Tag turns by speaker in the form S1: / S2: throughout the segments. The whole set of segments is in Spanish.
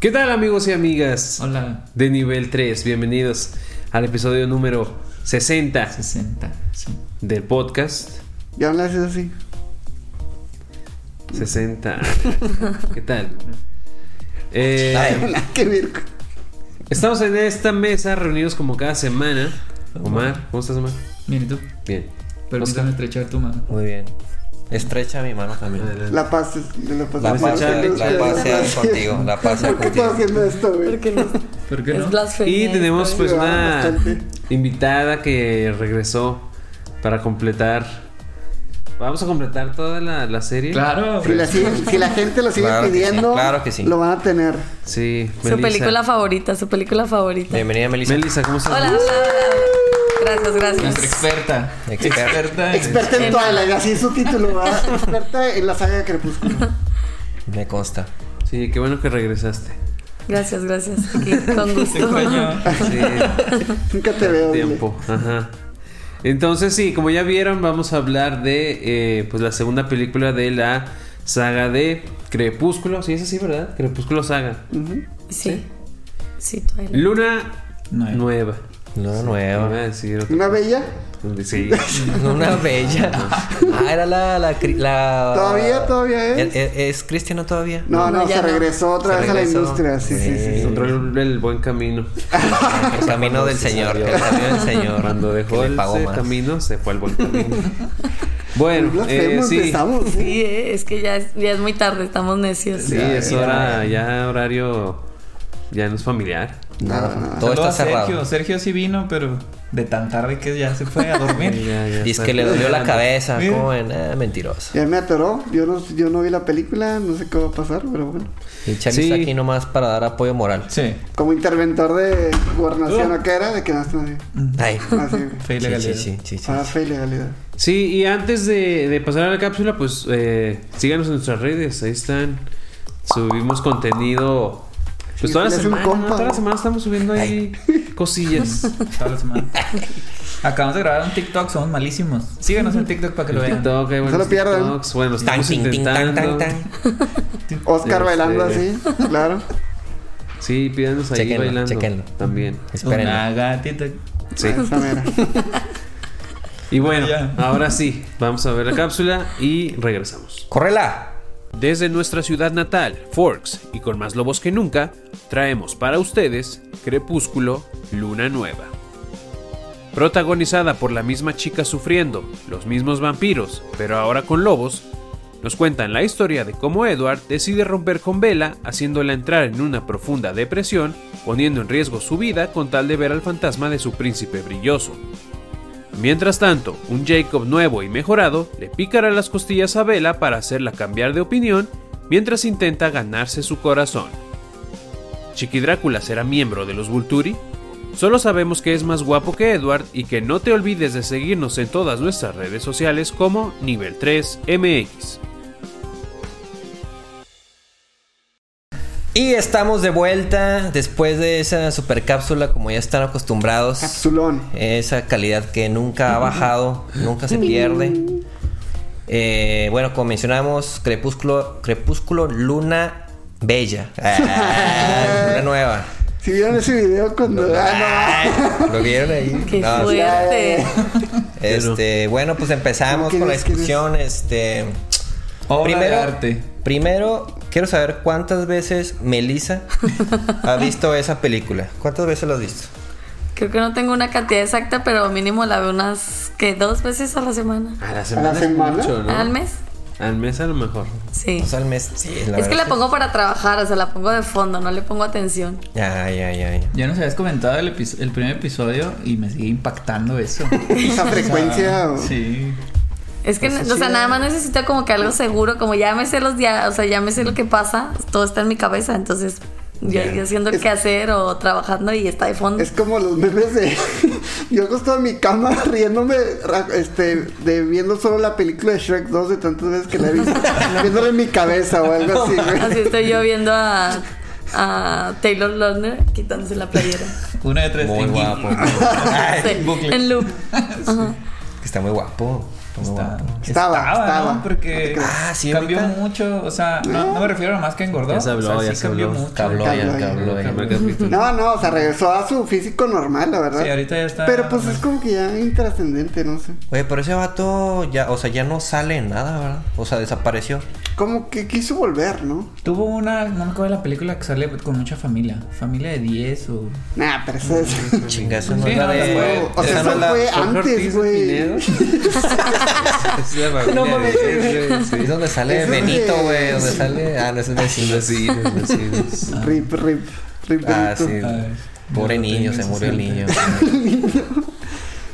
S1: ¿Qué tal amigos y amigas
S2: Hola,
S1: de nivel 3? Bienvenidos al episodio número 60
S2: 60. Sí.
S1: del podcast.
S3: Ya hablas así.
S1: 60. ¿Qué tal? Eh,
S3: Nada que ver. con-
S1: estamos en esta mesa reunidos como cada semana. Omar, ¿cómo estás Omar?
S2: Mira, ¿y tú,
S1: Bien.
S2: permítame estrechar tu mano.
S4: Muy bien. Estrecha mi mano también.
S1: Adelante.
S3: La paz es- de la paz.
S4: La
S1: Vamos
S4: paz,
S1: a
S4: sea-
S1: echarle-
S4: la paz sea contigo. La paz sea
S3: ¿Por qué
S4: contigo.
S3: estás haciendo esto, güey?
S5: Porque no
S2: ¿Por qué no?
S5: es blasfemia.
S1: Y tenemos
S5: esto,
S1: pues
S3: Llevamos
S1: una
S3: bastante.
S1: invitada que regresó para completar. Vamos a completar toda la, la serie.
S2: Claro, Pues,
S3: Si la,
S2: hombre.
S3: sigue- si la gente lo sigue
S4: Claro que sí,
S3: pidiendo,
S4: claro que sí.
S3: lo van a tener.
S1: Sí.
S5: Su película favorita, su película favorita.
S4: Bienvenida, Melissa.
S1: Melissa, ¿cómo estás? Uh,
S5: Hola, hola, hola. Gracias,
S2: Nuestra
S5: gracias.
S2: experta.
S4: Experta.
S2: en-
S3: Experta en
S5: en-
S3: Twilight, así es su título, ¿verdad? Experta en la saga de Crepúsculo.
S4: Me consta.
S1: Sí, qué bueno que regresaste.
S5: Gracias, gracias. Aquí, con
S2: Te
S5: gusto.
S2: extraño.
S1: Sí,
S3: Nunca te veo. güey.
S1: tiempo. Ajá. Entonces, sí, como ya vieron, vamos a hablar de eh, pues la segunda película de la saga de Crepúsculo. Sí, es así, ¿verdad? Crepúsculo saga.
S3: Ujú.
S5: Sí. Sí, Twilight.
S1: Luna
S2: No, eh.
S1: nueva.
S4: Luna
S1: Iba a
S4: Ah, nueva.
S1: decir otra-
S3: Una bella.
S1: Sí.
S4: Luna bella. Ah, era la. la, cri- la-
S3: Todavía, todavía es.
S4: ¿Es, es cristiano todavía?
S3: No, no,
S5: No,
S3: se
S5: ya no.
S3: regresó otra
S4: Se
S3: vez a
S4: regresó.
S3: la industria. Sí, sí, sí. sí.
S1: Encontró el, el buen camino.
S4: El camino del
S1: Sí,
S4: Señor.
S1: salió.
S4: El camino del Señor.
S1: Cuando dejó
S4: Que le
S1: el
S4: pagó
S1: ese
S4: más.
S1: camino, se fue al buen camino. Bueno, eh,
S3: Blasfemos,
S1: sí.
S3: empezamos.
S5: Sí, eh, es que ya es, ya es muy tarde, estamos necios.
S1: Sí, es hora, ya horario, ya no es familiar.
S3: Nada, nada.
S4: Todo
S2: Saludo
S4: está
S2: a
S4: cerrado.
S2: Sergio. Sergio sí vino, pero de tan tarde que ya se fue a dormir.
S4: Dice que le dolió la cabeza.
S2: Mira.
S4: ¿Cómo ven? Ah, mentiroso.
S3: Ya me atoró. Yo no, yo no vi la película, no sé qué va a pasar, pero bueno.
S4: Y
S1: Sí.
S4: Charlie está aquí nomás para dar apoyo moral.
S2: Sí.
S3: Como interventor de gobernación, ¿o qué era? De que no está así.
S2: Mm.
S4: Ay.
S3: Así, güey.
S2: Fe y
S4: Sí,
S2: legalidad.
S4: sí, sí, sí, sí.
S3: Ah, fe y legalidad.
S1: Sí, y antes de, de pasar a la cápsula, pues eh, síganos en nuestras redes, ahí están. Subimos contenido. Pues
S3: Sí,
S1: toda la
S3: le hace un
S1: semana,
S3: compa,
S1: toda la
S3: ¿no?
S1: semana estamos subiendo ahí cosillas.
S2: Toda la semana. Acabamos de grabar un TikTok, somos malísimos. Síganos en TikTok para que lo
S1: En
S2: vean.
S1: TikTok, hay
S3: No se
S1: buenos
S3: lo pierdan.
S1: TikToks. Bueno,
S4: Tan,
S1: estamos
S4: tin, tin, tan, tan,
S1: intentando.
S4: tan.
S3: Oscar
S1: Este-
S3: bailando así, claro.
S1: Sí, pídanos ahí
S4: Chequenlo,
S1: bailando.
S4: chequenlo.
S1: También.
S4: Espérenlo.
S2: Una gatita.
S1: Sí.
S3: De Ah, esa manera.
S1: Y bueno,
S2: Ya.
S1: ahora sí, vamos a ver la cápsula y regresamos.
S4: ¡Córrela!
S1: Desde nuestra ciudad natal, Forks, y con más lobos que nunca, traemos para ustedes Crepúsculo, Luna Nueva. Protagonizada por la misma chica sufriendo, los mismos vampiros, pero ahora con lobos, nos cuentan la historia de cómo Edward decide romper con Bella, haciéndola entrar en una profunda depresión, poniendo en riesgo su vida con tal de ver al fantasma de su príncipe brilloso. Mientras tanto, un Jacob nuevo y mejorado le picará las costillas a Bella para hacerla cambiar de opinión mientras intenta ganarse su corazón. ¿Chiqui Drácula será miembro de los Vulturi? Solo sabemos que es más guapo que Edward y que no te olvides de seguirnos en todas nuestras redes sociales como Nivel 3 MX.
S4: Y estamos de vuelta después de esa super cápsula, como ya están acostumbrados.
S3: Capsulón.
S4: Esa calidad que nunca ha bajado, nunca se pierde. Eh, bueno, como mencionamos, Crepúsculo, Crepúsculo Luna Bella. Ah, luna nueva.
S3: Si vieron ese video cuando. Ah,
S4: ¿Lo vieron ahí?
S5: Qué
S4: No,
S5: fuerte.
S4: este, bueno, pues empezamos
S3: ¿Quién
S4: con la
S3: es? ¿Quién es?
S4: discusión. Este,
S2: Obra
S4: Primero-
S2: de arte.
S4: Primero, quiero saber cuántas veces Melissa ha visto esa película. ¿Cuántas veces la has visto?
S5: Creo que no tengo una cantidad exacta, pero mínimo la veo unas que dos veces a la semana.
S1: A la
S3: semana es semana? mucho,
S5: ¿Al mes?
S1: Al mes a lo mejor.
S5: Sí.
S4: O sea, al mes. Sí, la
S5: es que
S4: verdad
S5: la pongo para trabajar, o sea, la pongo de fondo, no le pongo atención.
S4: Ay, ay, ay.
S2: Ya nos habías comentado el, episo- el primer episodio y me sigue impactando eso.
S3: Esa frecuencia. o-
S2: Sí.
S5: Es que, o sea, nada más necesito como que algo seguro, como ya me sé los días, o sea, ya me sé lo que pasa, todo está en mi cabeza, entonces yo yo haciendo el quehacer o trabajando y está de fondo.
S3: Es como los memes de. Yo acostado en mi cama riéndome, ra- este, de viendo solo la película de Shrek 2 de tantas veces que la he visto. Viéndola en mi cabeza o algo así,
S5: Así
S3: güey.
S5: estoy yo viendo a, a Taylor Lautner quitándose la playera.
S2: Una de tres.
S4: Muy
S2: Tinky.
S4: guapo.
S5: Sí,
S2: bucle.
S5: en loop. Ajá.
S4: Que Está muy guapo.
S2: Está-
S3: Estaba, estaba.
S2: ¿no? Porque
S3: No te
S2: ah, sí, cambió
S4: ahorita.
S2: mucho. O sea, no, no me refiero a más que engordó.
S4: Ya se habló,
S2: o sea,
S4: ya
S2: sí
S4: se
S2: cambió
S4: habló.
S2: mucho.
S4: Cabló, ya,
S3: Cabló, ya.
S4: cabló, ya.
S1: Primer capítulo. No,
S3: No, no, o sea, regresó a su físico normal, la verdad.
S2: Sí, ahorita ya está-
S3: Pero pues es como que ya intrascendente, no sé.
S4: Oye, pero ese vato ya, o sea, ya no sale en nada, ¿verdad? O sea, desapareció.
S3: Como que quiso volver, ¿no?
S2: Tuvo una, no me acuerdo de la película que sale con mucha familia. Familia de 10 o.
S3: Nah, pero eso es.
S4: Chinga, esa no
S2: Sí,
S4: es la
S2: no,
S4: de.
S2: fue-
S3: o sea,
S4: esa no es
S3: eso
S4: la-
S3: fue
S1: Jorge Ortiz
S3: antes,
S1: de
S3: güey.
S1: Pinedo. Es la familia
S2: No mames.
S1: de- es de-
S4: Es donde sale
S3: Esa es
S4: Benito,
S3: de-
S4: güey. Donde
S3: sí.
S4: sale. Ah, no, ese es
S1: sí,
S4: vecino.
S1: los vecinos, los vecinos.
S3: Rip, rip, rip.
S4: Ah, sí.
S3: Benito.
S2: Ay,
S4: Pobre
S2: yo no
S4: niño,
S2: tengo
S4: se
S2: esa
S4: murió el
S2: suerte.
S4: niño.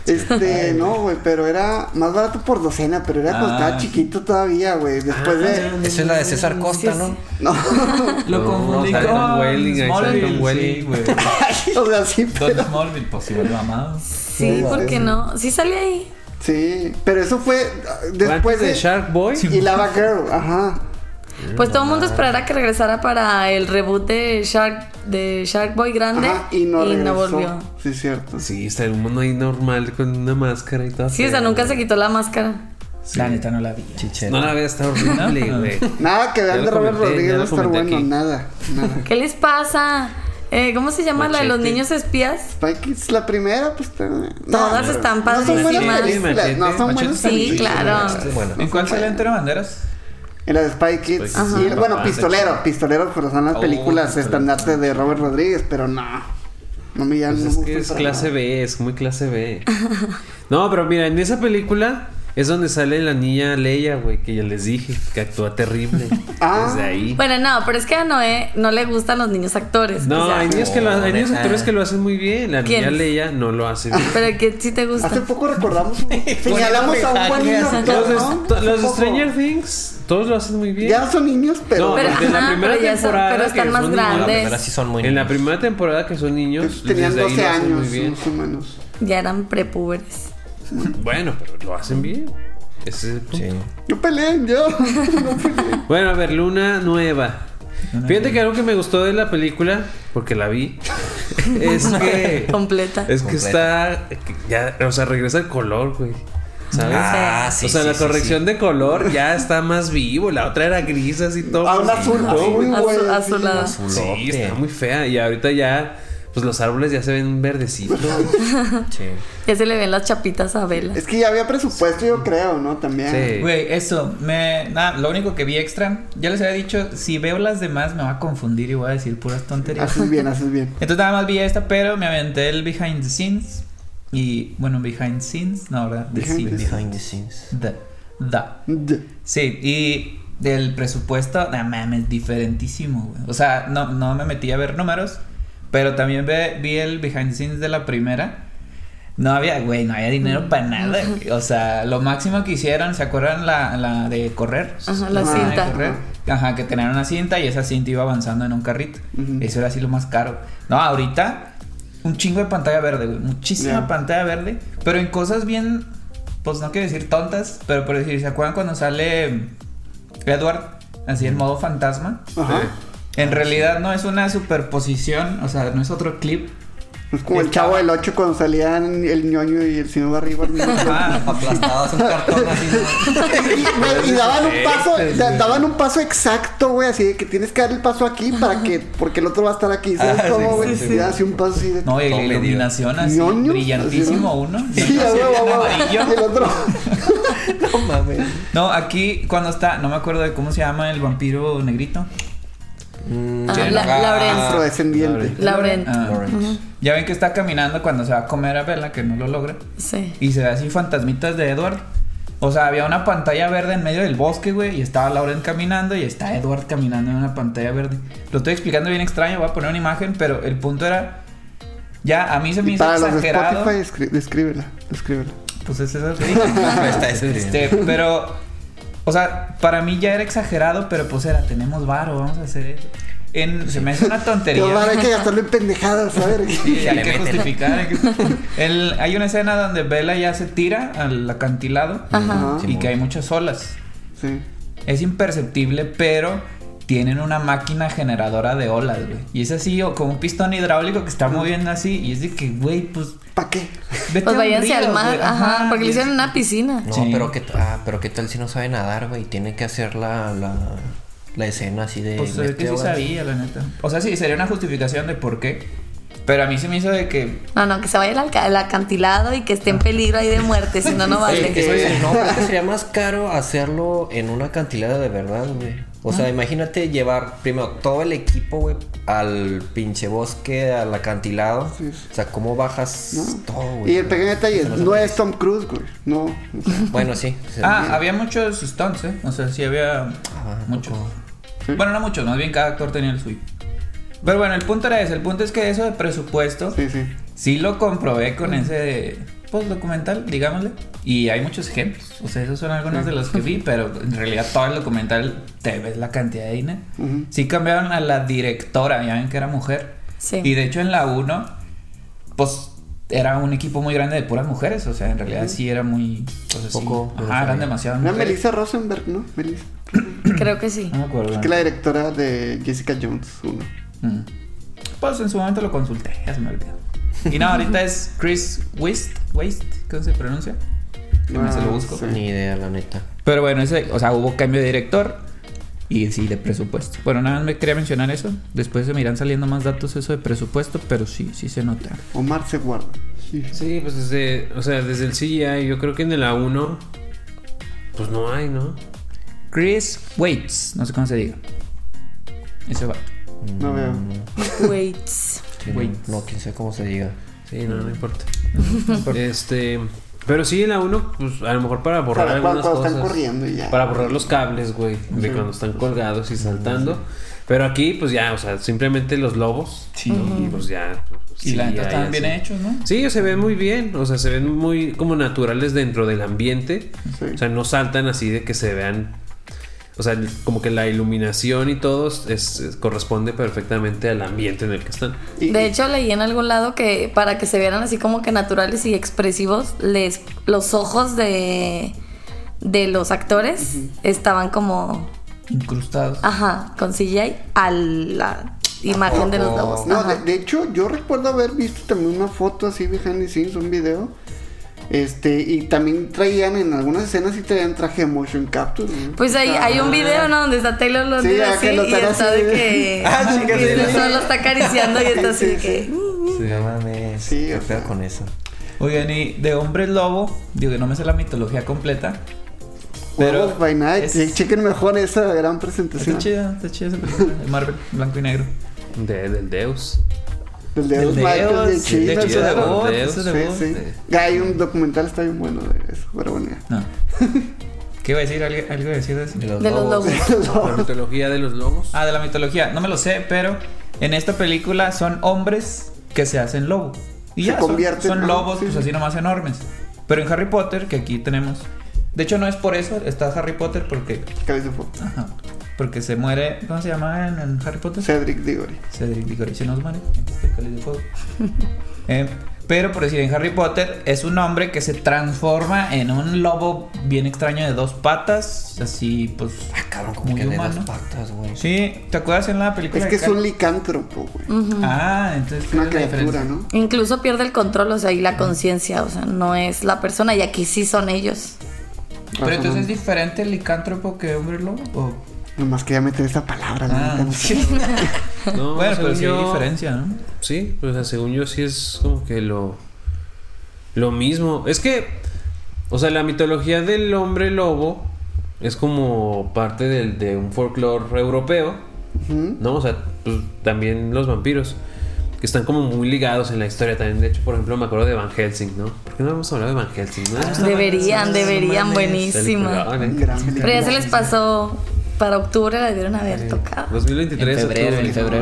S3: Este, no, güey, pero era más barato por docena, pero era cuando
S2: Ah.
S3: estaba chiquito todavía, güey. Después de.
S1: Ah.
S4: Esa es la de César Costa, ¿no?
S3: No,
S2: Lo
S1: No,
S2: confundí
S1: sale
S2: con.
S1: Tom Welling, ahí sale Tom
S2: Smallville,
S1: Welling.
S2: sí, güey.
S3: o sea, sí,
S2: Don
S3: pero.
S2: Smallville, pues igual lo amaba.
S5: Sí, ¿por qué no? Sí salí ahí.
S3: Sí, pero eso fue ah,
S1: Antes
S3: después
S1: de
S3: de.
S1: Shark Boy.
S3: Y Lava Girl, ajá.
S5: Pues todo el mundo esperara que regresara para el reboot de Shark, de Shark Boy grande
S3: Ajá, y no regresó.
S5: volvió.
S3: Sí, cierto.
S1: Sí, está un mundo ahí normal con una máscara y todo.
S5: Sí, o sea, nunca se quitó la máscara.
S2: La neta no la vi.
S1: No,
S4: Chichero.
S1: la verdad está horrible,
S2: No.
S1: güey.
S3: Nada que
S1: Ya
S3: vean
S1: lo
S3: de Robert
S1: comenté, ya
S3: Rodríguez,
S1: lo
S3: no está
S1: comenté
S3: bueno,
S1: aquí.
S3: nada, nada.
S5: ¿Qué les pasa? Eh, ¿Cómo se llama la de los
S1: Machete.
S5: niños espías?
S3: Spy Kids, Pues, la primera, pues. está-
S5: Todas están
S3: No son buenas
S5: padrísimas.
S3: películas, no son
S1: Machete,
S3: buenas
S5: Sí,
S3: películas.
S5: claro.
S1: Este,
S4: Bueno,
S2: ¿En cuál sale Antonio Banderas?
S3: En la de Spy Kids.
S1: Ajá.
S3: Y, bueno,
S1: Papá,
S3: Pistolero. Pistolero pero son las
S1: Oh,
S3: películas
S1: Pistolero.
S3: estandarte de Robert Rodríguez, pero no. No me llaman.
S1: Pues es que es clase B, es muy clase B. No, pero mira, en esa película es donde sale la niña Leia, güey, que ya les dije, que actúa terrible.
S3: Ah.
S1: Desde ahí.
S5: Bueno, no, pero es que a Noé no le gustan los niños actores. o
S1: No,
S5: sea,
S1: hay niños, que lo, hay niños
S4: neta.
S1: actores que lo hacen muy bien. La niña
S5: ¿Quiénes?
S1: Leia no lo hace bien.
S5: pero que sí te gusta.
S3: Hace poco recordamos. un- señalamos a un buen niño.
S4: Los
S3: actor,
S1: Los, de-
S3: ¿no?
S1: to-
S3: Hace
S1: los de
S3: poco.
S1: Stranger Things, todos lo hacen muy bien.
S3: Ah, pues Ya son niños, pero.
S1: No,
S5: Pero-
S1: desde la
S5: ajá,
S1: primera
S5: pero ya son-
S1: temporada
S5: pero están
S1: que
S5: más
S1: son niños.
S5: grandes.
S4: pero sí son muy.
S1: En la
S4: niños.
S1: primera temporada que son niños,
S3: Tenían
S1: desde ahí
S3: 12
S1: lo hacen
S3: años,
S1: muy bien.
S3: más o menos.
S5: Ya eran prepúberes.
S1: Bueno, pero lo hacen bien. Ese es el punto.
S4: Sí.
S3: No peleen, yo. No peleen.
S1: Bueno, a ver, Luna Nueva.
S2: Luna
S1: Fíjate que algo que me gustó de la película, porque la vi, es que.
S5: Completa.
S1: Es que
S4: Completa.
S1: está. que Ya, o sea, regresa el color, güey. ¿Sabes?
S4: Ah, sí.
S1: o sea,
S4: sí,
S1: la
S4: sí,
S1: corrección de color ya está más vivo. La otra era gris, así todo.
S4: Ah,
S3: A un azul,
S1: todo,
S3: azul,
S1: güey.
S5: A
S3: güey.
S5: su- a
S3: así.
S5: su lado.
S4: sí.
S1: Sí,
S4: Lote.
S1: está muy fea. Y ahorita ya. Pues los árboles ya se ven verdecitos.
S4: Sí.
S5: Ya se le ven las chapitas a Vela.
S3: Es que ya había presupuesto, yo creo, ¿no? También.
S1: Sí.
S2: Güey, eso, me. Nada, lo único que vi extra, ya les había dicho, si veo las demás me va a confundir y voy a decir puras tonterías.
S3: Haces bien, haces bien.
S2: Entonces nada más vi esta, pero me aventé el behind the scenes. Y bueno, behind scenes, no, ¿verdad? The
S3: Behind the
S2: scenes.
S4: Behind the scenes.
S2: The. The.
S3: D-
S2: Sí, y del presupuesto, no mames, diferentísimo, güey. O sea, no, no me metí a ver números, pero también ve- vi el behind the scenes de la primera. No había, güey, no había
S5: Mm.
S2: dinero para nada. güey. O sea, lo máximo que hicieron, ¿se acuerdan la, la de correr?
S5: Ajá, la
S2: de
S5: cinta.
S2: correr. Ajá, que tenían una cinta y esa cinta iba avanzando en un carrito.
S3: Ujú.
S2: Eso era así lo más caro. No, ahorita, un chingo de pantalla verde, güey. Muchísima
S3: Ya.
S2: pantalla verde. Pero en cosas bien, pues no quiero decir tontas, pero por decir, ¿se acuerdan cuando sale Edward así en modo fantasma?
S3: Ajá.
S2: En
S4: Ah,
S2: realidad no es una superposición, o sea, no es otro clip.
S3: Es como el chavo del 8 cuando salían el ñoño y el señor arriba.
S2: Ah,
S4: Aplastados un cartón así. ¿no?
S3: Y, güey, y daban un paso, da- daban un paso exacto, güey, así de que tienes que dar el paso aquí para que, porque el otro va a estar aquí, ¿sabes
S4: Ah,
S3: cómo,
S4: sí,
S3: güey?
S4: sí,
S3: Y
S4: sí.
S3: da así un paso así de...
S2: No, y la
S4: Todo medio.
S2: iluminación así,
S3: ñoño,
S2: brillantísimo
S3: así,
S2: uno.
S3: Sí,
S2: y
S3: a
S2: otro así
S3: huevo, a
S2: bien amarillo.
S3: huevo. Y el otro...
S4: No mames.
S2: No, aquí cuando está, no me acuerdo de cómo se llama el vampiro negrito.
S4: Mm,
S5: Ah,
S4: sí,
S5: la-
S4: no.
S5: Lawrence.
S3: Afrodescendiente.
S5: Lauren.
S2: Ah,
S4: Lawrence.
S2: Ya ven que está caminando cuando se va a comer a Bella, que no lo logra.
S5: Sí.
S2: Y se ve así fantasmitas de Edward. O sea, había una pantalla verde en medio del bosque, güey. Y estaba Lauren caminando y está Edward caminando en una pantalla verde. Lo estoy explicando bien extraño, voy a poner una imagen, pero el punto era. Ya, a mí se me
S3: Y
S2: hizo
S3: para los de
S2: exagerado.
S3: Spotify, escri- descríbela, descríbela.
S2: Pues ese es el ritmo.
S4: Me está escribiendo.
S2: Este, pero, o sea, para mí ya era exagerado, pero pues era, tenemos varo, vamos a hacer eso. En, se me hace una
S3: Pero
S2: tontería.
S3: ahora hay que gastarlo en pendejadas, a ver.
S2: Sí,
S4: Ya
S2: hay
S4: le
S2: que
S4: meten.
S2: justificar. hay que- El- hay una escena donde Bella ya se tira al acantilado
S5: Ajá.
S3: Ajá.
S2: y que hay muchas olas.
S3: Sí.
S2: Es imperceptible, pero tienen una máquina generadora de olas, güey. Y es así, o con un pistón hidráulico que está moviendo así. Y es de que, güey, pues.
S3: ¿Para qué?
S2: Vete
S5: Pues
S2: a un
S5: váyanse
S2: río,
S5: al mar,
S2: güey.
S5: ajá, porque
S2: y es-
S5: lo hicieron en una piscina.
S4: No,
S2: Sí.
S4: pero, qué t- ah, pero qué tal si no sabe nadar, güey. Tiene que hacer la, la, la escena así de.
S2: Pues se ve que sí
S4: meteo, güey.
S2: sabía, la neta. O sea, sí, sería una justificación de por qué. Pero a mí se me hizo de que.
S5: No, no, que se vaya al alca- al acantilado y que esté en peligro ahí de muerte, si no, no
S4: Oye,
S5: vale.
S4: que eso es- no, pero es que sería más caro hacerlo en una cantilada de verdad, güey. O sea, imagínate llevar primero todo el equipo, güey, al pinche bosque, al acantilado. O sea, ¿cómo bajas todo, güey?
S3: y el pequeño detalle, no es Tom Cruise, güey. No. o sea,
S4: Bueno, sí. sí.
S2: Ah, había muchos stunts, ¿eh? O sea, sí había
S4: Ah,
S2: muchos.
S4: poco.
S2: Bueno, no muchos, más bien cada actor tenía el suyo. Pero bueno, el punto era ese. El punto es que eso de presupuesto.
S3: sí, sí.
S2: Sí lo comprobé con ese pues, documental, digámosle. Y hay muchos ejemplos. O sea, esos son algunos de los que vi, pero en realidad todo el documental te ves la cantidad de dinero.
S3: Ujú.
S2: Sí cambiaron a la directora, ya ven que era mujer.
S5: Sí.
S2: Y de hecho en la 1, pues era un equipo muy grande de puras mujeres. O sea, en realidad sí era muy... Pues, así,
S4: Poco, pero
S2: ajá, eran
S4: sabía.
S2: demasiadas
S3: Era
S2: mujeres.
S3: Melissa Rosenberg, ¿no? Melissa.
S5: Creo que sí.
S2: No me acuerdo.
S3: Que la directora de Jessica Jones 1.
S2: Mm. Pues en su momento lo consulté, ya se me olvidó. Y no, ahorita es Chris West, West, ¿cómo se pronuncia? Déjame, se lo busco.
S3: sí.
S4: Ni idea, la neta.
S2: Pero bueno, ese, o sea, hubo cambio de director y sí de presupuesto. Bueno, nada más me quería mencionar eso. Después se me irán saliendo más datos eso de presupuesto, pero sí, sí se nota.
S3: Omar se guarda. Sí.
S1: Sí, pues desde, o sea, desde el CGI, yo creo que en el A1, pues no hay, ¿no?
S2: Chris Waits, no sé cómo se diga. Ese va.
S3: No veo.
S5: Waits.
S4: Mm, Sí, no,
S2: Güey.
S4: no, quién sabe cómo se diga.
S1: Sí, no, no importa. este, pero sí, en la 1, pues a lo mejor para borrar
S3: Para cuando,
S1: algunas
S3: cuando
S1: cosas.
S3: están corriendo y ya.
S1: Para borrar los cables, güey, de cuando están colgados y saltando. Pero aquí, pues ya, o sea, simplemente los lobos.
S2: Sí.
S1: ¿no? Y pues ya. pues,
S2: Y la
S1: CGI,
S2: neta estaban bien
S1: así.
S2: hechos, ¿no?
S1: Sí, se ven muy bien, o sea, se ven muy como naturales dentro del ambiente.
S3: Sí.
S1: O sea, no saltan así de que se vean. O sea, como que la iluminación y todo es- es- corresponde perfectamente al ambiente en el que están.
S3: Y-
S5: De hecho, leí en algún lado que para que se vieran así como que naturales y expresivos, les, los ojos de, de los actores estaban como,
S2: Incrustados.
S5: ajá, con CGI a la imagen de los lobos.
S3: No,
S5: ajá.
S3: de, de hecho, yo recuerdo haber visto también una foto así behind the scenes, un video. Este, y también traían en algunas escenas y traían traje de motion capture. ¿no?
S5: Pues hay, hay un video, ¿no? Donde está Taylor Lautner
S3: Sí, ya
S5: así
S3: que lo
S5: y
S3: están
S5: está
S3: así.
S5: de que...
S4: Ah, chinga,
S5: y
S4: sí,
S5: el
S4: sí.
S5: sol lo está acariciando y está así de que...
S4: No mames.
S3: Sí,
S4: qué
S3: o
S4: pedo
S3: sea.
S4: con eso.
S2: Oigan, y de hombre lobo, digo que no me sé la mitología completa.
S3: Pero by Night.
S2: es-
S3: che- Chequen mejor esa gran
S2: Está
S3: presentación.
S2: chida, está chida esa película. de Marvel, blanco y negro.
S1: De- del Deus.
S3: Del de
S2: El
S3: los Michael de
S2: Deus, sí, de
S3: China.
S2: hecho,
S1: China,
S2: de
S1: ¿no?
S2: Bond,
S1: Deus,
S2: eso de
S3: Sí,
S2: Bond.
S3: sí. Hay un documental, está bien bueno de eso, pero bueno. ya.
S2: No. ¿Qué iba a decir? ¿Algo, algo iba a decir de eso?
S4: De
S5: De los lobos.
S1: La mitología de los lobos.
S2: Ah, de la mitología. No me lo sé, pero en esta película son hombres que se hacen lobo. Y
S3: Se
S2: ya son-
S3: convierten,
S2: son,
S3: ¿no?
S2: lobos,
S3: Sí,
S2: pues
S3: sí.
S2: así nomás enormes. Pero en Harry Potter, que aquí tenemos. De hecho, no es por eso, está Harry Potter porque.
S3: Cabeza de foto.
S2: Ajá. Porque se muere. ¿Cómo se llama en, en Harry Potter?
S3: Cedric Diggory.
S2: Cedric Diggory se nos muere. Este cáliz de fuego. Eh, pero por decir, en Harry Potter es un hombre que se transforma en un lobo bien extraño de dos patas. Así, pues.
S4: Ah, cabrón, como
S2: Muy
S4: que de
S2: humano.
S4: dos patas, güey.
S2: Sí, ¿te acuerdas en la película?
S3: Es
S2: de
S3: que es
S2: Cal-
S3: un licántropo, güey.
S2: Ah, entonces.
S3: Una
S2: ¿cuál es la
S3: criatura,
S2: diferencia?
S3: ¿no?
S5: Incluso pierde el control, o sea, y la conciencia, o sea, no es la persona y aquí sí son ellos.
S2: Pero entonces es diferente el licántropo que hombre lobo. ¿o?
S3: Nomás quería meter esa palabra, la
S2: Ah,
S3: neta, no sé.
S1: No,
S2: bueno, pero
S1: según
S2: sí hay
S1: yo-
S2: diferencia, ¿no?
S1: Sí, o sea, según yo sí es como que lo lo mismo. Es que o sea, la mitología del hombre lobo es como parte del, de un folclore europeo,
S3: Ujú.
S1: ¿no? O sea, pues, también los vampiros que están como muy ligados en la historia también. De hecho, por ejemplo, me acuerdo de Van Helsing, ¿no? ¿Por qué no hemos hablado de Van Helsing? ¿no? Es
S5: Deberían, deberían, Ah, buenísima.
S1: peliculón, ¿eh?
S3: Gran
S5: Pero ya se
S3: película.
S5: les pasó para octubre, la debieron haber tocado.
S1: 2023 octubre.
S4: Espérenlo,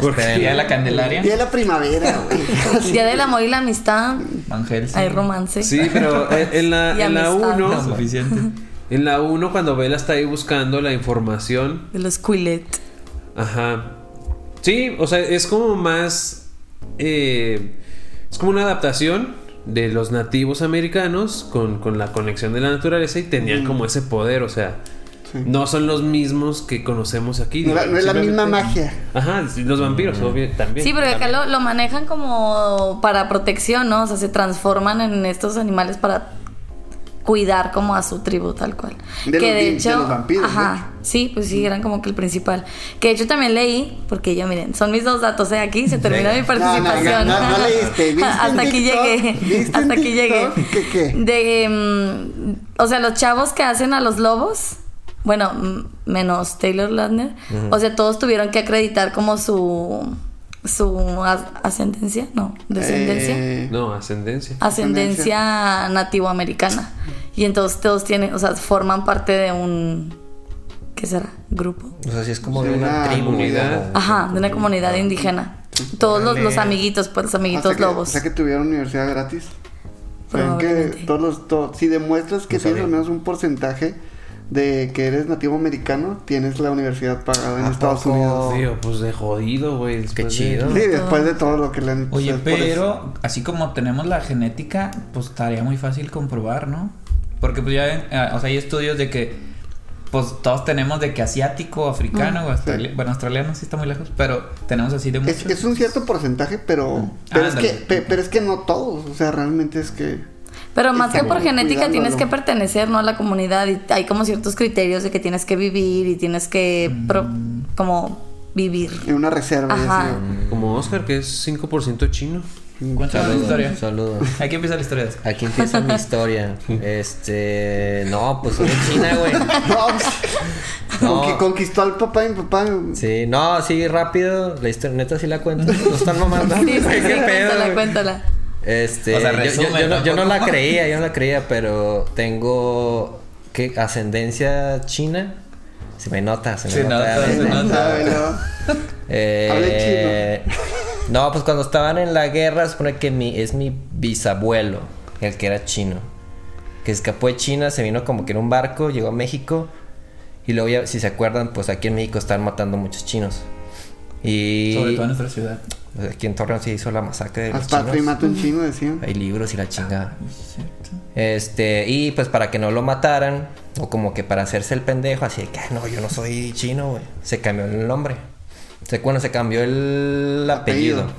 S1: Porque
S4: espérenlo.
S2: Día de la Candelaria.
S3: Día de la primavangel
S5: Día del amor y la amistad,
S2: Van Helsing.
S5: hay romance.
S1: Sí, pero en en la
S5: Y
S1: en la
S5: amistad.
S1: 1
S2: No, suficiente.
S1: En la 1, cuando Bella está ahí buscando la información.
S5: De los Quillet.
S1: Ajá. Sí, o sea, es como más. eh, es como una adaptación de los
S4: Mm.
S1: nativos americanos con, con la conexión de la naturaleza y tenían como ese poder, o sea. no son los mismos que conocemos aquí.
S3: No, la- no es la misma
S1: Simplemente-
S3: magia.
S1: Ajá, sí, los vampiros,
S4: Mm.
S1: obvio, también.
S5: Sí, pero acá
S1: también.
S5: lo, lo manejan como para protección, ¿no? O sea, se transforman en estos animales para cuidar como a su tribu tal cual.
S3: De los vamp- de los vampiros, de hecho.
S5: ajá, sí, pues sí, eran como que el principal. Que de hecho también leí, porque yo miren, son mis dos datos, ¿eh? aquí se termina mi
S4: Venga.
S5: participación.
S3: No, no, no, no leíste. ¿Viste en
S5: Hasta aquí
S3: TikTok?
S5: llegué.
S3: ¿Viste en
S5: Hasta aquí llegué.
S3: TikTok? ¿Qué, qué?
S5: De, mm, o sea, los chavos que hacen a los lobos, bueno, mm, menos Taylor Lautner, o sea, todos tuvieron que acreditar como su su as- ascendencia, no, descendencia,
S3: Eh,
S1: No, ascendencia.
S5: ascendencia nativoamericana. Y entonces todos tienen, o sea, forman parte de un ¿qué será? Grupo.
S4: O sea, sí es como
S3: Sí,
S4: de una
S3: una
S4: tribu.
S1: comunidad.
S4: ¿no?
S5: Ajá, de una comunidad indígena. Todos los, los amiguitos, pues los
S3: o sea
S5: amiguitos
S3: que-
S5: lobos.
S3: O sea que tuvieron universidad gratis. Saben que
S5: Probablemente.
S3: todos los, to- si demuestras que
S4: No
S3: tienes
S4: sabía.
S3: al menos un porcentaje de que eres nativo americano, tienes la universidad pagada
S4: ¿A
S3: en Estados
S4: poco?
S3: Unidos.
S1: Tío, pues de jodido, güey. después de-
S4: chido.
S3: Sí, después de todo lo que le han pues,
S2: Oye,
S3: por eso.
S2: pero así como tenemos la genética, pues estaría muy fácil comprobar, ¿no? Porque pues ya ven, eh, o sea, hay estudios de que pues todos tenemos de que asiático, africano, o australi- bueno, australiano sí está muy lejos, pero tenemos así de
S3: Ah, Es,
S2: muchos.
S3: es un cierto porcentaje,
S4: Ah,
S3: pero, pero, es
S2: ándale.
S3: que, pe- pero es que no todos. O sea, realmente es que.
S5: Pero más que
S3: Estamos
S5: por genética
S3: cuidándolo.
S5: tienes que pertenecer, ¿no? A la comunidad y hay como ciertos criterios de que tienes que vivir y tienes que
S1: Mm.
S5: pro- como vivir.
S3: En una reserva. y
S5: Ajá.
S3: así, ¿no?
S1: Como Oscar, que es 5% chino.
S2: Cuéntanos la historia.
S4: Saludos. Saludos.
S2: Aquí empieza la historia.
S4: Aquí empieza mi historia. Este. No, pues soy de China, güey.
S3: No, pues,
S4: No.
S3: conqui- Conquistó al papá y mi papá.
S4: Sí, no, sí, rápido. La historia, neta, sí la cuento. No están mamando.
S5: Sí, sí, sí,
S4: Qué pedo,
S5: cuéntala,
S4: güey.
S5: cuéntala.
S4: Este,
S2: O sea,
S4: yo- yo,
S2: resumen,
S4: yo no, yo no
S2: ¿no?
S4: la creía, yo no la creía, pero tengo ¿qué? ascendencia china. Se me nota, se me
S2: Se
S4: nota.
S2: nota,
S4: ¿eh?
S2: se nota.
S3: Sabe, ¿no?
S4: Eh,
S3: Hable
S4: no, pues cuando estaban en la guerra, supone que mi, es mi bisabuelo, el que era chino, que escapó de China, se vino como que en un barco, llegó a México, y luego, ya, si se acuerdan, pues aquí en México están matando muchos chinos. Y
S2: Sobre todo en nuestra ciudad.
S4: pues, aquí en Torreón se hizo la masacre de los
S3: Hasta
S4: chinos.
S3: Patria y mata un chino, decían.
S4: Hay libros y la chingada.
S2: ¿Cierto?
S4: Este, y pues para que no lo mataran, o como que para hacerse el pendejo, así de que, "Ah, no, yo no soy chino, güey. Se cambió el nombre. Se, bueno, se cambió el apellido.
S3: Apellido.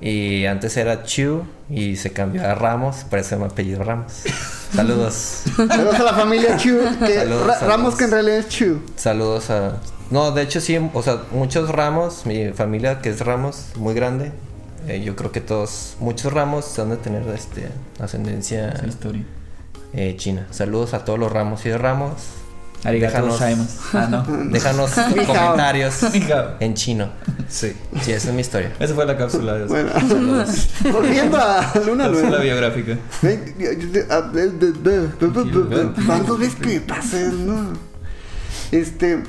S4: Y antes era Chu y se cambió a Ramos, por eso mi apellido Ramos. Saludos.
S3: Saludos a la familia Chu. que
S4: Saludos,
S3: Ra-
S4: saludos.
S3: Ramos, que en realidad es Chu.
S4: Saludos a... No, de hecho sí, o sea, muchos Ramos, mi familia que es Ramos, muy grande. eh, yo creo que todos, muchos Ramos han de tener este, ascendencia
S2: Es la historia.
S4: eh, china. Saludos a todos los Ramos y Ramos.
S2: Arigato
S4: Déjanos-
S2: gozaimasu. Ah, no.
S4: Déjanos
S3: Mijao.
S4: comentarios
S2: Mijao.
S4: en chino.
S1: Sí.
S4: Sí, esa es mi historia.
S2: Esa fue la cápsula. de-
S3: Bueno, volviendo a Luna
S2: cápsula
S3: Nueva.
S2: biográfica.
S3: Ven, yo- yo te- a- de- de- de- ¿Cuántas veces que me pasa eso, no? Este,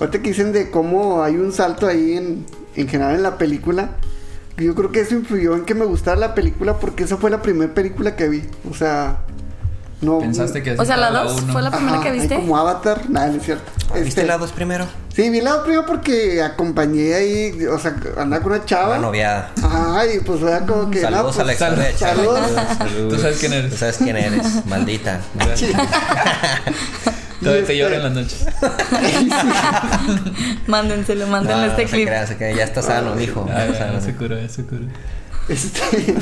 S3: ahorita que dicen de cómo hay un salto ahí en, en general en la película, yo creo que eso influyó en que me gustara la película porque esa fue la primera película que vi. O sea, no.
S2: Pensaste que
S5: O sea, la
S2: estaba
S5: dos
S2: uno.
S5: fue la primera
S3: Ajá,
S5: que
S3: ahí
S5: viste.
S3: Como Avatar, nada, no es cierto.
S4: ¿Viste
S3: Este,
S4: la dos primero?
S3: Sí, vi la primero porque acompañé ahí, o sea, andaba con una chava.
S2: Ah,
S4: La noviada.
S3: Ay, pues era como que.
S4: Saludos
S3: no,
S4: a la
S3: pues,
S4: ex novia de Chava.
S3: Saludos.
S2: Tú sabes quién
S4: Tú
S2: eres.
S4: sabes quién eres, maldita.
S2: Todavía te
S3: este-
S2: lloro en las noches.
S5: Mándenselo,
S4: No,
S5: mándenle
S4: no,
S5: este
S4: se
S5: clip.
S4: crea, se crea. Ya está sano, mijo.
S2: Ah,
S4: Ya está
S2: no,
S4: sano.
S2: se curó, se curó.
S3: Este,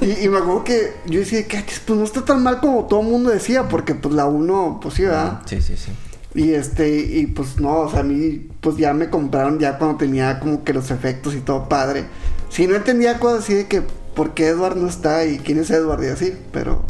S3: y, y me acuerdo que yo decía, "Cachis, Pues no está tan mal como todo el mundo decía, porque pues la uno, pues sí, ¿verdad?
S4: Sí, sí, sí.
S3: Y este, y pues no, o sea, a mí, pues ya me compraron ya cuando tenía como que los efectos y todo padre. Si no entendía cosas así de que por qué Edward no está y quién es Edward y así, pero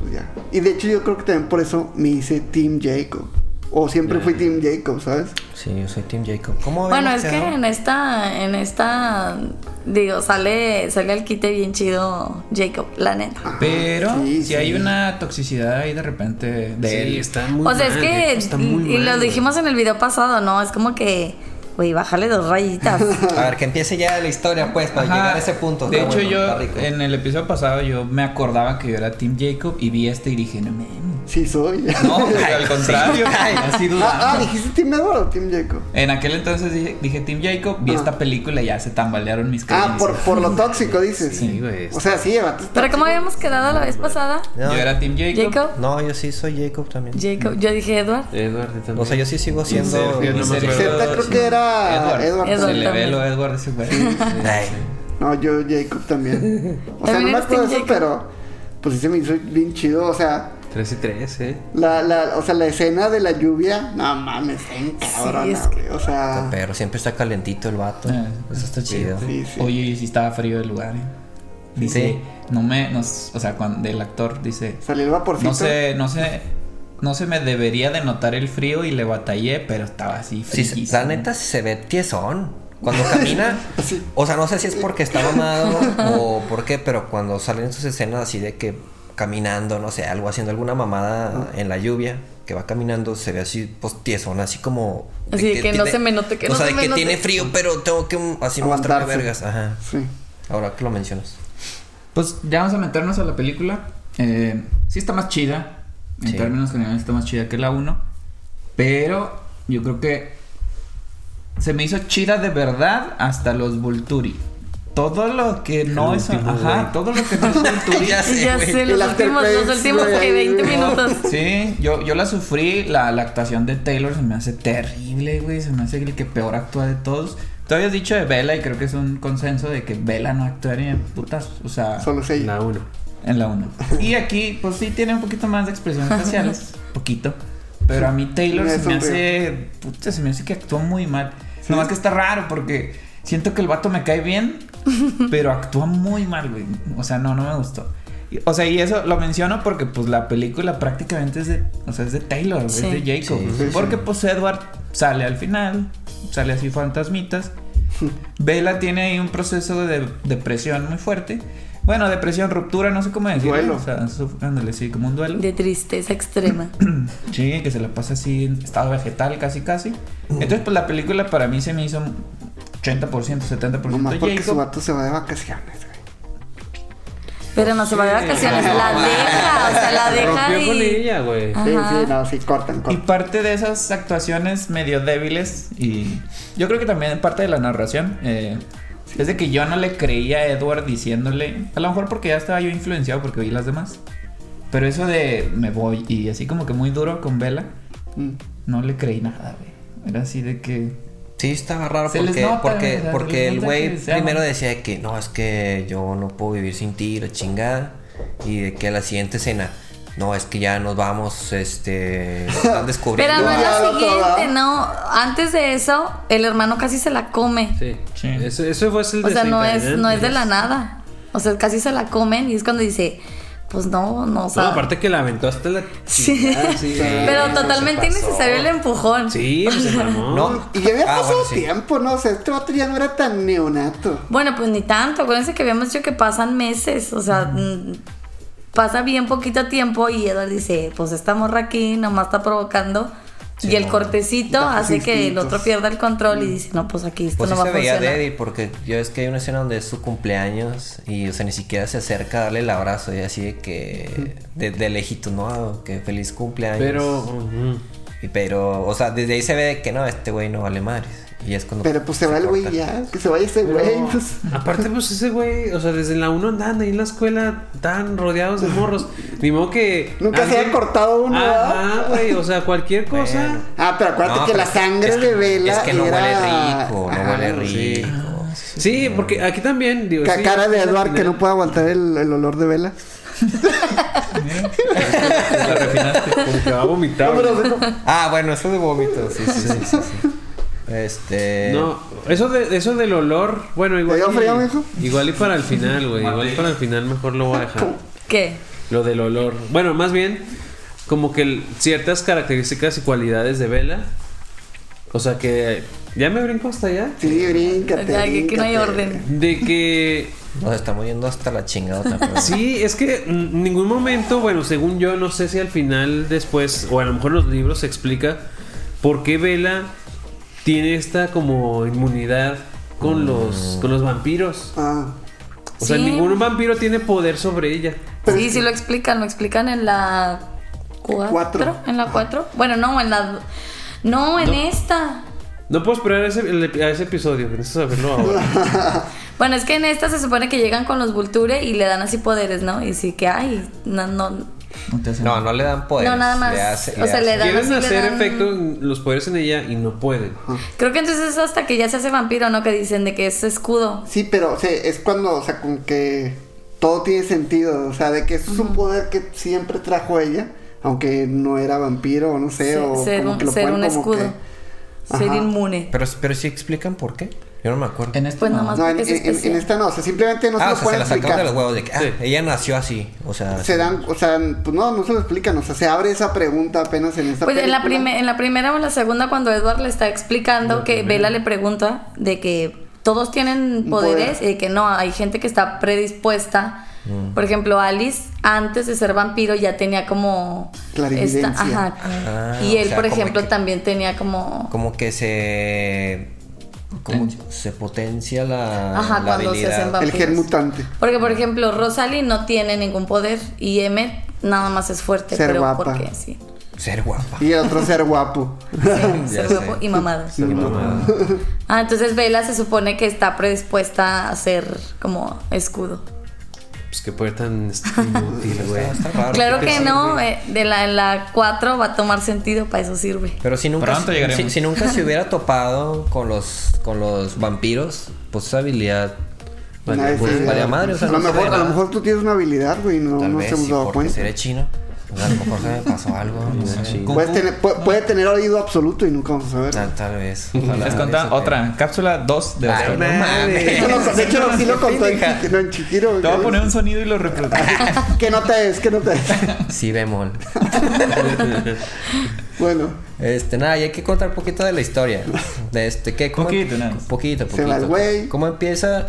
S3: pues ya. Y de hecho yo creo que también por eso me hice Team Jacob. O siempre fui Team Jacob, ¿sabes?
S4: Sí, yo soy Tim Jacob. ¿Cómo
S5: Bueno,
S4: habíamos
S5: es que
S4: quedado?
S5: en esta, en esta, digo, sale, sale al quite bien chido Jacob, la
S1: Ah,
S5: neta.
S2: Pero
S3: Sí,
S2: si
S3: sí.
S2: hay una toxicidad ahí de repente de
S1: Sí,
S2: él.
S1: está muy
S5: O sea, es
S1: mal,
S5: que,
S1: Jacob, está muy
S5: y
S1: mal,
S5: lo
S1: güey.
S5: dijimos en el video pasado, ¿no? Es como que, güey, bájale dos rayitas.
S4: A ver, que empiece ya la historia, pues, para
S2: Ajá.
S4: llegar a ese punto.
S2: De
S4: Está
S2: hecho,
S4: bueno, está
S2: yo
S4: rico.
S2: en el episodio pasado yo me acordaba que yo era Team Jacob y vi este y dije, no, man,
S3: Sí soy.
S2: No, pues, al contrario. Así
S3: ah, ah,
S2: dudando.
S3: ¿dijiste Tim Edward o Tim Jacob?
S2: En aquel entonces dije, dije Tim Jacob, vi
S3: Ah.
S2: esta película y ya se tambalearon mis creencias.
S3: Ah, por, por lo tóxico dices.
S1: Sí, güey.
S3: O sea, sí, el vato está
S5: Pero ¿cómo
S3: tóxico.
S5: habíamos quedado la vez pasada?
S4: No,
S2: Yo era Tim Jacob.
S5: Jacob.
S4: no, yo sí soy Jacob también.
S5: Jacob. Yo dije Edward.
S1: Eduardo también.
S4: O sea, yo sí sigo siendo.
S1: Sergio, no me
S2: Sergio.
S1: acuerdo.
S3: Z creo que era Edward.
S2: Edward. Se le ve
S5: también.
S2: lo Edward ese güey.
S4: Ay,
S3: No, yo Jacob también. O sea,
S5: También
S3: no me
S5: eres
S3: acuerdo de
S5: Team
S3: eso, pero pues sí se me hizo bien chido. O sea,
S1: 3 y 3, ¿eh?
S3: la, la, o sea, la escena de la lluvia, no mames, está bien
S5: Sí,
S3: cabrona,
S5: es que-
S3: güey. O sea,
S4: Pero siempre está calentito el vato.
S2: Ah, Eso está chido.
S3: Sí, sí.
S2: Oye, y si estaba frío el lugar. eh. Dice,
S4: Sí.
S2: no me, no s- o sea, cuando el actor dice,
S3: salió el vaporcito.
S2: no sé, no sé, no se me debería de notar el frío y le batallé, pero estaba así
S4: Sí, se-
S2: frío.
S4: la neta sí se ve tiesón. Cuando camina,
S3: Sí.
S4: o sea, no sé si es porque está mamado o por qué, pero cuando salen sus escenas así de que caminando, no sé, algo haciendo alguna mamada en la lluvia, que va caminando, se ve así, pues tiesón, así como.
S5: Así de que no se me note, que
S4: O
S5: no
S4: sea,
S5: se
S4: de
S5: me
S4: que
S5: note.
S4: tiene frío, pero tengo que mm, así mostrarme
S3: Aguantarse.
S4: vergas. Ajá.
S3: Sí.
S4: Ahora que lo mencionas.
S2: Pues ya vamos a meternos a la película. Eh, sí está más chida. En
S4: Sí.
S2: términos generales está más chida que la 1. Pero yo creo que se me hizo chida de verdad hasta los Vulturi. Todo lo que no es.
S1: último,
S2: Ajá,
S1: güey.
S2: todo lo que no es Vulturi.
S4: Ya sé,
S5: ya
S4: güey.
S5: sé,
S3: El
S5: los
S3: after
S5: últimos,
S3: credits,
S5: los últimos
S3: güey,
S5: que
S3: ahí,
S5: 20
S3: ¿no?
S5: minutos.
S2: Sí, yo, yo la sufrí, la, la actuación de Taylor se me hace terrible, güey, se me hace el que peor actúa de todos. Tú habías dicho de Bella y creo que es un consenso de que Bella no actuaría en putas, o
S4: Ah,
S2: sea,
S3: Solo sé.
S1: La 1.
S2: en la 1. Y aquí, pues sí, tiene un poquito más de expresiones faciales, poquito. Pero a mí Taylor
S3: Me
S2: se me
S3: sonrió.
S2: hace, puta, se me hace que actúa muy mal. Nomás que está raro porque siento que el vato me cae bien, pero actúa muy mal, güey. O sea, no, no me gustó. Y- O sea, y eso lo menciono porque pues la película prácticamente es de, o sea, es de Taylor, es
S5: Sí.
S2: de Jacob.
S4: Sí,
S3: sí,
S2: porque
S3: sí.
S2: pues Edward sale al final, sale así fantasmitas. Vela tiene ahí un proceso de depresión muy fuerte. Bueno, depresión, ruptura, no sé cómo decirlo.
S3: Duelo.
S2: O sea, su- ándale, sí, como un duelo.
S5: De tristeza extrema.
S2: Sí, que se la pasa así en estado vegetal casi casi. Entonces, pues la película para mí se me hizo 80%, 70%
S3: Nomás porque su
S2: Jacob.
S3: vato se va de vacaciones, güey.
S5: Pero no se va de vacaciones,
S4: No,
S5: la
S4: ma.
S5: deja, o sea, la deja
S1: Rompió con
S5: y...
S1: ella, güey.
S5: Ah.
S3: Sí,
S5: Ajá.
S3: sí, no, sí, cortan,
S2: Y
S3: cortan.
S2: parte de esas actuaciones medio débiles y yo creo que también parte de la narración eh, es de que yo no le creía a Edward diciéndole, a lo mejor porque ya estaba yo influenciado porque vi las demás, pero eso de me voy y así como que muy duro con Vela,
S3: Mm.
S2: no le creí nada, güey. Era así de que...
S4: Sí, estaba raro
S2: Se les
S4: porque,
S2: nota,
S4: porque,
S2: o sea, se
S4: porque
S2: les
S4: el
S2: nota que
S4: güey
S2: se aman.
S4: primero decía que no, es que yo no puedo vivir sin ti, la chingada. Y de que a la siguiente escena, no, es que ya nos vamos, este, están descubriendo.
S5: Pero no es
S3: Ya,
S5: la
S3: la otra,
S5: siguiente,
S3: ¿verdad?
S5: no. Antes de eso, el hermano casi se la come.
S1: Sí.
S2: Sí.
S1: Eso, eso fue el
S5: O sea, no es,
S1: desencadenante.
S5: no es de la nada. O sea, casi se la comen y es cuando dice, pues no, no, o
S1: No,
S5: sea,
S1: aparte que la aventó hasta la.
S5: Sí.
S1: chingada, sí.
S5: Pero totalmente
S4: se pasó.
S5: innecesario el empujón.
S1: Sí, pues, se mamó.
S4: No.
S3: Mm, Y ya había
S4: Ah,
S3: pasado
S4: bueno, sí.
S3: tiempo, ¿no? O sea, este vato ya no era tan neonato.
S5: Bueno, pues ni tanto. Acuérdense que habíamos dicho que pasan meses. O sea, mm, pasa bien poquito tiempo y Edward dice, pues esta morra aquí nomás está provocando. y el cortecito
S3: Bajos
S5: hace que el
S3: instintos.
S5: otro pierda el control y dice, no, pues aquí esto
S4: Pues
S5: no
S4: sí
S5: va
S4: se
S5: a
S4: veía
S5: funcionar.
S4: débil porque yo es que hay una escena donde es su cumpleaños y, o sea, ni siquiera se acerca a darle el abrazo y así de que, de, de lejito, no, que feliz cumpleaños.
S1: Pero. ujú.
S4: Y pero, o sea, desde ahí se ve que no, este güey no vale madres. Y es cuando.
S3: Pero pues se va el güey
S4: corta.
S3: ya. Que se vaya ese
S1: Pero,
S3: güey, pues.
S1: Aparte, pues ese güey, o sea, desde la 1 andan ahí en la escuela tan rodeados de morros. Ni modo que.
S3: Nunca se haya cortado uno,
S1: Ajá,
S3: ¿verdad?
S1: güey, o sea, cualquier cosa.
S3: Ah, pero acuérdate
S4: No,
S3: que la
S4: pero es-
S3: sangre
S4: es que-
S3: de Vela.
S4: Es que no
S3: era...
S4: huele rico, no
S3: Ajá,
S4: huele
S1: sí.
S4: rico.
S1: Sí, porque aquí también, digo.
S3: Ca-
S1: sí,
S3: cara de
S1: es la
S3: Eduard que
S1: primera-
S3: no puede aguantar el, el olor de Vela.
S2: "Mira, la refinaste".
S1: Porque va a vomitar.
S3: No, pero,
S1: güey.
S4: Ah, bueno, eso de vómito, sí, sí, sí, sí, sí. Este.
S1: No, eso, de, eso del olor, bueno, igual.
S3: dio
S1: y-
S3: frío, mijo?
S1: Igual y para el final, güey. Igual y para el final mejor lo voy a dejar.
S5: ¿Qué?
S1: Lo del olor. Bueno, más bien, como que el- ciertas características y cualidades de Vela. O sea que. ¿Ya me brinco hasta allá?
S3: sí, bríncate.
S5: O sea, que aquí no hay
S3: bríncate.
S5: orden.
S1: De que.
S4: Nos estamos yendo hasta la chingadota. pero-
S1: Sí, es que en ningún momento, bueno, según yo, no sé si al final, después, o a lo mejor en los libros se explica por qué Vela tiene esta como inmunidad con los con los vampiros.
S3: Ah,
S1: O sea,
S5: Sí.
S1: ningún vampiro tiene poder sobre ella.
S5: Sí, sí lo explican, lo explican en la cuatro,
S3: Cuatro.
S5: en la 4. Bueno, no, en la no, en esta.
S1: No puedo esperar a ese, el- a ese episodio, necesito saberlo ahora.
S5: Bueno, es que en esta se supone que llegan con los Vulture y le dan así poderes, ¿no? Y sí que ay, no no
S2: No te hace
S4: No,
S2: nada.
S4: no le dan poder.
S5: No, nada más. O sea, le dan
S1: Quieren
S5: así, le
S1: hacer
S5: dan-
S1: efecto en los poderes en ella y no pueden.
S5: Creo que entonces es hasta que ya se hace vampiro, ¿no? Que dicen de que es escudo.
S3: Sí, pero o sea, es cuando, o sea, con que todo tiene sentido, o sea, de que eso es un poder que siempre trajo ella, aunque no era vampiro, o no sé,
S5: Sí,
S3: o
S5: ser
S3: como
S5: un,
S3: que lo
S5: ser
S3: ponen
S5: un
S3: como
S5: escudo.
S3: que-
S5: Ser
S3: Ajá.
S5: inmune.
S4: Pero, pero sí explican por qué. Yo no me acuerdo.
S2: En este
S5: Pues nada
S2: no.
S5: más
S3: No, en,
S5: porque es
S3: en- en- en
S5: especial.
S3: esta no, o sea, simplemente no
S4: ah,
S3: se
S4: o
S3: lo
S4: sea, se
S3: pueden
S4: la sacaron
S3: explicar.
S4: de los huevos de que ah,
S1: Sí.
S4: ella nació así. O sea,
S3: Se dan, o sea, pues no, no se lo explican, o sea, se abre esa pregunta apenas en esta
S5: Pues en la,
S3: película.
S5: prime- en la primera o en la segunda, cuando Edward le está explicando que Bella le pregunta de que todos tienen
S3: Un
S5: poderes
S3: poder.
S5: y de que no, hay gente que está predispuesta.
S4: Mm.
S5: Por ejemplo, Alice, antes de ser vampiro, ya tenía como.
S3: Clarividencia.
S5: ajá.
S4: Ah,
S5: y
S4: o
S5: él,
S4: sea,
S5: por
S4: como
S5: ejemplo,
S4: que-
S5: también tenía como.
S4: como que se. Como se potencia la,
S5: Ajá,
S4: la
S5: cuando se
S4: habilidad.
S5: hacen va-
S3: El gen mutante.
S5: Porque, por ejemplo, Rosalie no tiene ningún poder y Emmet nada más es fuerte,
S3: Ser
S5: pero
S3: guapa.
S5: porque sí.
S4: Ser guapa.
S3: Y el otro ser guapo.
S5: Ser
S4: sé.
S5: guapo y mamado.
S4: Ser mamada.
S5: Ah, entonces Vela se supone que está predispuesta a ser como escudo.
S1: Pues qué poder tan este, inútil, güey.
S4: Está raro,
S5: Claro
S4: qué
S5: que
S4: pesado,
S5: no,
S4: güey.
S5: eh, de la, en la 4 va a tomar sentido, para eso sirve.
S4: Pero si nunca,
S2: Pronto
S4: si,
S2: llegaremos.
S4: si- si nunca se hubiera topado con los con los vampiros, pues esa habilidad
S3: Nadie
S1: Vale,
S3: se
S4: pues,
S3: da-
S4: vale a madre, o sea,
S3: a, lo
S4: no se
S3: mejor,
S4: ve
S3: a lo
S4: nada.
S3: mejor tú tienes una habilidad, güey, no,
S4: tal
S3: no
S4: vez
S3: se hemos
S4: sí,
S3: dado
S4: porque
S3: cuenta.
S4: seré chino. A lo mejor se me pasó algo, no sé.
S2: Kung
S3: Puedes
S2: Fu.
S3: tener- pu- puede tener oído absoluto y nunca vamos a saber.
S4: Tal, tal vez.
S2: Les
S4: Ojalá
S2: contaba
S4: eso que-
S2: otra. Cápsula 2 de
S4: Ay,
S2: Oscar.
S4: no mames.
S3: No, no, de hecho, no, sí lo contó en,
S4: Pendeja.
S3: no, en Chihiro, güey.
S2: Te voy a poner un sonido y lo reproduces.
S3: ¿Qué nota es? ¿Qué nota es?
S4: Sí, bemol.
S3: Bueno,
S4: Este, nada, y hay que contar poquito de la historia. De este, ¿qué? ¿Cómo-
S2: Poquito, nada más.
S4: Poquito,
S3: Se va el
S4: poquito.
S3: güey.
S4: ¿Cómo empieza?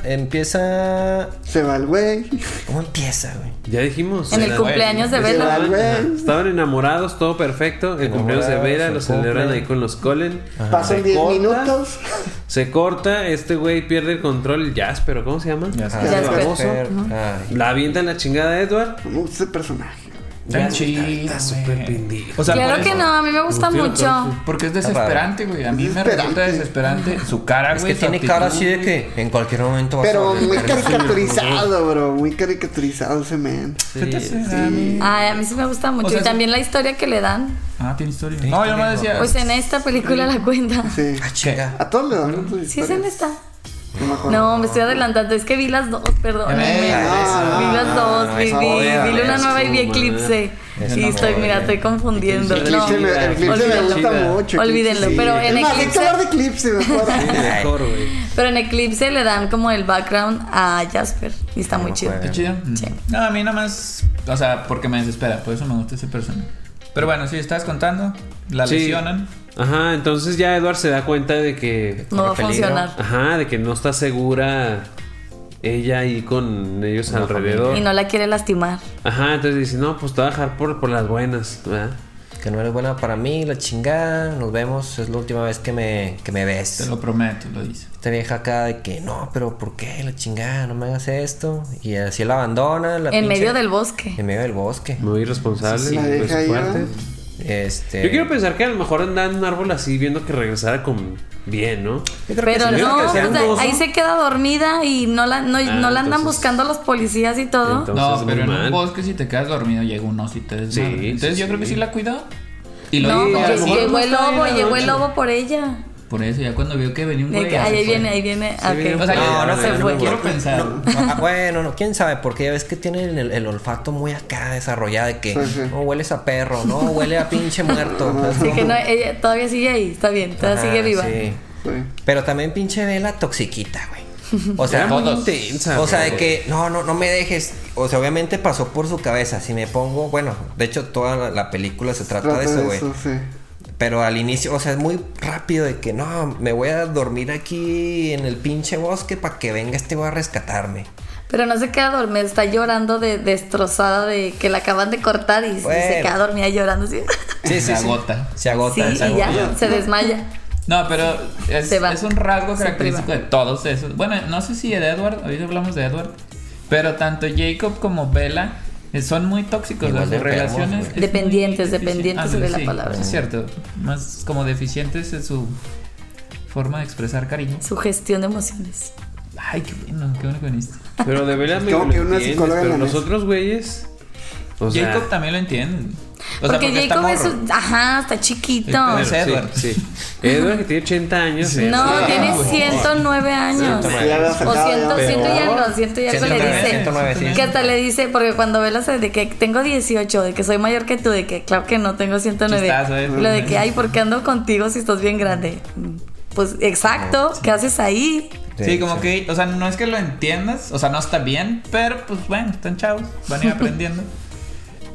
S4: Empieza.
S3: se va el güey.
S4: ¿Cómo empieza, güey?
S1: Ya dijimos.
S5: en el
S1: era-
S5: cumpleaños de
S3: Se va
S5: Vela.
S3: el
S1: Ajá,
S3: güey.
S1: Estaban enamorados, todo perfecto. El cumpleaños de
S4: Enamorados,
S1: Vera
S4: se
S1: lo celebran
S4: cumplen.
S1: ahí con los Colin. Se
S4: Ah,
S3: Pasan 10
S1: corta,
S3: minutos.
S1: Se corta, este güey pierde el control, Jasper, ¿o ¿cómo se llama?
S2: Jasper.
S4: Ah,
S5: Jasper.
S1: Famoso.
S4: Ay.
S1: La avientan la chingada a Edward.
S3: Me gusta ese personaje.
S2: Está
S1: Está- está súper pendejo.
S2: O sea, por
S5: Claro
S2: eso-
S5: que no, a mí me gusta
S1: Hostia,
S5: mucho.
S2: Porque es desesperante, güey. A mí me resulta desesperante su cara,
S4: Es
S2: güey.
S4: que
S2: su
S4: tiene
S2: actitud.
S4: cara así de que en cualquier momento vas
S3: Pero
S4: a
S3: muy caricaturizado, bro. Muy caricaturizado ese man.
S2: ¿Qué te hace?
S5: Ay, a mí sí me gusta mucho.
S2: O sea,
S5: y
S2: sí.
S5: también la historia que le dan.
S2: Ah, tiene historia. No, yo nomás decía.
S5: Pues en esta película la cuenta.
S3: Sí.
S4: Ah, chinga.
S3: A todos le dan sus
S5: Sí, es en
S3: historias.
S5: esta.
S3: No me acuerdo.
S5: No, me estoy adelantando. Es que vi las dos, perdón. Vi
S2: Eh,
S3: no,
S5: las
S4: no,
S5: dos, vi,
S4: esa
S5: vi-
S4: joder,
S5: vi Luna
S4: es
S5: Nueva y vi
S1: como,
S5: Eclipse.
S4: Es
S5: Sí,
S4: una
S5: estoy, mira,
S4: joder.
S5: estoy confundiendo.
S1: Eclipse
S5: No,
S3: Eclipse me- el Eclipse me
S5: olvídenlo.
S3: gusta mucho.
S5: Olvídenlo,
S3: Eclipse.
S5: pero en
S3: Es más, hay que
S5: Eclipse-
S3: hablar de Eclipse, me acuerdo.
S1: Mejor, güey.
S5: Pero en Eclipse le dan como el background a Jasper y está muy
S4: No
S5: chido.
S4: juega.
S2: ¿Qué chido? Mm.
S5: Sí.
S2: No, a mí nomás. O sea, porque me desespera. Por eso me gusta ese personaje. Pero bueno, sí, estabas contando. La
S1: Sí.
S2: lesionan.
S1: Ajá, entonces ya Edward se da cuenta de que.
S5: No va a
S4: Peligro.
S5: funcionar.
S1: Ajá, de que no está segura ella ahí con ellos alrededor.
S5: Y no la quiere lastimar.
S1: Ajá, entonces dice, no, pues te voy a dejar por, por las buenas, ¿verdad?
S4: Que no eres buena para mí, la chingada. Nos vemos, es la última vez que me, que me
S2: Te
S4: ves.
S2: lo prometo, lo dice.
S4: Esta vieja acá de que no, pero ¿por qué? La chingada, no me hagas esto. Y así la abandona. La
S5: en
S4: pinche-
S5: medio del bosque.
S4: En medio del bosque.
S1: Muy irresponsable
S3: La
S1: de
S3: deja
S1: su
S3: ahí,
S1: parte.
S3: ¿verdad?
S4: Este.
S1: Yo
S3: Eh,
S1: quiero pensar que a lo mejor andaba en un árbol así viendo que regresara con bien, ¿no?
S5: Pero
S1: sí. Yo
S5: no,
S1: creo que sea
S5: pues, ahí-
S1: un oso.
S5: ahí se queda dormida y no la, no,
S1: Ah,
S5: no la andan
S1: entonces-
S5: buscando los policías y todo.
S1: Entonces-
S2: No,
S1: es
S2: pero en
S1: muy mal.
S2: un bosque, si te quedas dormido, llega un oso y te desmadra.
S1: Sí,
S2: Entonces
S1: sí,
S2: yo creo que
S1: sí.
S2: sí la cuidó. Y
S5: no,
S2: digo, a
S5: porque
S2: lo mejor
S5: llegó
S2: no
S5: el
S2: estaba
S5: lobo,
S2: ahí en la
S5: llegó el
S2: noche.
S5: lobo por ella.
S2: Por eso, ya cuando vio que venía un
S5: De
S2: güey.
S5: que,
S2: ya
S5: ay,
S2: se
S5: ahí
S2: fue.
S5: viene, ahí viene.
S1: Sí, viene
S5: ok.
S1: un
S2: O sea,
S1: No,
S2: yo-
S1: no,
S2: se
S1: no,
S2: fue.
S1: no,
S2: quiero
S1: no.
S2: pensar.
S4: Ah, bueno, no, quién sabe, porque ya ves que tienen el, el olfato muy acá desarrollado de que
S3: Sí, sí.
S4: no hueles a perro, no huele a pinche muerto.
S5: Así que no, ella todavía sigue ahí, está bien, todavía
S1: Ah,
S4: Ajá,
S5: sigue viva.
S4: sí.
S3: Sí.
S4: Pero también pinche vela toxiquita, güey. O sea,
S1: Era muy
S4: todos.
S1: intensa,
S4: O sea, de
S1: güey.
S4: que no, no, no me dejes. O sea, obviamente pasó por su cabeza. Si me pongo, bueno, de hecho toda la, la película se trata,
S3: Trata
S4: de eso, güey.
S3: sí.
S4: Pero al inicio, o sea, es muy rápido de que no, me voy a dormir aquí en el pinche bosque para que venga este güey a rescatarme.
S5: Pero no se queda dormida, está llorando de destrozada de que la acaban de cortar y, y se
S4: Bueno.
S5: queda dormida llorando así.
S4: Sí,
S2: Se agota.
S4: Se agota.
S5: Sí,
S4: se
S5: y ya,
S4: agota.
S5: se desmaya.
S2: No, pero es,
S5: Se va.
S2: es un rasgo
S5: Se
S2: característico de todos esos. Bueno, no sé si de Edward, ahorita hablamos de Edward, pero tanto Jacob como Bella Eh, Son muy tóxicos
S4: Igual
S2: las
S4: de enfermos,
S2: relaciones.
S4: güey.
S2: es muy
S5: Dependientes,
S2: defici-
S5: dependientes
S2: Ándale,
S5: sería la
S2: sí,
S5: palabra.
S2: sí, Es cierto. Más como deficientes en su forma de expresar cariño.
S5: Su gestión de emociones.
S2: Ay, qué bueno, qué bueno que viniste.
S1: Pero de verdad me
S3: Como que una
S1: entiendes,
S3: psicóloga en
S1: pero
S3: la mesa.
S1: nosotros, güeyes. O sea,
S2: Jacob también lo entiende. O sea,
S5: porque,
S2: porque está
S5: Jacob es.
S2: morro.
S5: un- Ajá, está chiquito.
S2: El
S1: bueno,
S2: es Edward.
S1: Sí, sí. Edward que tiene 80 años. eh, pues,
S2: Sí.
S5: No,
S3: Sí.
S5: tiene
S3: güey.
S5: 109 años.
S4: Sí,
S3: Ya había
S5: O
S3: sacado ya.
S5: ciento,
S4: Pero-
S5: ciento y algo, ciento y algo le
S4: 109,
S5: dice.
S4: 109, sí.
S5: Que hasta le dice, porque cuando ve las de que tengo 18, de que soy mayor que tú, de que claro que no tengo 109.
S2: Chistazo, ¿eh?
S5: Lo de que, ay, ¿por qué ando contigo si estás bien grande? Pues exacto, ¿qué haces ahí?
S2: Sí, como que, o sea, no es que lo entiendas, o sea, no está bien, pero pues bueno, están chavos, van a ir aprendiendo.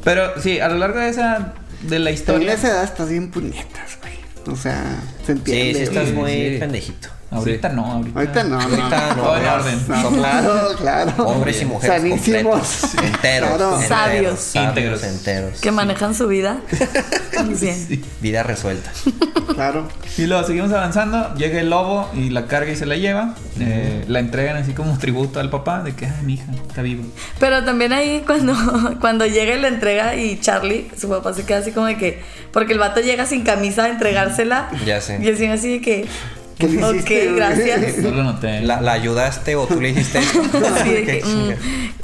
S2: Pero sí, a lo largo de esa de la
S3: También a
S2: historia,
S3: esa edad estás bien puñetas, güey. O sea, se
S4: Sí,
S3: entiende.
S4: sí, estás
S3: güey.
S4: muy
S1: Sí.
S4: pendejito.
S2: ahorita no, ahorita.
S3: Ahorita no, no.
S4: Ahorita no.
S2: Todo en orden.
S3: No,
S4: Somos
S3: claro, claro.
S4: Hombres y mujeres
S3: Sanísimos.
S4: completos, enteros,
S3: Claro.
S4: enteros,
S5: Sabios.
S2: Íntegros.
S4: sabios, enteros.
S5: Que manejan su vida. Bien.
S4: Vida resuelta.
S3: Claro.
S2: Y luego seguimos avanzando, llega el lobo y la carga y se la lleva. Eh, la entregan así como tributo al papá de que, ay, mi hija, está vivo.
S5: Pero también ahí cuando, cuando llega y la entrega y Charlie, su papá se queda así como de que, porque el vato llega sin camisa a entregársela.
S4: Ya sé.
S5: Y así así de que,
S3: ¿Qué le
S5: ok,
S3: hiciste, güey?"
S5: gracias.
S2: No lo noté.
S4: ¿La, la ayudaste o tú le hiciste esto?
S5: Así de que,
S4: Qué chinga.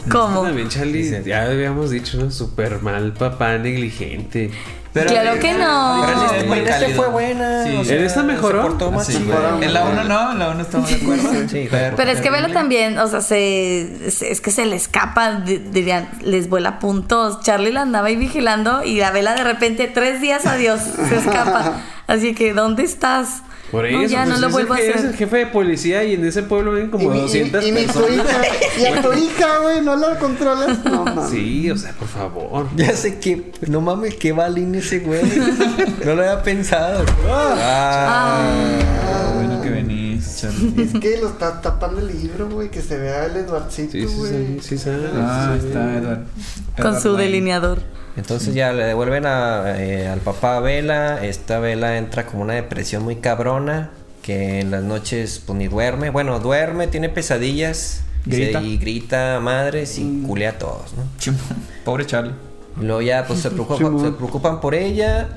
S5: mm, ¿cómo?
S1: También Charlie, ya habíamos dicho, ¿no? Súper mal papá, negligente.
S5: Claro que no.
S4: Pero
S5: No,
S4: en este-
S2: muy
S4: en este
S2: cálido.
S4: fue buena.
S2: Sí.
S4: o sea,
S1: ¿En esta
S4: se
S1: mejoró?
S4: portó más
S2: Sí,
S4: chingón.
S3: fueron-
S2: en la 1 no, en la 1 estamos de acuerdo.
S4: Sí, hijo de puta.
S5: Pero es que Velo también, o sea, se, se- es que se le escapa, di- dirían, les vuela puntos. Charlie la andaba ahí vigilando y la Vela de repente, tres días, adiós, se escapa. Así que, ¿dónde estás?
S1: Por
S5: no,
S1: eso,
S5: ya
S1: pues,
S5: no lo
S1: es
S5: vuelvo a
S1: el que- Es el
S5: hacer.
S1: jefe de policía y en ese pueblo viven como
S3: Y mi-
S1: 200
S3: y, y, mi tu
S1: personas.
S3: hija, y a tu hija, güey, no la controlas. No, mames.
S1: Sí, o sea, por favor.
S4: Ya sé que, no mames, qué balín ese güey. No lo había pensado. Ah.
S2: Qué bueno que venís, Charlie.
S3: Es que lo estás tapando el libro, güey, que se vea el
S1: Sí,
S3: Eduardcito,
S1: sí, sí,
S3: güey.
S1: sí, sabe,
S2: Ah,
S1: sí,
S2: está
S1: sabe.
S2: Edward.
S5: Con
S2: Edward
S5: su
S2: Wayne.
S5: delineador.
S4: Entonces ya le devuelven a, eh, al papá Vela. Esta Vela entra como una depresión muy cabrona. Que en las noches pues ni duerme. Bueno, duerme, tiene pesadillas. y se-
S2: Grita.
S4: y grita a madres y culea a todos, ¿no?
S2: Chimón. Pobre Charlie.
S4: Luego ya pues se, preocupa- se preocupan por ella.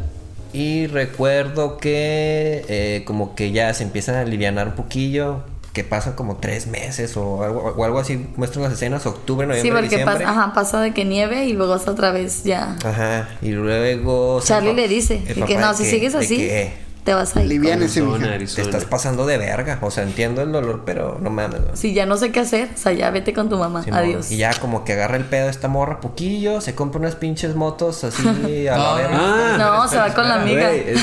S4: Y recuerdo que eh, como que ya se empiezan a alivianar un poquillo. Que pasan como tres meses o algo, o algo así. Muestran las escenas, octubre,
S5: Sí,
S4: noviembre,
S5: porque
S4: diciembre.
S5: pasa, ajá, pasa de que nieve y luego hasta otra vez ya.
S4: Ajá, y luego... o sea,
S5: Charlie
S4: Pues, el pa-
S5: le dice
S4: el
S5: y que
S4: papá
S5: no,
S4: de
S5: si
S4: que-
S5: sigues
S4: de
S5: así,
S4: que
S5: te vas a ir.
S3: Liviánese,
S1: Arizona,
S3: mija.
S4: Te
S1: Arizona.
S4: estás pasando de verga, o sea, entiendo el dolor, pero no mames. ¿no?
S5: Si ya no sé qué hacer, o sea, ya vete con tu mamá.
S4: Simón.
S5: Adiós.
S4: Y ya como que agarra el pedo esta morra poquillo, se compra unas pinches motos así a la
S2: No,
S4: verga.
S1: Ah,
S5: no, se va con la amiga.
S4: Güey, es-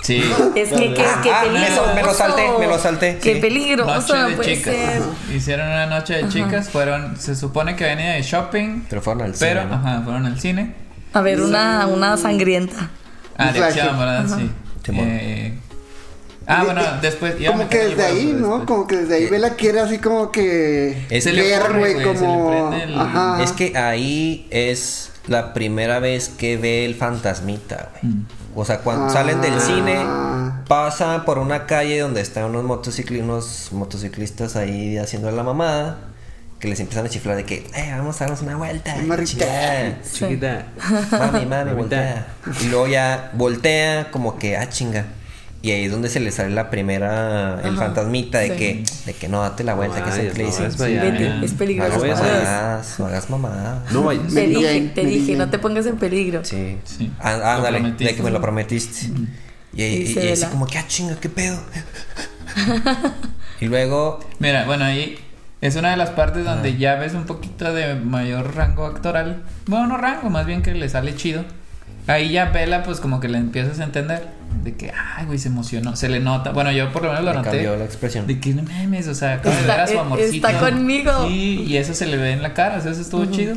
S2: Sí.
S5: Es que, que,
S4: Ah,
S5: que
S4: ah, me
S5: peligroso.
S4: lo- me lo salté, me lo salté,
S5: Qué
S4: sí.
S5: peligroso,
S2: Noche
S5: no
S2: de
S5: puede
S2: chicas.
S5: ser.
S2: Hicieron una noche de chicas, fueron, se supone que venía de shopping,
S4: Pero fueron al
S2: pero,
S4: cine, ¿no?
S2: ajá, fueron al cine.
S5: A ver, una, una sangrienta.
S2: Ah, de
S3: Flash.
S2: acción, ¿verdad? Sí.
S4: Simón.
S2: Eh, ah,
S3: Y-
S2: bueno,
S3: y-
S2: después... ya
S3: Como
S2: me
S3: que
S2: caí,
S3: desde
S2: bueno,
S3: ahí,
S2: después.
S3: ¿no? Como que desde ahí Vela quiere así como que.
S4: Es- Se
S2: le
S3: ver,
S2: ocurre,
S3: güey,
S2: güey, se le
S3: como.
S2: prende el-
S3: Ajá.
S4: Es que ahí es la primera vez que ve el fantasmita, güey. O sea, cuando
S3: Ah.
S4: salen del cine, pasan por una calle donde están unos, motocicli- unos motociclistas ahí haciendo la mamada. Que les empiezan a chiflar de que, eh, vamos a darnos una vuelta.
S3: Una rica.
S4: chingada.
S5: Sí.
S1: Chiquita.
S4: Mami, mami,
S1: Mamita.
S4: voltea. Y luego ya voltea como que, ah, chinga. Y ahí es donde se le sale la primera, el
S5: Ajá,
S4: fantasmita de
S5: sí.
S4: que, de que no date la vuelta, que
S1: vayas,
S4: siempre
S1: no
S4: dicen.
S1: vayas para
S5: Sí,
S1: allá.
S5: vete, es
S4: No hagas
S5: peligroso.
S1: Las
S5: Adiós.
S4: mamadas, no hagas mamadas.
S1: No vayas.
S5: Te
S3: Mary
S5: dije,
S3: Jane,
S5: te
S3: Mary
S5: dije,
S3: Jane.
S5: no te pongas en peligro.
S4: Sí.
S2: Sí. Lo
S4: Ah, Ándale, de
S2: prometiste.
S4: que me lo prometiste. Y, y,
S5: Y se
S4: y ahí
S5: vela.
S4: sí como que, ah, chinga, qué pedo. y luego,
S2: Mira, bueno, ahí es una de las partes donde ya ves un poquito de mayor rango actoral. Bueno, no rango, más bien que le sale chido. Ahí ya Vela, pues como que le empiezas a entender. De que, ay, güey, se emocionó. Se le nota. Bueno, yo por lo menos lo
S4: le
S2: noté.
S4: cambió la expresión.
S2: De que no mames, o sea, acaba de
S5: Está-
S2: ver a su
S5: eh,
S2: amorcito.
S5: está conmigo.
S2: Sí, y eso se le ve en la cara, o sea, eso estuvo chido.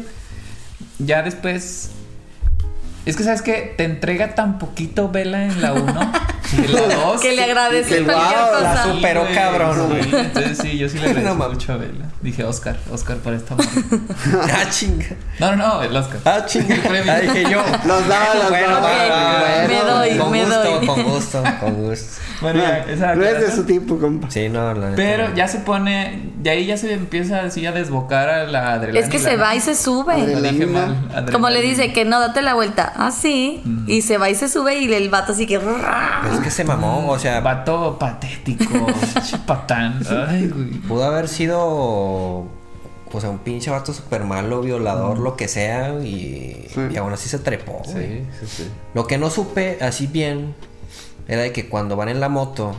S2: Ya después. Es que sabes que te entrega tan poquito vela en la 1 La dos.
S5: Que le agradeces
S4: Que
S5: cualquier
S4: guau, la
S5: cosa.
S4: super- Pero
S2: güey,
S4: cabrón,
S2: sí,
S4: güey.
S2: Entonces sí, yo sí le agradezco
S4: No mames.
S2: mucho a Bella. Dije, Oscar, Oscar para esta morra.
S4: ah, chinga.
S2: No, no, no, el Oscar.
S4: Ah, chinga.
S2: El premio.
S4: Ah, dije yo.
S3: Los daba, los
S4: Bueno,
S3: daba.
S4: va,
S5: me
S4: va,
S5: doy,
S4: con
S5: me
S4: gusto,
S5: doy.
S4: Con gusto, con gusto.
S2: Bueno, ya, esa
S3: no es de
S2: aclaración.
S3: su tipo, compa.
S4: Sí, no, la neta,
S2: Pero
S4: no.
S2: ya se pone, de ahí ya se empieza así a desbocar a la adrenalina.
S5: Es que se va y se
S2: Lo
S5: sube.
S2: dije
S3: Adrenalina.
S2: mal. adrenalina.
S5: Como le dice que no, date la vuelta. Ah, sí.
S2: Mm.
S5: Y se va y se sube y el vato así que.
S4: Pero Pues es que se mamó, o sea,
S2: Vato patético, pinche patán. Ay, güey.
S4: pudo haber sido. O sea, un pinche vato super malo, violador, lo que sea, y,
S3: Sí.
S4: y aún así se trepó, güey.
S1: Sí, sí, sí.
S4: Lo que no supe así bien era de que cuando van en la moto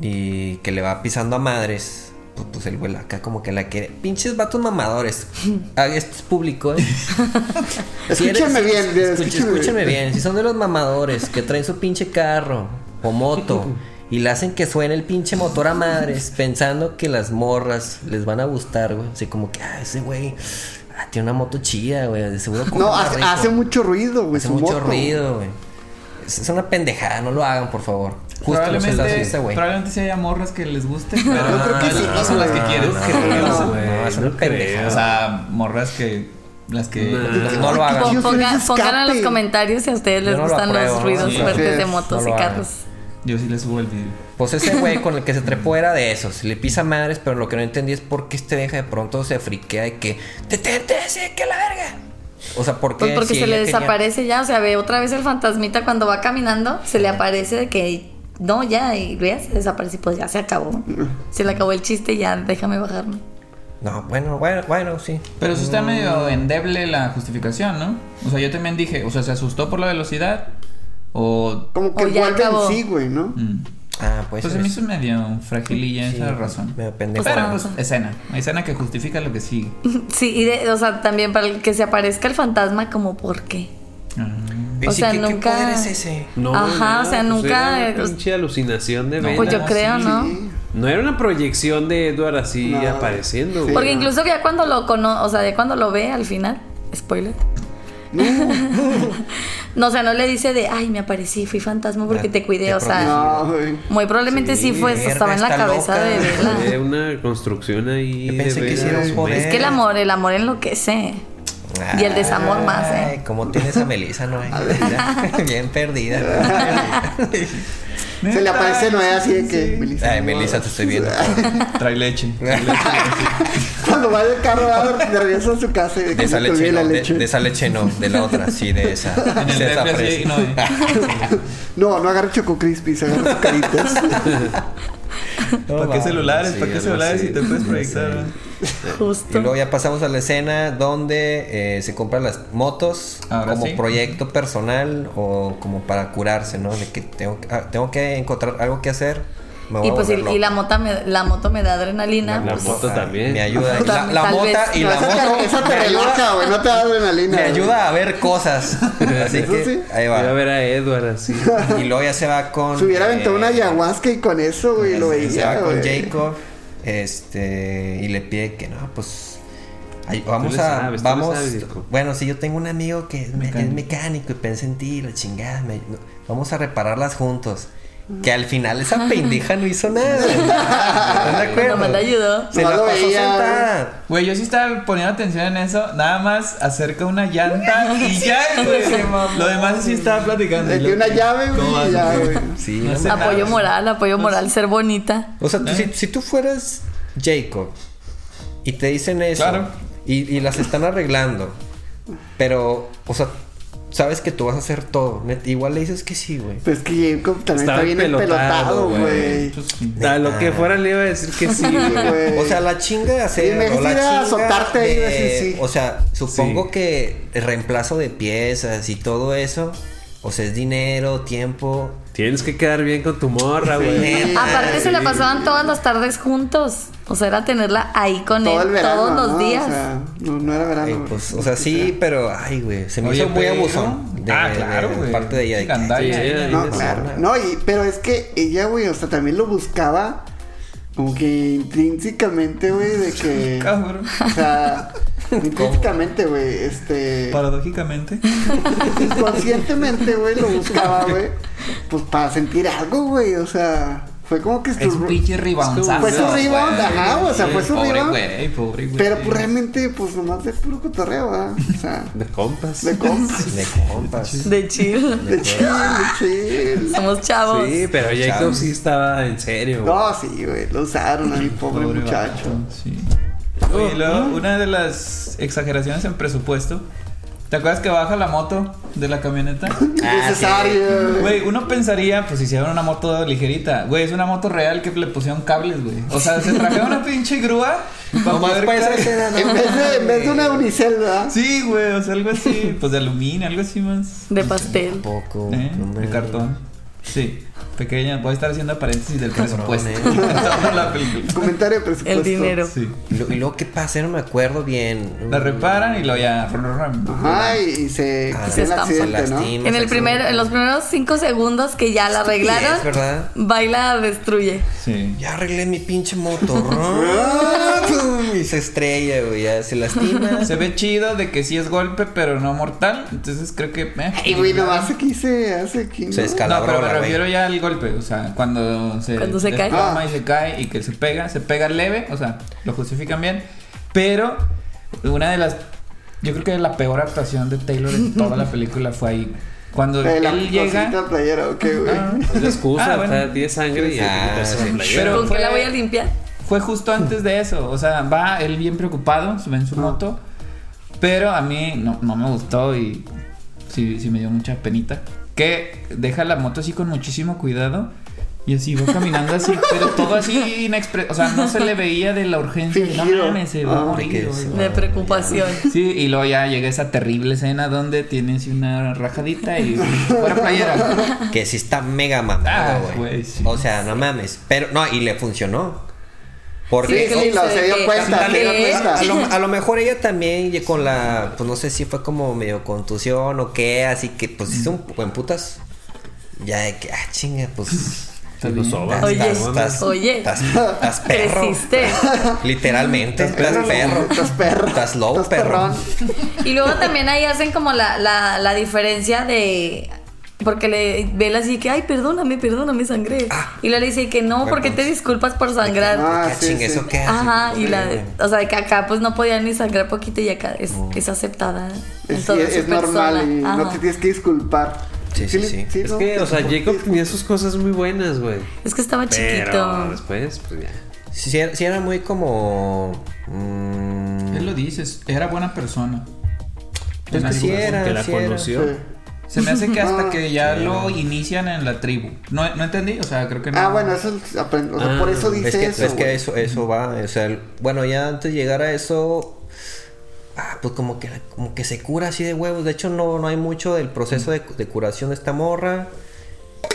S4: y que le va pisando a madres, pues, pues el güey acá como que la quiere. Pinches vatos mamadores. Ah, Esto es público, ¿eh? Si eres-
S3: Escúchame bien,
S4: escuch-
S3: bien,
S4: escúchame, bien. Si son de los mamadores que traen su pinche carro o moto y le hacen que suene el pinche motor a madres pensando que las morras les van a gustar, güey. Así como que, ah, ese güey ah, tiene una moto chida, güey. De seguro como
S3: No, hace, hace mucho ruido, güey.
S4: Hace
S3: Pues su
S4: mucho
S3: moto.
S4: ruido, güey. Es, es una pendejada, no lo hagan, por favor. Justo lo que
S2: probablemente,
S4: está este güey.
S2: probablemente sí haya morras que les guste, pero
S3: Yo creo que sí,
S2: no son las que
S3: güey.
S2: quieres.
S3: No
S4: creo,
S3: No,
S4: güey,
S1: güey,
S4: es una
S1: no
S4: pendejada.
S2: O sea, morras que las que
S4: No, no lo
S3: Ay,
S4: hagan.
S3: qué
S5: Pon-
S3: Dios,
S5: ponga-
S3: eres
S5: pongan en los
S3: escape.
S5: comentarios si a ustedes les
S4: Yo no lo
S5: gustan
S4: apruebo,
S5: los ruidos
S3: sí,
S5: fuertes
S3: sí,
S5: de
S3: no
S5: motos
S4: lo
S5: y
S4: hagan.
S5: carros.
S2: yo sí les subo el video.
S4: Pues ese güey con el que se trepó era de esos. Le pisa madres, pero lo que no entendí es por qué este deja de pronto se friquea de que. ¡Detente! ¡Sí, que la verga! O sea, ¿por qué?
S5: Pues
S4: Si
S5: porque se
S4: ella
S5: le
S4: quería-
S5: desaparece ya, o sea, ve otra vez el fantasmita cuando va caminando, se le aparece de que no, ya, y vea, se desaparece, y pues ya se acabó. Se le acabó el chiste, ya, déjame bajarme.
S4: No, bueno, bueno, bueno, sí.
S2: Pero eso
S3: Mm.
S2: está medio endeble la justificación, ¿no? O sea, yo también dije, o sea, se asustó por la velocidad o
S3: Como que
S5: O ya
S3: vuelve en
S5: acabó.
S3: sí, güey, ¿no?
S2: Mm.
S4: Ah, pues.
S2: Pues se me hizo medio fragililla esa razón.
S4: Me pendejo.
S2: Pero escena, escena que justifica lo que sigue.
S5: Sí, y de- o sea, también para el que se aparezca el fantasma, como por qué.
S4: Y
S5: o
S4: sí,
S5: sea,
S4: ¿qué, qué
S5: nunca-
S4: poder es ese?
S1: No,
S5: Ajá,
S1: nada,
S5: o sea,
S1: pues
S5: nunca-
S1: era una pinche alucinación de
S2: No,
S1: Bella.
S5: Pues yo
S2: no,
S5: creo,
S2: sí,
S5: ¿no?
S3: Sí.
S1: No era una proyección de Edward así
S3: No.
S1: apareciendo,
S3: Sí.
S1: güey.
S5: Porque incluso ya cuando lo cono, o sea, ya cuando lo ve al final, spoiler. no, o sea, no le dice de, ay, me aparecí, fui fantasma porque
S4: Ah,
S5: te cuidé,
S4: te
S5: o sea,
S3: No, güey.
S5: muy probablemente sí,
S4: Sí,
S5: fue,
S4: verga,
S5: estaba en la
S4: está
S5: cabeza
S4: loca.
S5: de Bella.
S1: Era una construcción ahí.
S4: Yo pensé
S1: de Bella
S4: que hiciera
S1: en
S4: un
S1: su
S4: poder.
S5: Es que el amor, el amor enloquece. Y el desamor más, ¿eh?
S4: Ay, ¿Cómo tienes a Melissa, no? eh? Bien perdida.
S3: Se le
S2: Neta.
S3: aparece Noé así de que. Melissa,
S4: Ay,
S3: no,
S4: Melissa, te estoy viendo.
S2: Trae leche. trae leche.
S3: Cuando va del carro va de regreso a su casa y de
S4: De
S3: que
S4: esa
S3: se te
S4: leche
S3: olvida
S4: no,
S3: la
S4: de,
S3: leche.
S4: de esa leche no, de la otra, sí, de esa.
S2: En el
S4: De esa
S2: refri así,
S4: fresa.
S2: no, eh.
S3: No, no agarre Choco Crispy, se agarra sus caritas.
S2: ¿Para qué
S4: mames,
S2: celulares?
S4: sí,
S2: ¿Para qué
S4: algo
S2: celulares
S4: así,
S2: si te puedes
S4: no
S2: proyectar?
S4: Y
S5: Justo.
S4: luego ya pasamos a la escena donde eh, se compran las motos
S2: Ahora
S4: como
S2: sí.
S4: proyecto personal o como para curarse, ¿no? De que tengo, que- ah, tengo que encontrar algo que hacer. me voy
S5: Y
S4: a
S5: pues y,
S4: volver
S5: y la
S4: loco.
S5: moto me, la moto me da adrenalina.
S1: La
S5: pues,
S1: moto también.
S4: eh, Me ayuda.
S5: Tal-
S4: La, la
S5: tal
S4: mota
S5: vez.
S4: y
S3: No,
S4: la
S3: esa te-
S4: moto.
S3: Esa
S4: me
S3: te
S4: ayuda-
S3: relaja, güey, no te da adrenalina.
S4: Me
S3: güey.
S4: ayuda a ver cosas. Así
S3: Eso
S4: que
S3: sí.
S4: ahí
S1: Iba a
S4: va.
S1: ver a Edward así.
S4: Y luego ya se va con.
S3: Se hubiera
S4: eh,
S3: aventado una ayahuasca y con eso, güey, lo
S4: se- Se
S3: veía.
S4: va con
S3: güey.
S4: Jacob. Este. Y le pide que no, pues. ay, vamos
S1: le
S4: a.
S1: sabes, tú le
S4: vamos.
S1: sabes, Jacob.
S4: bueno, si yo tengo un amigo que es me- es mecánico,
S2: Mecánico.
S4: y pensé en ti, la chingada. me- no, vamos a repararlas juntos. Que al final esa pendija no hizo nada. ¿Estás de acuerdo?
S5: Nomás la ayudó.
S4: Se
S3: No
S4: la
S3: lo
S4: pasó
S3: veía.
S4: sentada.
S2: Güey, yo sí estaba poniendo atención en eso. Nada más acerca una llanta y ya, güey. Lo demás sí estaba platicando.
S3: Le
S2: Y
S3: dio
S2: lo-
S3: una llave,
S2: ¿Cómo
S3: güey,
S2: vas,
S3: y ya, güey.
S4: Sí,
S2: No ¿Eh?
S4: no
S2: sé.
S4: mames.
S5: Apoyo moral, apoyo moral, ser bonita.
S4: O sea, tú- si, si tú fueras Jacob y te dicen eso
S2: Claro.
S4: y, y las están arreglando, pero, o sea, sabes que tú vas a hacer todo. net- Igual le dices que sí, güey.
S3: Pues que Jacob también
S1: Estaba
S3: está bien
S1: empelotado,
S3: pelotado,
S1: güey.
S3: güey.
S2: Pues sí.
S1: A lo que fuera le iba a decir que sí, güey.
S3: Güey.
S4: O sea, la chinga de hacer.
S3: Sí, me
S4: o la
S3: dijiste ir a
S4: chinga
S3: azotarte ahí, decir sí.
S4: O sea, supongo
S1: Sí.
S4: que el reemplazo de piezas y todo eso, o sea, es dinero, tiempo.
S1: Tienes que quedar bien con tu morra, güey.
S4: Neta.
S5: Aparte se la
S1: sí.
S5: pasaban todas las tardes juntos. O sea, era tenerla ahí con
S3: todo
S5: él
S3: el verano.
S5: todos los
S3: ¿no?
S5: días.
S3: O sea, no, Ah, no era verano.
S4: Ay,
S3: güey.
S4: pues, o sea, sí, pero, ay, güey, se me
S2: Oye,
S4: hizo muy
S2: pero-
S4: abusón. de-
S2: ah,
S4: de-
S2: claro,
S4: de
S2: güey.
S4: parte de ella. de que,
S2: Gandalla.
S1: Sí,
S2: Ay,
S1: ahí
S3: No,
S1: de
S3: claro.
S1: sola.
S3: No, y, pero es que ella, güey, o sea, también lo buscaba como que intrínsecamente, güey, de que...
S2: Cabrón.
S3: O sea, Intrínsecamente, güey. Este.
S2: Paradójicamente.
S3: Inconscientemente, güey, lo buscaba, güey. Pues para sentir algo, güey. O sea, fue como que
S2: Es un pinche ribanzazo.
S3: Fue su rebound,
S2: güey.
S3: ajá, o sea, fue su
S4: Pobre
S3: rebound.
S4: güey.
S2: Ey, pobre güey.
S3: Pero pues realmente, pues nomás de puro cotorreo, ¿verdad? O sea,
S1: De compas.
S3: de compas.
S4: De compas.
S5: De chill.
S3: De chill, de chill.
S5: Somos chavos.
S1: Sí, pero Jacob
S2: Chavos.
S1: sí estaba en serio. güey.
S3: No, sí, güey. Lo usaron a mi pobre
S2: Pobre
S3: muchacho.
S2: vato, sí. Oye, y luego, una de las exageraciones en presupuesto. ¿Te acuerdas que baja la moto de la camioneta?
S3: Necesario, güey.
S2: Ah, Güey, uno pensaría, pues hicieron una moto ligerita. Güey, es una moto real que le pusieron cables, güey. O sea, se trajeron una pinche grúa. para
S4: Nomás
S2: poder
S4: para esa
S2: cargar-
S4: escena,
S3: En vez de, en vez de una unicel, ¿verdad?
S2: Sí, güey, o sea, algo así. Pues de aluminio, algo así más.
S5: De pastel.
S4: Poco.
S2: ¿eh?
S4: hombre.
S2: De cartón. Sí, pequeña. Voy a estar haciendo paréntesis del presupuesto. Toda la película.
S3: Comentario de presupuesto.
S5: El dinero.
S2: Sí.
S4: Y lo- y luego, ¿qué pasa? No me acuerdo bien.
S2: La reparan y lo ya.
S3: Ajá, y, y se.
S4: Ah,
S3: y el
S5: se estampa.
S3: accidente, ¿no?
S4: Lastima.
S5: En el primer, en los primeros cinco segundos que ya la arreglaron,
S4: Es verdad.
S5: baila destruye.
S2: Sí.
S4: Ya arreglé mi pinche motor. y se estrella, güey. Ya se lastima.
S2: Se ve chido de que sí es golpe, pero no mortal. Entonces creo que. eh.
S3: Ay, güey, nomás aquí se hace aquí. ¿no?
S4: Se desca-
S2: No, pero me
S4: Calabrola,
S2: refiero ya al golpe. O sea, cuando se.
S5: Cuando se cae.
S2: desploma
S3: Ah.
S2: y se cae y que se pega. Se pega leve. O sea, lo justifican bien. Pero una de las. Yo creo que la peor actuación de Taylor en toda la película fue ahí. Cuando
S3: Eh, la
S2: él llega.
S3: cosita playera, ok, güey.
S2: Ah,
S1: Es la excusa,
S2: Ah, bueno.
S1: o sea, tiene sangre y hay
S4: Ah,
S1: que quitarse la
S4: sí.
S1: playera.
S2: Pero
S5: ¿Con qué
S2: fue-
S5: la voy a limpiar?
S2: Fue justo antes de eso. O sea, va él bien preocupado, sube en su moto. Pero a mí no, no me gustó y sí, sí me dio mucha penita. Que deja la moto así con muchísimo cuidado. Y así va caminando así, pero todo así inexpreso. O sea, no se le veía de la urgencia. de, No
S3: Fingido.
S2: mames, se va a
S3: Ah,
S2: morir,
S4: que
S2: güey".
S4: sí.
S5: De preocupación.
S2: Sí, y luego ya llega esa terrible escena donde tienes una rajadita y fuera playera.
S4: Que sí está mega mamada,
S2: Ah,
S4: güey.
S2: güey, sí.
S4: O sea, no mames. Pero, no, y le funcionó. Porque
S3: Sí,
S5: que
S3: sí,
S5: dice
S3: lo- se
S5: de
S3: dio
S5: que-
S3: cuenta, se dio
S5: ¿Qué?
S3: cuenta.
S4: a, lo, a lo mejor ella también y con la, pues no sé si fue como medio contusión o qué, así que pues hizo
S2: Mm.
S4: un buen putas. Ya de que, ah, chinga, pues.
S2: Está
S1: Lo
S2: bien.
S1: soba.
S5: Oye,
S1: Estás- estás-
S5: oye.
S4: Estás, estás perro.
S5: Creciste.
S4: Literalmente, estás
S3: perro.
S4: perro.
S3: Estás perro.
S4: Estás lobo,
S3: Estás
S4: perro.
S3: perrón.
S5: Y luego también ahí hacen como la, la, la diferencia de. Porque le vela así que, ay, perdóname, perdóname, sangré. y luego le dice que no,
S4: Bueno,
S5: porque te
S4: pues.
S5: disculpas por sangrar.
S3: Ah,
S4: Ah,
S3: sí,
S4: chinga,
S3: sí.
S4: eso qué hace?
S5: Ajá,
S4: Pues,
S5: y la.
S4: güey.
S5: O sea, de que acá pues no podía ni sangrar poquito y acá es, es aceptada. en
S3: Es,
S5: toda
S3: es
S5: su
S3: normal y
S5: persona.
S3: no
S5: Ajá.
S3: te tienes que disculpar.
S4: Sí, sí, sí.
S1: Es
S3: ¿no?
S1: que, o sea,
S3: Te
S1: Jacob
S3: comportas.
S1: tenía sus cosas muy buenas, güey.
S5: Es que estaba
S1: Pero
S5: chiquito.
S1: después, pues ya.
S4: Si era, sí era muy como. mm,
S2: Él lo dices, era buena persona.
S4: pues que sí
S2: algunas-
S4: era,
S1: que la
S4: sí era.
S1: conoció.
S3: Sí.
S2: Se me hace que hasta
S3: Ah,
S2: que ya lo inician en la tribu. No, no entendí, o sea, creo que no.
S3: Ah, bueno, eso es- aprend- o sea,
S1: Ah,
S3: por eso
S4: Es
S3: dice
S4: Pues que,
S3: eso.
S4: es que
S3: güey.
S4: eso, eso va, o sea, el- bueno, ya antes de llegar a eso, ah, pues como que, como que se cura así de huevos. De hecho, no, no hay mucho del proceso de, de curación de esta morra.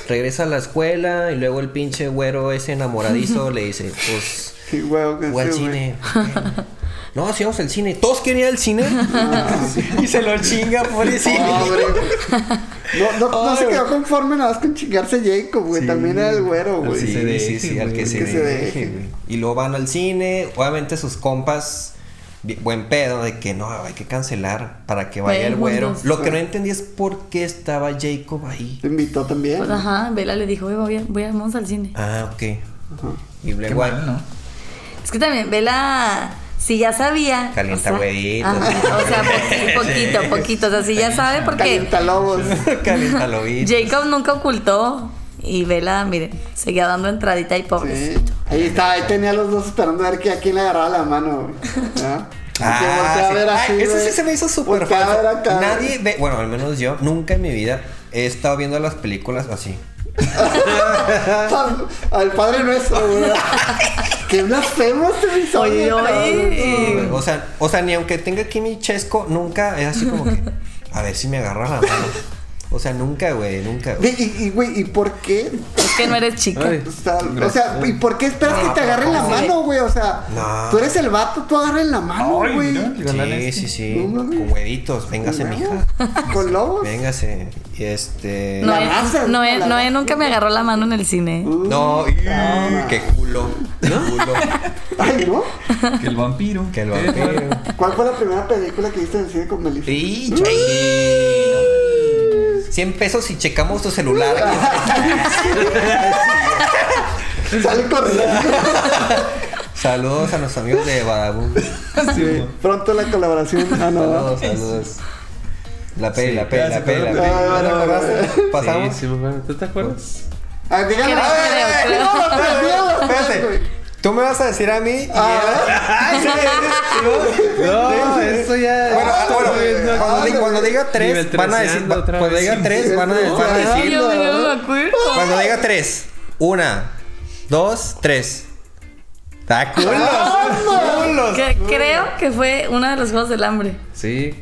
S4: Regresa a la escuela y luego el pinche güero ese enamoradizo le dice, pues,
S3: Sí, güey, que
S4: voy al
S3: sí, güey.
S4: cine. No, sí, vamos al cine. Todos quieren ir al cine. y se lo chinga, pobrecito.
S3: Pobre, güey. No, no, no
S4: Ay,
S3: se
S4: güey.
S3: quedó conforme nada más con chingarse Jacob, güey. También era el güero, güey.
S4: Sí,
S2: se deje,
S4: sí, sí, al
S2: güey,
S4: que se,
S3: que se
S4: deje,
S3: deje.
S4: güey. Y luego van al cine, obviamente sus compas, bi- buen pedo, de que no, hay que cancelar para que vaya
S5: Ven
S4: el güero.
S5: juntos.
S4: Lo que no entendí es por qué estaba Jacob ahí.
S3: Te invitó también.
S5: Pues, ajá, Vela le dijo, "Oye, voy a, voy a vamos al cine.
S4: Ah, ok. Y
S2: Qué
S4: luego
S2: mal, ¿no?
S5: Es que también, Vela, si ya sabía.
S4: Calienta
S5: o sea,
S4: huevitos.
S5: ajá, O sea, po- poquito, poquito. O sea, si ya sabe, porque
S3: Calienta lobos.
S4: Calienta lo vi.
S5: Jacob nunca ocultó. Y Vela, miren, seguía dando entradita y pobrecito.
S3: Sí. Ahí está, ahí tenía los dos esperando a ver que a quién le agarraba la mano, güey. ¿Ah?
S4: Ah,
S3: Que voltea a
S4: sí.
S3: ver
S4: Ah,
S3: así,
S4: eso sí
S3: güey.
S4: se me hizo súper
S3: Voltea a ver
S4: falso.
S3: acá.
S4: Nadie ve, bueno, al menos yo, nunca en mi vida he estado viendo las películas así.
S3: Al- Ah, Al padre nuestro, güey. Qué blasfemo este
S5: Oye,
S3: episodio.
S5: oye.
S3: cabrón.
S4: güey. O sea, o sea, ni aunque tenga aquí mi chesco, nunca es así como que. A ver si me agarra la mano. O sea, nunca, güey, nunca.
S3: Y,
S4: güey.
S3: y, y, güey, ¿y por qué?
S5: Es que no eres chica.
S1: Ay.
S3: O sea, Pues o sea, ¿y por qué esperas que te agarren la mano, güey? O sea,
S4: No.
S3: tú eres el vato, tú agarren la mano,
S2: Ay,
S3: Ah, güey.
S2: mira.
S4: Sí, sí, sí.
S3: No mames.
S4: Con huevitos. Véngase, mija.
S3: Con lobos.
S4: Véngase. Y este.
S5: No,
S3: La
S5: eh,
S3: raza,
S5: no,
S3: la
S5: eh, no, eh,
S3: raza.
S5: nunca me agarró la mano en el cine.
S4: No, y-
S3: no.
S4: qué culo. Qué culo.
S3: Ay, ¿no?
S2: Que el vampiro.
S4: Que el vampiro.
S3: ¿Cuál fue la primera película que viste en el cine con Melissa?
S4: Y Changi. 100 pesos y checamos tu celular.
S3: Sale corriendo.
S4: Saludos a los amigos de Badabun.
S3: Sí. Pronto la colaboración. Ah, no.
S4: Saludos, saludos. La peli,
S1: Sí,
S4: la peli, la
S2: gracias,
S4: peli, la
S2: perdón,
S4: peli.
S3: perdón,
S4: ¿No te
S3: perdón,
S4: acordaste?
S3: perdón.
S4: Pasamos.
S1: Sí, sí, me acuerdo. ¿Tú te acuerdas?
S3: Ah, díganlo.
S5: Creo,
S3: Ah, eh,
S5: creo, creo.
S3: díganlo, pero díganlo,
S4: Espérate.
S3: güey.
S4: Tú me vas a decir a mí. y
S3: Ah.
S4: ella-
S1: No, eso ya.
S4: Bueno, ah, bueno, cuando, di- cuando diga
S1: Nivel
S4: tres, van a decir.
S1: treceando otra
S4: Cuando
S1: vez.
S4: diga tres, van a, van a
S5: Ay,
S4: decir.
S5: yo no me acuerdo.
S4: Cuando diga tres. Una, dos, tres. ¡Ah, culos! ¡Culos!
S5: Que- creo que fue uno de los Juegos del Hambre.
S1: Sí.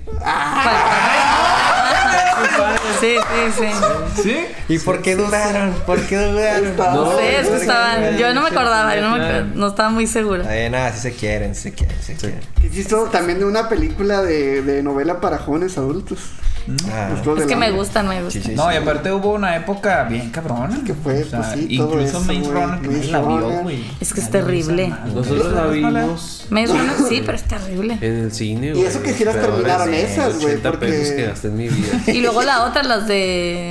S5: Sí, sí, sí.
S2: ¿Sí?
S4: ¿Y por qué dudaron? ¿Por qué dudaron?
S5: No sé, es que estaban. Yo no me acordaba, yo no, me
S1: Claro.
S5: acuerdo, no estaba muy segura.
S4: Ay, nada, si se quieren, si se quieren, si se quieren.
S3: Hiciste también de una película de, de novela para jóvenes adultos.
S1: Mm.
S4: Ah.
S3: Los Juegos
S5: Es
S3: del
S5: que me
S3: Hambre.
S5: gustan, me
S4: Sí,
S5: gustan.
S4: sí,
S2: No, y
S4: sí.
S2: aparte hubo una época bien cabrona.
S3: Que fue,
S2: O sea,
S3: pues sí, todo
S2: Incluso
S3: eso,
S2: Maze
S3: güey.
S2: Runner, que nadie
S3: Maze
S2: la vio,
S3: Runner.
S2: güey.
S5: Es que
S2: Nadie vio
S5: es
S2: esa
S5: terrible.
S2: madre.
S1: Nosotros la
S2: ¿Ustedes no
S1: vimos
S5: Me suena, sí, pero es terrible.
S1: en el cine.
S3: Y eso
S1: güey,
S3: que sí las
S1: pero
S3: terminaron
S1: ahora sí,
S3: esas, güey,
S1: 80
S3: porque-
S1: pesos que gasté en mi vida.
S5: Y luego la otra, las de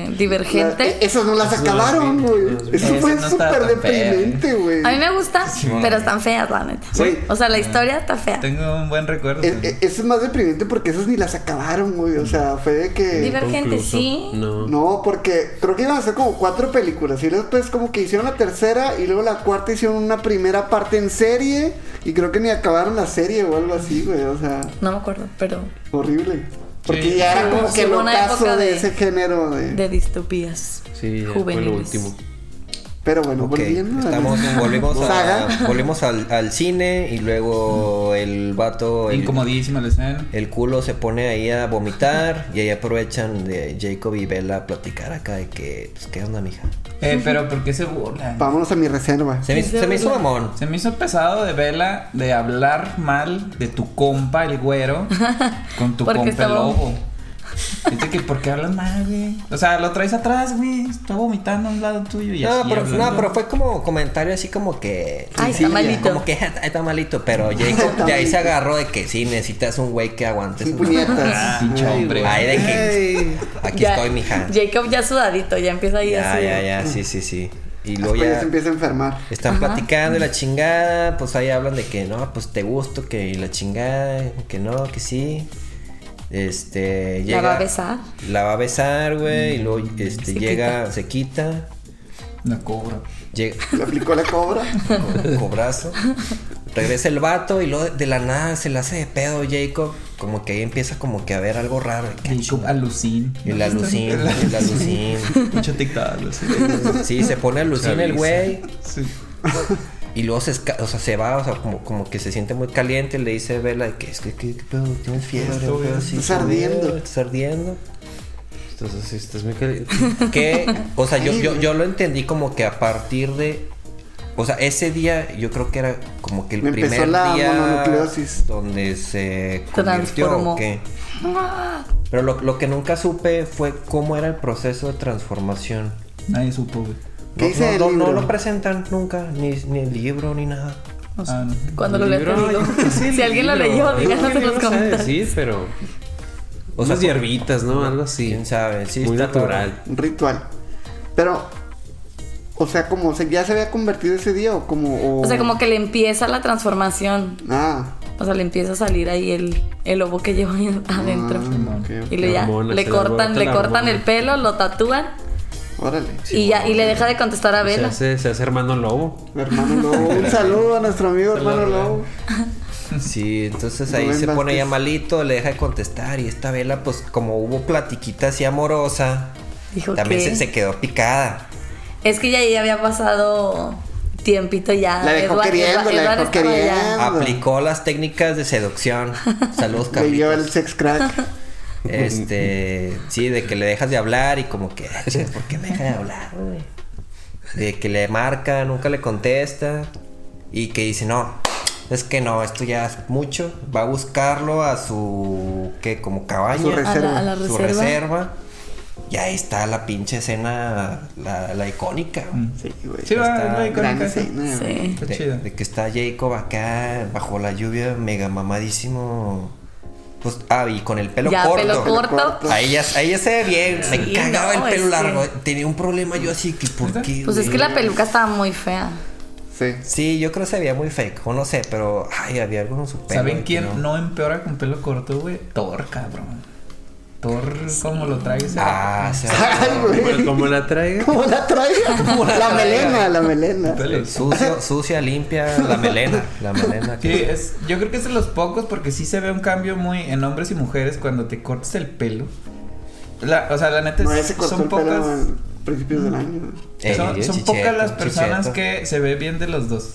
S3: Eh,
S5: Divergente.
S3: Esas no las
S1: no las
S3: acabaron,
S1: vi,
S3: güey.
S1: no las vi.
S3: Eso
S2: Esa
S3: fue
S2: no estaba
S3: súper
S2: tan fea,
S3: deprimente, güey.
S5: A mí me gusta, pero están feas, la neta.
S3: Sí.
S5: O sea, la historia está fea.
S2: Tengo un buen recuerdo.
S3: Es- es- E, Eso es más deprimente porque esas ni las acabaron, güey. O sea, fue de que.
S5: Divergente,
S1: Inconcluso.
S5: sí.
S1: No.
S3: No, porque creo que iban a ser como cuatro películas. Y después, como que hicieron la tercera. Y luego la cuarta hicieron una primera parte en serie. Y creo que ni acabaron la serie o algo así, güey. O sea,
S5: No me acuerdo, pero
S3: horrible. Porque
S2: Sí.
S3: ya era como
S5: Sí,
S3: que el
S5: hubo una
S3: ocaso
S5: época
S3: de,
S5: de-
S3: ese género. De...
S5: de distopías
S1: Sí, ya fue lo
S5: juveniles.
S1: último.
S3: Pero bueno,
S4: Ok,
S3: volviendo a la-
S4: estamos, volvimos, a,
S3: Saga.
S4: volvimos al, al cine y luego el vato, el,
S2: Incomodísima la escena.
S4: el culo se pone ahí a vomitar y ahí aprovechan de Jacob y Bella a platicar acá de que, pues, ¿qué onda, mija?
S2: Eh, pero ¿por qué se burlan?
S3: Vámonos a mi reserva.
S4: Se me,
S5: Sí, se
S4: se me hizo
S5: burlan.
S4: mamón.
S2: Se me hizo pesado de vela, de hablar mal de tu compa, el güero, con tu
S5: Porque
S2: compa,
S5: estaba-
S2: el lobo. Dice que, ¿por qué hablas mal, güey? O sea, lo traes atrás, güey. Está vomitando a un lado tuyo y
S4: No
S2: así
S4: pero,
S2: hablando.
S4: no, pero fue como comentario así como que...
S5: Ay, está malito.
S4: Como que "Ja, está malito, pero Jacob
S3: Está
S4: de ahí se
S3: malito.
S4: agarró de que sí, necesitas un güey que aguante.
S3: Sí,
S4: esas-
S3: puñetas.
S2: Pinche hombre.
S4: Ay, de que... Aquí
S5: Ya,
S4: estoy, mija.
S5: Jacob ya sudadito, ya empieza ahí
S4: Ya,
S5: así.
S4: ya, ya, sí, sí, sí. Y luego
S3: Después ya
S4: ya
S3: se empieza a enfermar.
S4: están platicando y la chingada, pues ahí hablan de que no, pues te gusto, que y la chingada, que no, que sí. Este, llega.
S5: va a besar? Mm,
S4: La va a besar, güey, y luego este,
S5: Se
S4: llega, se quita,
S2: La cobra.
S4: llega
S3: Le aplicó la cobra.
S4: con cobrazo. Regresa el vato y luego de la nada se le hace de pedo Jacob, como que ahí empieza como que a ver algo raro. de que- "Ah,
S2: Jacob alucin.
S4: El alucin, el alucin.
S2: Mucho TikTok alucin.
S4: Sí, se pone alucin el
S1: Chaviza.
S4: güey.
S2: Sí.
S4: Y luego se, esca- o sea, se va, o sea, como, como que se siente muy caliente, le dice Vela de que es que, que, que pedo, tienes fiebre,
S2: Estoy
S4: pedo,
S2: bien.
S4: sí,
S3: Estás ardiendo.
S4: Estás ardiendo.
S1: Entonces, sí, estás muy caliente.
S4: Que, o sea, yo,
S3: Ay,
S4: yo,
S3: güey.
S4: yo lo entendí como que a partir de, o sea, ese día yo creo que era como que el
S3: Me empezó
S4: primer
S3: la
S4: día
S3: mononucleosis.
S4: donde se convirtió,
S5: Transformó.
S4: ¿o qué? Pero lo, lo que nunca supe fue cómo era el proceso de transformación.
S2: Nadie supo, güey.
S3: ¿Qué
S4: No-
S3: dice
S4: no,
S3: el
S4: no- no
S3: libro?
S4: lo presentan nunca, ni, ni el libro, ni nada.
S5: No sé,
S2: Ah, no.
S5: Cuando lo
S1: El
S5: lea te
S1: libro,
S5: digo.
S1: yo creo que sí, el
S5: Si alguien lo
S1: libro.
S5: leyó,
S1: No,
S5: díganos
S1: ¿qué
S5: en los
S1: libro sabe
S5: comentarios.
S1: decir, pero.
S4: O
S1: O
S4: sea,
S1: sea, hierbitas, ¿no? Algo así.
S4: ¿Quién sabe? Sí,
S1: muy
S4: está
S1: natural.
S3: Un ritual. Pero, o sea, como se, ya se había convertido ese día o como.
S5: O sea, como que le empieza la transformación.
S3: Ah,
S5: O sea, le empieza a salir ahí el, el lobo que lleva ahí adentro.
S3: Ah, ok, ok.
S5: Y le, ya,
S1: Hormona,
S5: le
S1: se le
S5: cortan,
S1: alborota
S5: le
S1: la
S5: cortan
S1: hormona.
S5: el pelo, lo tatúan
S3: órale.
S5: y ya, y le deja de contestar a
S1: Se
S5: Vela.
S1: hace, se hace hermano lobo.
S3: Hermano Lobo. Un saludo a nuestro amigo hermano Lobo.
S4: Sí, entonces
S3: No
S4: ahí
S3: ven
S4: se pone
S3: Vázquez.
S4: ya malito, le deja de contestar y esta vela, pues como hubo platiquita así amorosa,
S5: Dijo
S4: también
S5: que-
S4: se, se quedó picada.
S5: Es que ya, ya había pasado tiempito ya.
S3: La dejó
S5: Edward-
S3: queriendo,
S5: Edward-
S3: la
S5: Edward
S3: dejó
S5: estaba ya-
S3: queriendo. Ah,
S4: Aplicó las técnicas de seducción. Saludos,
S3: Le dio
S4: Carlitos.
S3: el sex crack.
S4: Este, sí, de que le dejas de hablar y como que, "Ah, chinga, ¿por qué me deja de hablar, güey? De que le marca, nunca le contesta y que dice, no, es que no, esto ya es mucho. Va a buscarlo a su, ¿qué? Como cabaña.
S3: reserva.
S5: A la, a la
S4: Su
S5: reserva.
S4: reserva. Y ahí está la pinche escena, la, la icónica, güey.
S2: Mm,
S3: Sí, güey.
S2: Sí, va,
S4: Está
S2: es la
S3: Gran
S2: icónica. esa.
S3: escena, güey.
S5: Sí.
S2: Está
S4: De,
S2: chida.
S4: de que está Jacob acá bajo la lluvia, mega mamadísimo. Pues, ah, y con el pelo
S5: ya,
S4: corto.
S5: pelo corto.
S3: corto.
S4: Ahí ya, ahí ya se ve bien. Me
S5: Sí,
S4: cagaba
S5: no,
S4: el pelo
S5: es
S4: largo.
S5: que-
S4: Tenía un problema yo así que ¿por
S2: ¿Neta?
S4: qué?
S5: Pues es
S4: güey?
S5: que la peluca estaba muy fea.
S3: Sí.
S4: Sí, yo creo que se veía muy fake, o no sé, pero ay, había algo en su pelo.
S2: ¿Saben
S4: güey,
S2: quién
S4: que
S2: no. empeora con pelo corto, güey? Thor, cabrón. Thor, como lo traes.
S4: Ah, se
S3: Ay,
S1: Bueno,
S3: güey.
S1: como la traiga.
S3: ¿Cómo la traiga? la,
S4: traiga?
S3: melena, la melena.
S2: Pelo.
S4: sucio, sucia, limpia, la melena, la melena.
S2: Sí,
S4: que-
S2: es, yo creo que es de los pocos porque sí se ve un cambio muy en hombres y mujeres cuando te cortas el pelo. La- o sea, la neta es-
S3: No, ese cortó
S2: son
S3: el pelo
S2: pocas.
S3: a principios del año.
S4: Eh,
S2: son son
S4: chicheto,
S2: pocas las personas
S4: chicheto.
S2: que se ve bien de los dos.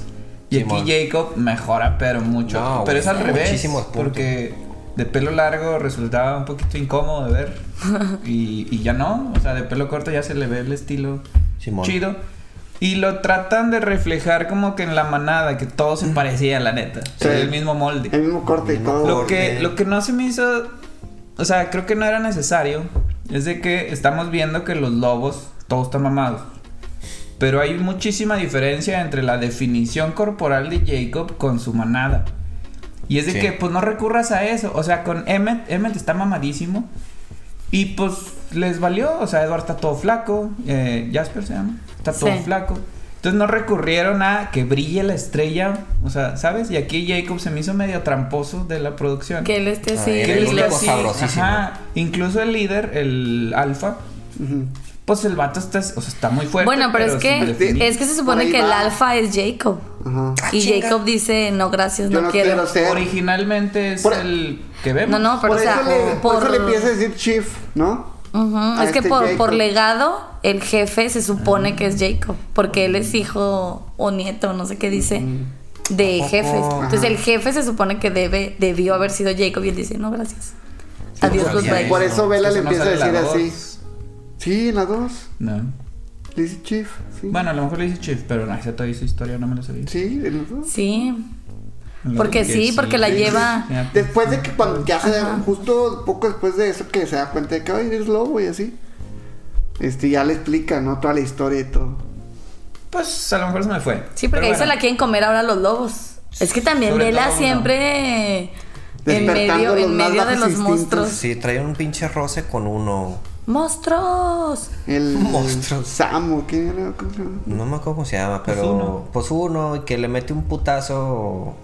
S2: Y
S4: Simón.
S2: aquí Jacob mejora, pero mucho.
S4: No,
S2: pero
S4: güey,
S2: es al revés.
S4: muchísimos puntos.
S2: Porque de pelo largo resultaba un poquito incómodo de ver. y, y ya no. O sea, de pelo corto ya se le ve el estilo
S4: Simón.
S2: chido. Y lo tratan de reflejar como que en la manada, que todo
S4: Mm.
S2: se parecía, la neta.
S3: Sí.
S2: El mismo molde.
S3: El mismo corte y todo.
S2: Lo que,
S4: Orden.
S2: lo que no se me hizo. O sea, creo que no era necesario. Es de que estamos viendo que los lobos todos están mamados. Pero hay muchísima diferencia entre la definición corporal de Jacob con su manada. Y es de
S4: Sí.
S2: que, pues no recurras a eso. O sea, con Emmet, Emmet está mamadísimo. Y pues les valió. O sea, Edward está todo flaco. eh, Jasper se llama. Está todo
S5: Sí.
S2: flaco. Entonces no recurrieron a que brille la estrella. O sea, ¿sabes? Y aquí Jacob se me hizo medio tramposo de la producción.
S5: Que él esté
S4: Ah,
S5: así.
S4: era
S2: Que
S4: el
S2: él
S5: lindo,
S2: esté
S4: único
S2: así,
S4: sabrosísimo.
S2: ajá. Incluso el líder, el alfa.
S3: Ujú.
S2: Pues el vato está, o sea, está muy fuerte.
S5: Bueno, pero, es
S2: sin definir.
S5: que es que se supone
S3: ahí
S5: que el
S3: va.
S5: alfa es Jacob.
S3: Ajá.
S5: Y
S4: chinga.
S5: Jacob dice, no, gracias,
S3: Yo
S5: no,
S3: no
S5: quiero.
S3: quiero ser.
S2: Originalmente es
S3: Por-
S2: el que vemos.
S5: No, no, pero
S3: Por
S5: o sea,
S3: eso le- por
S5: por...
S3: eso le empieza a decir chief, ¿no?
S5: Ujú,
S3: a
S5: Es que
S3: este
S5: por, por
S3: Jacob.
S5: legado, el jefe se supone que es Jacob, porque él es hijo o nieto, no sé qué dice, de
S4: ¿A poco?
S5: jefes. Entonces
S3: Ajá.
S5: el jefe se supone que debe, debió haber sido Jacob y él dice, no, gracias. Adiós,
S4: pues,
S5: los
S4: sí,
S5: bye.
S3: Por eso Vela le
S2: no
S3: empieza a
S2: sale
S3: decir
S2: la
S3: así.
S2: voz.
S3: Sí, en la 2.
S2: No.
S3: Le dice chief. Sí.
S2: Bueno, a lo mejor le dice Chief, pero no, esa toda su historia no me la sabía.
S3: Sí, en la 2.
S5: Sí,
S2: Me la-
S5: porque
S2: que
S5: sí, porque la
S2: sí.
S5: lleva...
S2: Ya, pues,
S3: Después de que cuando ya se da, justo poco después de eso que se da cuenta de que ay eres lobo y así. Este ya le explica, ¿no? Toda la historia y todo.
S2: Pues a lo mejor se me fue.
S5: Sí, porque
S2: Pero
S5: ahí se
S2: bueno.
S5: la quieren comer ahora los lobos. Es que también
S2: Sobre
S5: Vela
S2: todo uno.
S5: siempre en
S3: Despertando
S5: medio,
S3: los
S5: en
S3: más
S5: medio de
S3: bajos
S5: los
S3: instintos.
S5: monstruos.
S4: Sí, traía un pinche roce con uno.
S5: ¡Monstruos!
S3: El
S4: Monstruo.
S3: el Samu, ¿quién era? ¿Cómo se llama?
S4: No me acuerdo cómo se llama, pero. Pues uno.
S2: uno.
S4: y que le mete un putazo.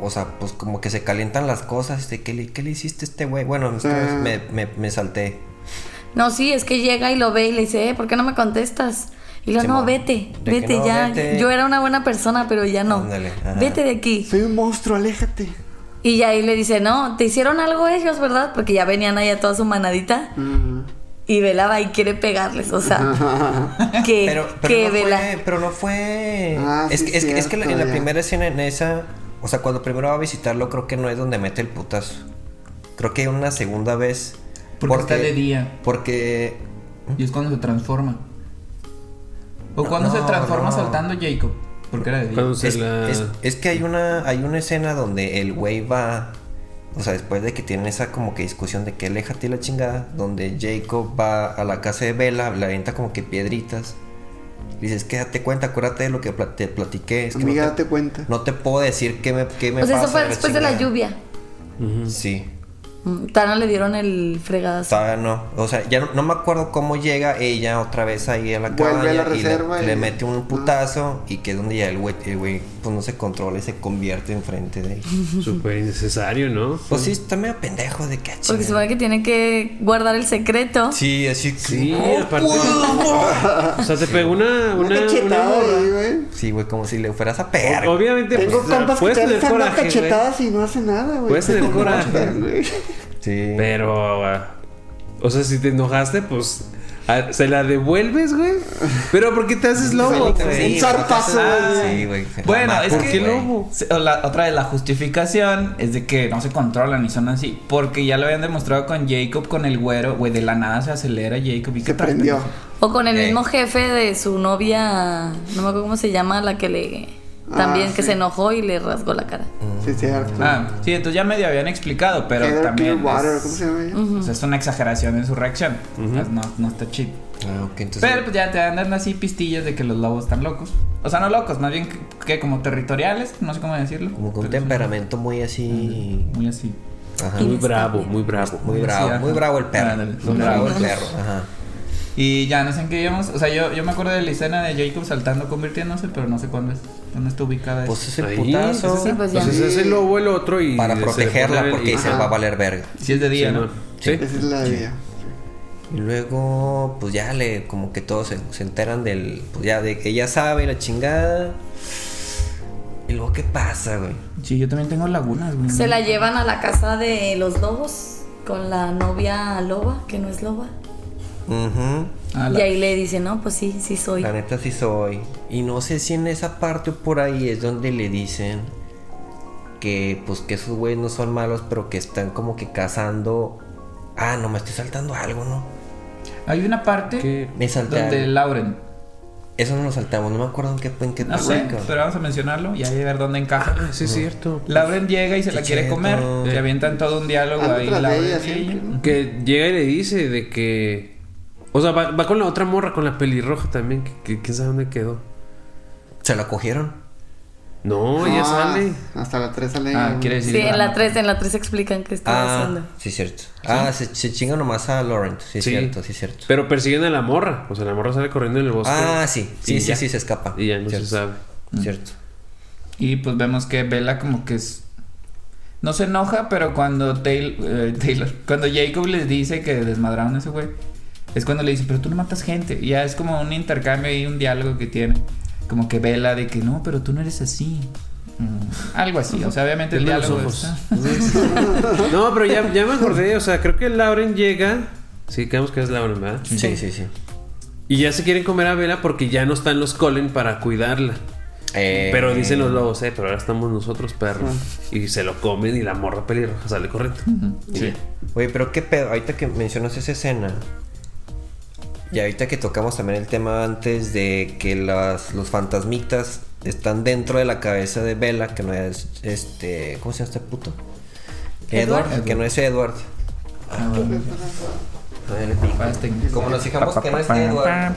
S4: O sea, pues como que se calientan las cosas. De, ¿qué, le, qué le hiciste a este güey? Bueno, es que
S3: Ah.
S4: me, me- me salté.
S5: No, sí, es que llega y lo ve y le dice, eh, ¿por qué no me contestas? Y lo,
S4: Simón.
S5: no, vete,
S4: De que
S5: vete
S4: no,
S5: ya.
S4: vete.
S5: Yo era una buena persona, pero ya no.
S4: Ándale, ajá.
S5: Vete de aquí.
S3: Soy un monstruo, aléjate.
S5: Y ya ahí le dice, no, te hicieron algo ellos, ¿verdad? Porque ya venían allá toda su manadita. Y Vela va y quiere pegarles, o sea,
S3: Ajá.
S5: que,
S4: Pero, pero no
S5: que Eh, Vela.
S4: fue, pero no fue.
S3: Ah,
S4: es,
S3: sí,
S4: que, es, que- es que
S3: cierto,
S4: en la
S3: ya.
S4: primera escena, en esa. O sea, cuando primero va a visitarlo, creo que no es donde mete el putazo. Creo que hay una segunda vez.
S2: Porque está de día.
S4: Porque.
S2: Y es cuando se transforma. O
S4: No,
S2: cuando se
S4: no,
S2: transforma
S4: no.
S2: saltando Jacob. Porque era de día.
S1: Cuando se
S4: Es,
S1: la-
S4: es- es que hay una, hay una escena donde el güey va. O sea, después de que tienen esa como que discusión de que aléjate y la chingada, donde Jacob va a la casa de Bella, le avienta como que piedritas. Le Dices, que date cuenta, acuérdate de lo que pla- te platiqué. es que
S3: Amiga,
S4: no, te,
S3: date cuenta.
S4: no te puedo decir qué me, qué me
S5: O sea, eso
S4: pasa,
S5: fue
S4: la
S5: después de la
S4: chingada".
S5: lluvia.
S4: Sí.
S5: Mm, Todavía no le dieron el fregadazo.
S4: Todavía no. O sea, ya no, no me acuerdo cómo llega ella otra vez ahí a la
S3: Vuelve a la
S4: cabaña y le-
S3: reserva
S4: le,
S3: y-
S4: mete un putazo y que es donde ya el güey, el güey, pues no se controla y se convierte enfrente de ella.
S1: Súper innecesario, ¿no?
S4: Pues sí, está medio pendejo de que ah,
S5: Porque
S4: chinga.
S5: se supone que tiene que guardar el secreto.
S4: Sí, así que.
S1: Sí, aparte. O sea, te pegó una.
S3: Una
S1: una, una
S3: cachetada
S1: morra.
S3: ahí, güey.
S4: Sí, güey, como si le fueras a pegar.
S1: Obviamente,
S3: Tengo
S1: pues, o sea,
S3: compas que
S1: puedes
S3: te
S1: tener
S3: están dando
S2: pues,
S1: coraje, güey.
S3: cachetadas y no hace nada, güey.
S1: Puedes tener coraje.
S2: pues,
S3: güey.
S4: Sí.
S1: Pero, ah, o sea, si te enojaste, pues Ah, ¿Se la devuelves, güey? Pero ¿por qué te haces lobo?
S2: Sí,
S1: güey?
S3: Un zarpazo, güey.
S4: Sí, güey.
S2: Bueno,
S4: Mamá,
S2: es
S4: ¿por
S2: que-
S4: qué
S1: lobo?
S2: Se- o la- otra de la justificación es de que no se controlan y son así. Porque ya lo habían demostrado con Jacob, con el güero, güey, de la nada se acelera Jacob y
S3: Se prendió.
S5: O con el
S4: Ey.
S5: mismo jefe de su novia, no me acuerdo cómo se llama, la que le.
S3: Ah,
S5: También que
S3: sí.
S5: se enojó y le rasgó la cara.
S3: Sí, cierto.
S2: Ah, sí, entonces ya medio habían explicado, pero
S3: Heather
S2: también.
S3: Clearwater,
S2: es,
S3: ¿cómo se llama ella?
S2: o sea, es una exageración en su reacción. Entonces, no, no está chido.
S4: Ah, ok, entonces.
S2: Pero pues ya te andan así pistillas de que los lobos están locos. O sea, no locos, más bien que, que como territoriales, no sé cómo decirlo.
S4: como con un
S2: Pero es
S4: temperamento muy así.
S2: Muy así.
S4: Ajá.
S1: Muy bravo, muy bravo.
S4: Muy
S2: Sí,
S4: bravo,
S2: ajá.
S4: muy bravo el perro.
S2: Ándale,
S4: Muy
S2: muy
S4: bravo el
S2: bravo.
S4: perro. Ajá.
S2: Y ya no sé en qué íbamos. O sea, yo, yo me acuerdo de la escena de Jacob saltando, convirtiéndose, pero no sé cuándo es. ¿Dónde está ubicada esa.
S4: Pues es el
S1: Ahí,
S4: putazo.
S5: sí, pues ya.
S1: Entonces es el lobo el otro y...
S4: Para
S1: se le
S4: protegerla
S1: pone
S4: porque
S1: el-
S4: dice
S3: Ajá.
S4: va a valer verga.
S2: Si es de día, ¿no?
S1: Simón. Sí.
S3: Esa es la de ella.
S4: Y luego, pues ya le, como que todos se, se enteran del, pues ya de que ella sabe la chingada. Y luego, ¿qué pasa, güey?
S2: Sí, yo también tengo lagunas, güey.
S5: Se la llevan a la casa de los lobos con la novia loba, que no es loba.
S4: Ujú.
S2: Ah,
S5: Y
S2: la-
S5: ahí le dicen, no, pues sí, sí soy.
S4: La neta sí soy. Y no sé si en esa parte o por ahí es donde le dicen que pues que esos güeyes no son malos, pero que están como que cazando. Ah, no, me estoy saltando algo, ¿no?
S2: Hay una parte
S1: ¿Qué?
S4: Me salté.
S2: donde
S4: algo.
S2: Lauren.
S4: Eso no lo saltamos, no me acuerdo en qué en qué
S2: No sé, pero vamos a mencionarlo y ahí a ver dónde encaja.
S1: Ah, sí es cierto.
S2: Lauren llega y se la quiere
S4: Chicheto.
S2: comer. Se avientan todo un diálogo
S3: Anda
S2: ahí.
S3: tras de
S2: Lauren
S3: ella
S2: y
S3: siempre,
S2: ella.
S3: ¿no?
S1: Que llega y le dice de que... O sea, va, va con la otra morra, con la pelirroja también, que, que quién sabe dónde quedó.
S4: Se la cogieron.
S1: No, ya
S3: Ah,
S1: sale.
S3: Hasta la 3 sale.
S2: Ah,
S3: ella.
S2: quiere decir.
S5: Sí, en la
S2: ah,
S5: 3, en la 3 explican qué estaba haciendo.
S4: Ah, sí, cierto. Ah, se, se chinga nomás a Laurent. Sí,
S1: Sí.
S4: cierto, sí, cierto.
S1: Pero persiguen a la morra. O sea, la morra sale corriendo en el bosque.
S4: Ah, sí, sí,
S1: Y
S4: sí,
S1: ya.
S4: sí, se escapa.
S1: Y ya no
S4: Cierto.
S1: se sabe.
S4: Cierto.
S2: Y pues vemos que Bella como que es... No se enoja, pero cuando Tail- eh, Taylor, cuando Jacob les dice que desmadraron a ese güey, es cuando le dice, pero tú no matas gente. Y ya es como un intercambio y un diálogo que tiene. Como que Bella de que no, pero tú no eres así. Mm, algo así, o sea, obviamente el
S1: Tiene los
S2: diálogo
S1: ojos.
S2: está-
S1: No, pero ya, ya me acordé. O sea, creo que Lauren llega. Sí, creemos que es Lauren, ¿verdad?
S4: Sí, sí, sí.
S1: Y ya se quieren comer a Vela porque ya no están los Colin para cuidarla.
S4: Eh,
S1: Pero dicen los lobos, eh, pero ahora estamos nosotros, perros. Y se lo comen y la morra pelirroja sale corriendo. Sí.
S4: Oye, pero qué pedo, ahorita que mencionas esa escena. Y ahorita que tocamos también el tema antes de que las, los fantasmitas están dentro de la cabeza de Bella, que no es este. ¿Cómo se llama este puto? Edward, que no es Edward. A ver, le pico.
S2: Ah, este-
S4: Como nos fijamos que no es Edward.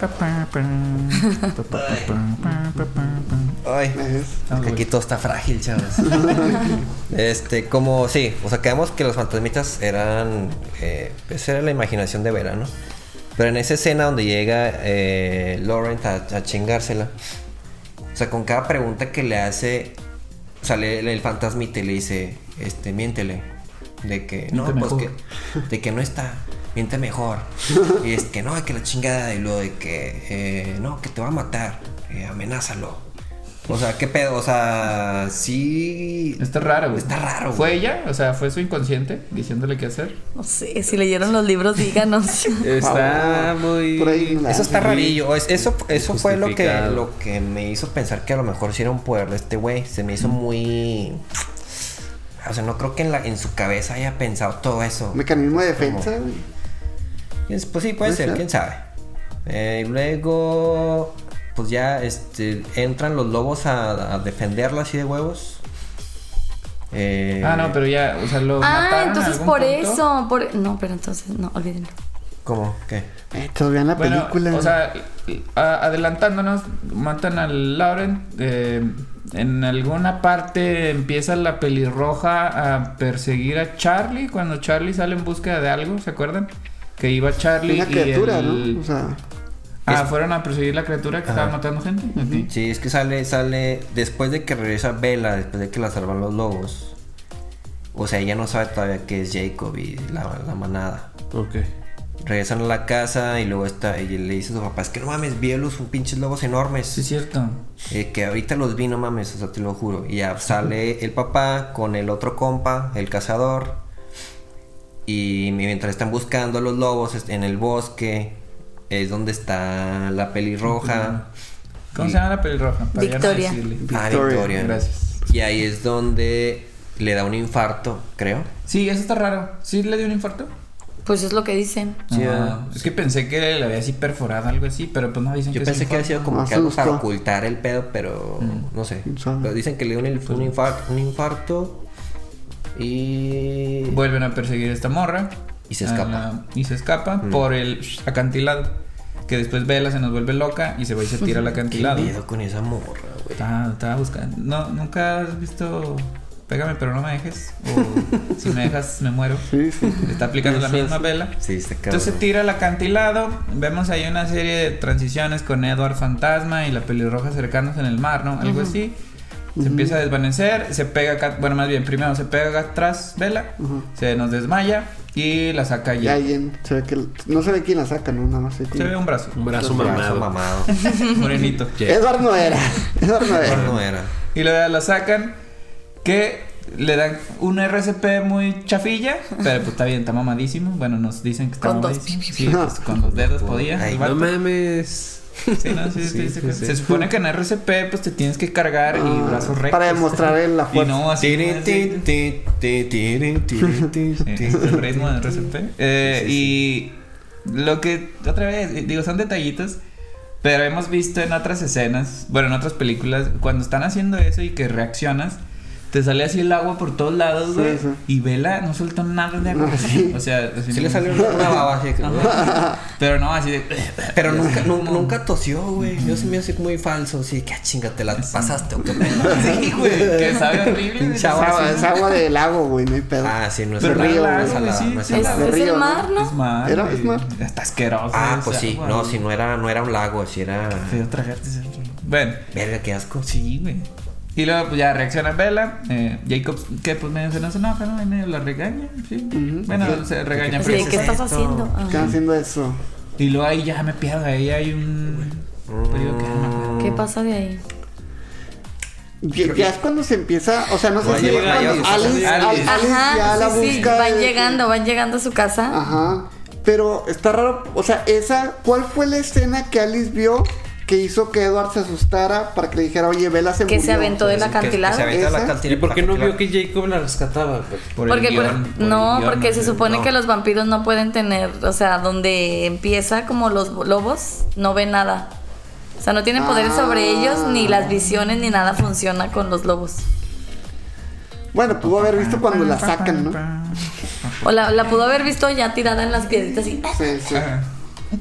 S4: Ay.
S3: Es-
S4: Es que aquí todo está frágil, chavos. este, como, sí, o sea, quedamos que los fantasmitas eran. eh, esa era la imaginación de verano. Pero en esa escena donde llega eh, Laurent a, a chingársela, o sea, con cada pregunta que le hace, sale el, el fantasmita y le dice: este, miéntele. De que, no,
S2: Miente
S4: pues
S2: mejor.
S4: que, de que no está, miente mejor. Y es que no, que la chingada. Y luego de que, eh, no, que te va a matar, eh, amenázalo. O sea, qué pedo, o sea, sí.
S2: Está raro, güey.
S4: Está raro, güey.
S2: ¿Fue ella? O sea, ¿fue su inconsciente diciéndole qué hacer?
S5: No sé, si leyeron los libros, díganos.
S1: Está muy.
S3: Por ahí no la-
S4: Eso está rarillo. es- Eso, eso fue lo que,
S1: Justificado.
S4: lo que me hizo pensar que a lo mejor sí era un poder de este güey. Se me hizo muy. O sea, no creo que en, la, en su cabeza haya pensado todo eso.
S3: Mecanismo de defensa, güey.
S4: Pues pues sí, puede
S3: Puede
S4: ser,
S3: ser.
S4: quién sabe. Eh, y luego, pues ya este, entran los lobos a, a defenderla así de huevos. Eh,
S2: Ah, no, pero ya, o sea, lo mataron.
S5: ah,
S2: en
S5: entonces
S2: algún
S5: por
S2: punto.
S5: eso. Por... e-, No, pero entonces, no, olvídenlo.
S4: ¿Cómo? ¿Qué?
S3: Estos vean la
S2: Eh, Bueno,
S3: película.
S2: o sea, a- adelantándonos, matan al Lauren. eh, en alguna parte empieza la pelirroja a perseguir a Charlie cuando Charlie sale en búsqueda de algo, ¿se acuerdan? Que iba Charlie
S3: una
S2: y
S3: criatura,
S2: el-
S3: ¿no? O sea,
S2: Ah, fueron a perseguir la criatura que estaba matando gente. Ok.
S4: Sí, es que sale, sale después de que regresa Vela, después de que la salvan los lobos. O sea, ella no sabe todavía qué es Jacob y la, la manada.
S1: Ok.
S4: Regresan a la casa y luego está, y le dice a su papá, es que no mames, vi a los pinches lobos enormes.
S2: Sí, es cierto.
S4: Eh, que ahorita los vi, no mames, o sea, te lo juro. Y ya sale el papá con el otro compa, el cazador. Y mientras están buscando a los lobos est- en el bosque, es donde está la pelirroja.
S2: ¿Cómo
S4: Y-
S2: se llama la pelirroja? Para ya no
S5: Victoria.
S2: decirle.
S4: Ah,
S3: Victoria.
S4: Victoria.
S2: Gracias.
S4: Y ahí es donde le da un infarto, creo.
S2: Sí, eso está raro. ¿Sí le dio un infarto?
S5: Pues es lo que dicen.
S4: Sí,
S2: Ah,
S4: ah,
S2: es que pensé que le había así perforado algo así, pero pues no dicen
S4: Yo
S2: que es
S4: pensé que había
S2: infarto. Mm.
S4: sido como
S3: Me
S4: que algo para
S3: asustó.
S4: ocultar el pedo, pero no sé.
S3: ¿Quién sabe?
S4: Pero dicen que le dio un, inf- un infarto, un infarto y...
S2: Vuelven a perseguir a esta morra.
S4: Y se
S2: A
S4: escapa. Mm.
S2: la- y se escapa por el acantilado. Que después Vela se nos vuelve loca y se va y se tira al
S4: Qué
S2: acantilado.
S4: miedo con esa morra, güey.
S2: Estaba, estaba buscando. No, nunca has visto. Pégame, pero no me dejes. O si me dejas, me muero.
S3: Sí, sí.
S2: Está aplicando la misma vela.
S4: Sí, está cabrón.
S2: Entonces se tira al acantilado. Vemos ahí una serie de transiciones con Edward Fantasma y la pelirroja acercándose en el mar, ¿no? Algo así. Se empieza a desvanecer, se pega acá, bueno, más bien, primero se pega acá atrás Vela, se nos desmaya y la saca
S3: Y
S2: ya.
S3: alguien, se ve que, no se ve quién la saca, ¿no? Nada más. se ve
S2: Se ve un brazo,
S1: Un brazo mamado.
S4: Brazo mamado.
S2: morenito.
S3: Edward no era. Edward no
S4: Eso
S3: era.
S4: no era.
S2: Y luego ya la sacan, que le dan un RCP muy chafilla, pero pues está bien, está mamadísimo. Bueno, nos dicen que está
S5: Con dos.
S2: mamadísimo. Sí, pues, con los dedos podía.
S4: Ay,
S2: el
S1: No
S2: vato.
S1: mames.
S2: Sí, no, sí, sí, sí,
S1: sí,
S2: Se supone que en RCP pues te tienes que cargar y brazos rectos.
S3: Ah, Para demostrar el- la
S2: Y
S3: fuerza.
S2: no así.
S4: Tiri,
S2: ¿no?
S4: ti,
S2: Sí,
S4: ti, ti, tiri, tiri, ti, ti,
S2: El ritmo de RCP. Eh, Y lo que otra vez, eh, digo, son detallitos. Pero hemos visto en otras escenas, bueno, en otras películas, cuando están haciendo eso y que reaccionas, te sale así el agua por todos lados, güey.
S3: sí.
S2: Y Vela no suelta nada de agua.
S3: No, sí.
S2: O sea, así
S4: Sí
S2: no-
S4: le salió una baba así que-
S2: Ajá. Pero no, así de.
S4: Pero nunca, nu- nunca tosió, güey. Yo se me hace muy falso. Así que, ah, chinga, te la pasaste o qué pedo.
S2: Sí, güey. Que sabe horrible. güey.
S4: Pinche
S3: Es agua, es agua del lago, güey, no hay pedo.
S4: Ah, sí, no es
S2: Pero
S4: salado,
S3: río,
S4: no es
S3: güey,
S4: salado,
S2: sí,
S4: no es
S2: sí,
S5: Es,
S4: salado.
S5: es
S3: río,
S5: el
S3: ¿no?
S5: mar,
S2: Es
S5: ¿no?
S2: mar,
S3: Era-
S2: güey.
S3: es mar.
S2: Está asqueroso.
S4: Ah,
S2: esa
S4: pues sí.
S2: agua,
S4: No,
S2: güey.
S4: si no era, no era un lago, si era.
S2: Feo tragarte ese- Bueno,
S4: Verga, qué asco.
S2: sí, güey. Y luego pues, ya reacciona Bella. Eh, Jacobs, que pues medio se nos enoja, ¿no? Y medio la regaña. Sí. Bueno, se regaña,
S5: Sí,
S2: pero.
S5: ¿Qué estás
S4: esto?
S5: haciendo? Ah.
S3: ¿Qué están haciendo eso?
S2: Y luego ahí ya me pierdo. Ahí hay un. periodo que no me acuerdo.
S5: ¿Qué pasa de ahí?
S3: Ya, ya es cuando se empieza, o sea, no sé
S4: No,
S3: si
S4: ya
S3: es
S4: llega,
S3: cuando
S4: ya-
S2: Alice.
S3: Alice, Alice- Alice ya la
S5: Ah, Ajá, sí, sí,
S3: busca.
S5: van
S3: de- Ah.
S5: llegando, van llegando a su casa.
S3: Ajá. Pero está raro, o sea, esa, ¿cuál fue la escena que Alice vio que hizo que Edward se asustara para que le dijera, oye, Vela se
S5: Que
S3: murió?
S5: se aventó del
S4: Que- que se
S5: acantilado.
S4: aventó al
S3: ¿Esa?
S4: acantilado.
S1: ¿Y por qué no vio que Jacob la rescataba? Pues, güey?
S2: Por el
S5: porque
S2: guión,
S5: por-
S2: por el
S5: no,
S2: guión,
S5: porque se
S2: güey.
S5: supone
S4: no.
S5: que los vampiros no pueden tener, o sea, donde empieza como los lobos, no ven nada. O sea, no tienen poderes
S3: Ah.
S5: sobre ellos, ni las visiones, ni nada funciona con los lobos.
S3: Bueno, pudo haber visto cuando la sacan, ¿no?
S5: O la, la pudo haber visto ya tirada en las piedritas y...
S3: Sí, sí.
S2: Ajá.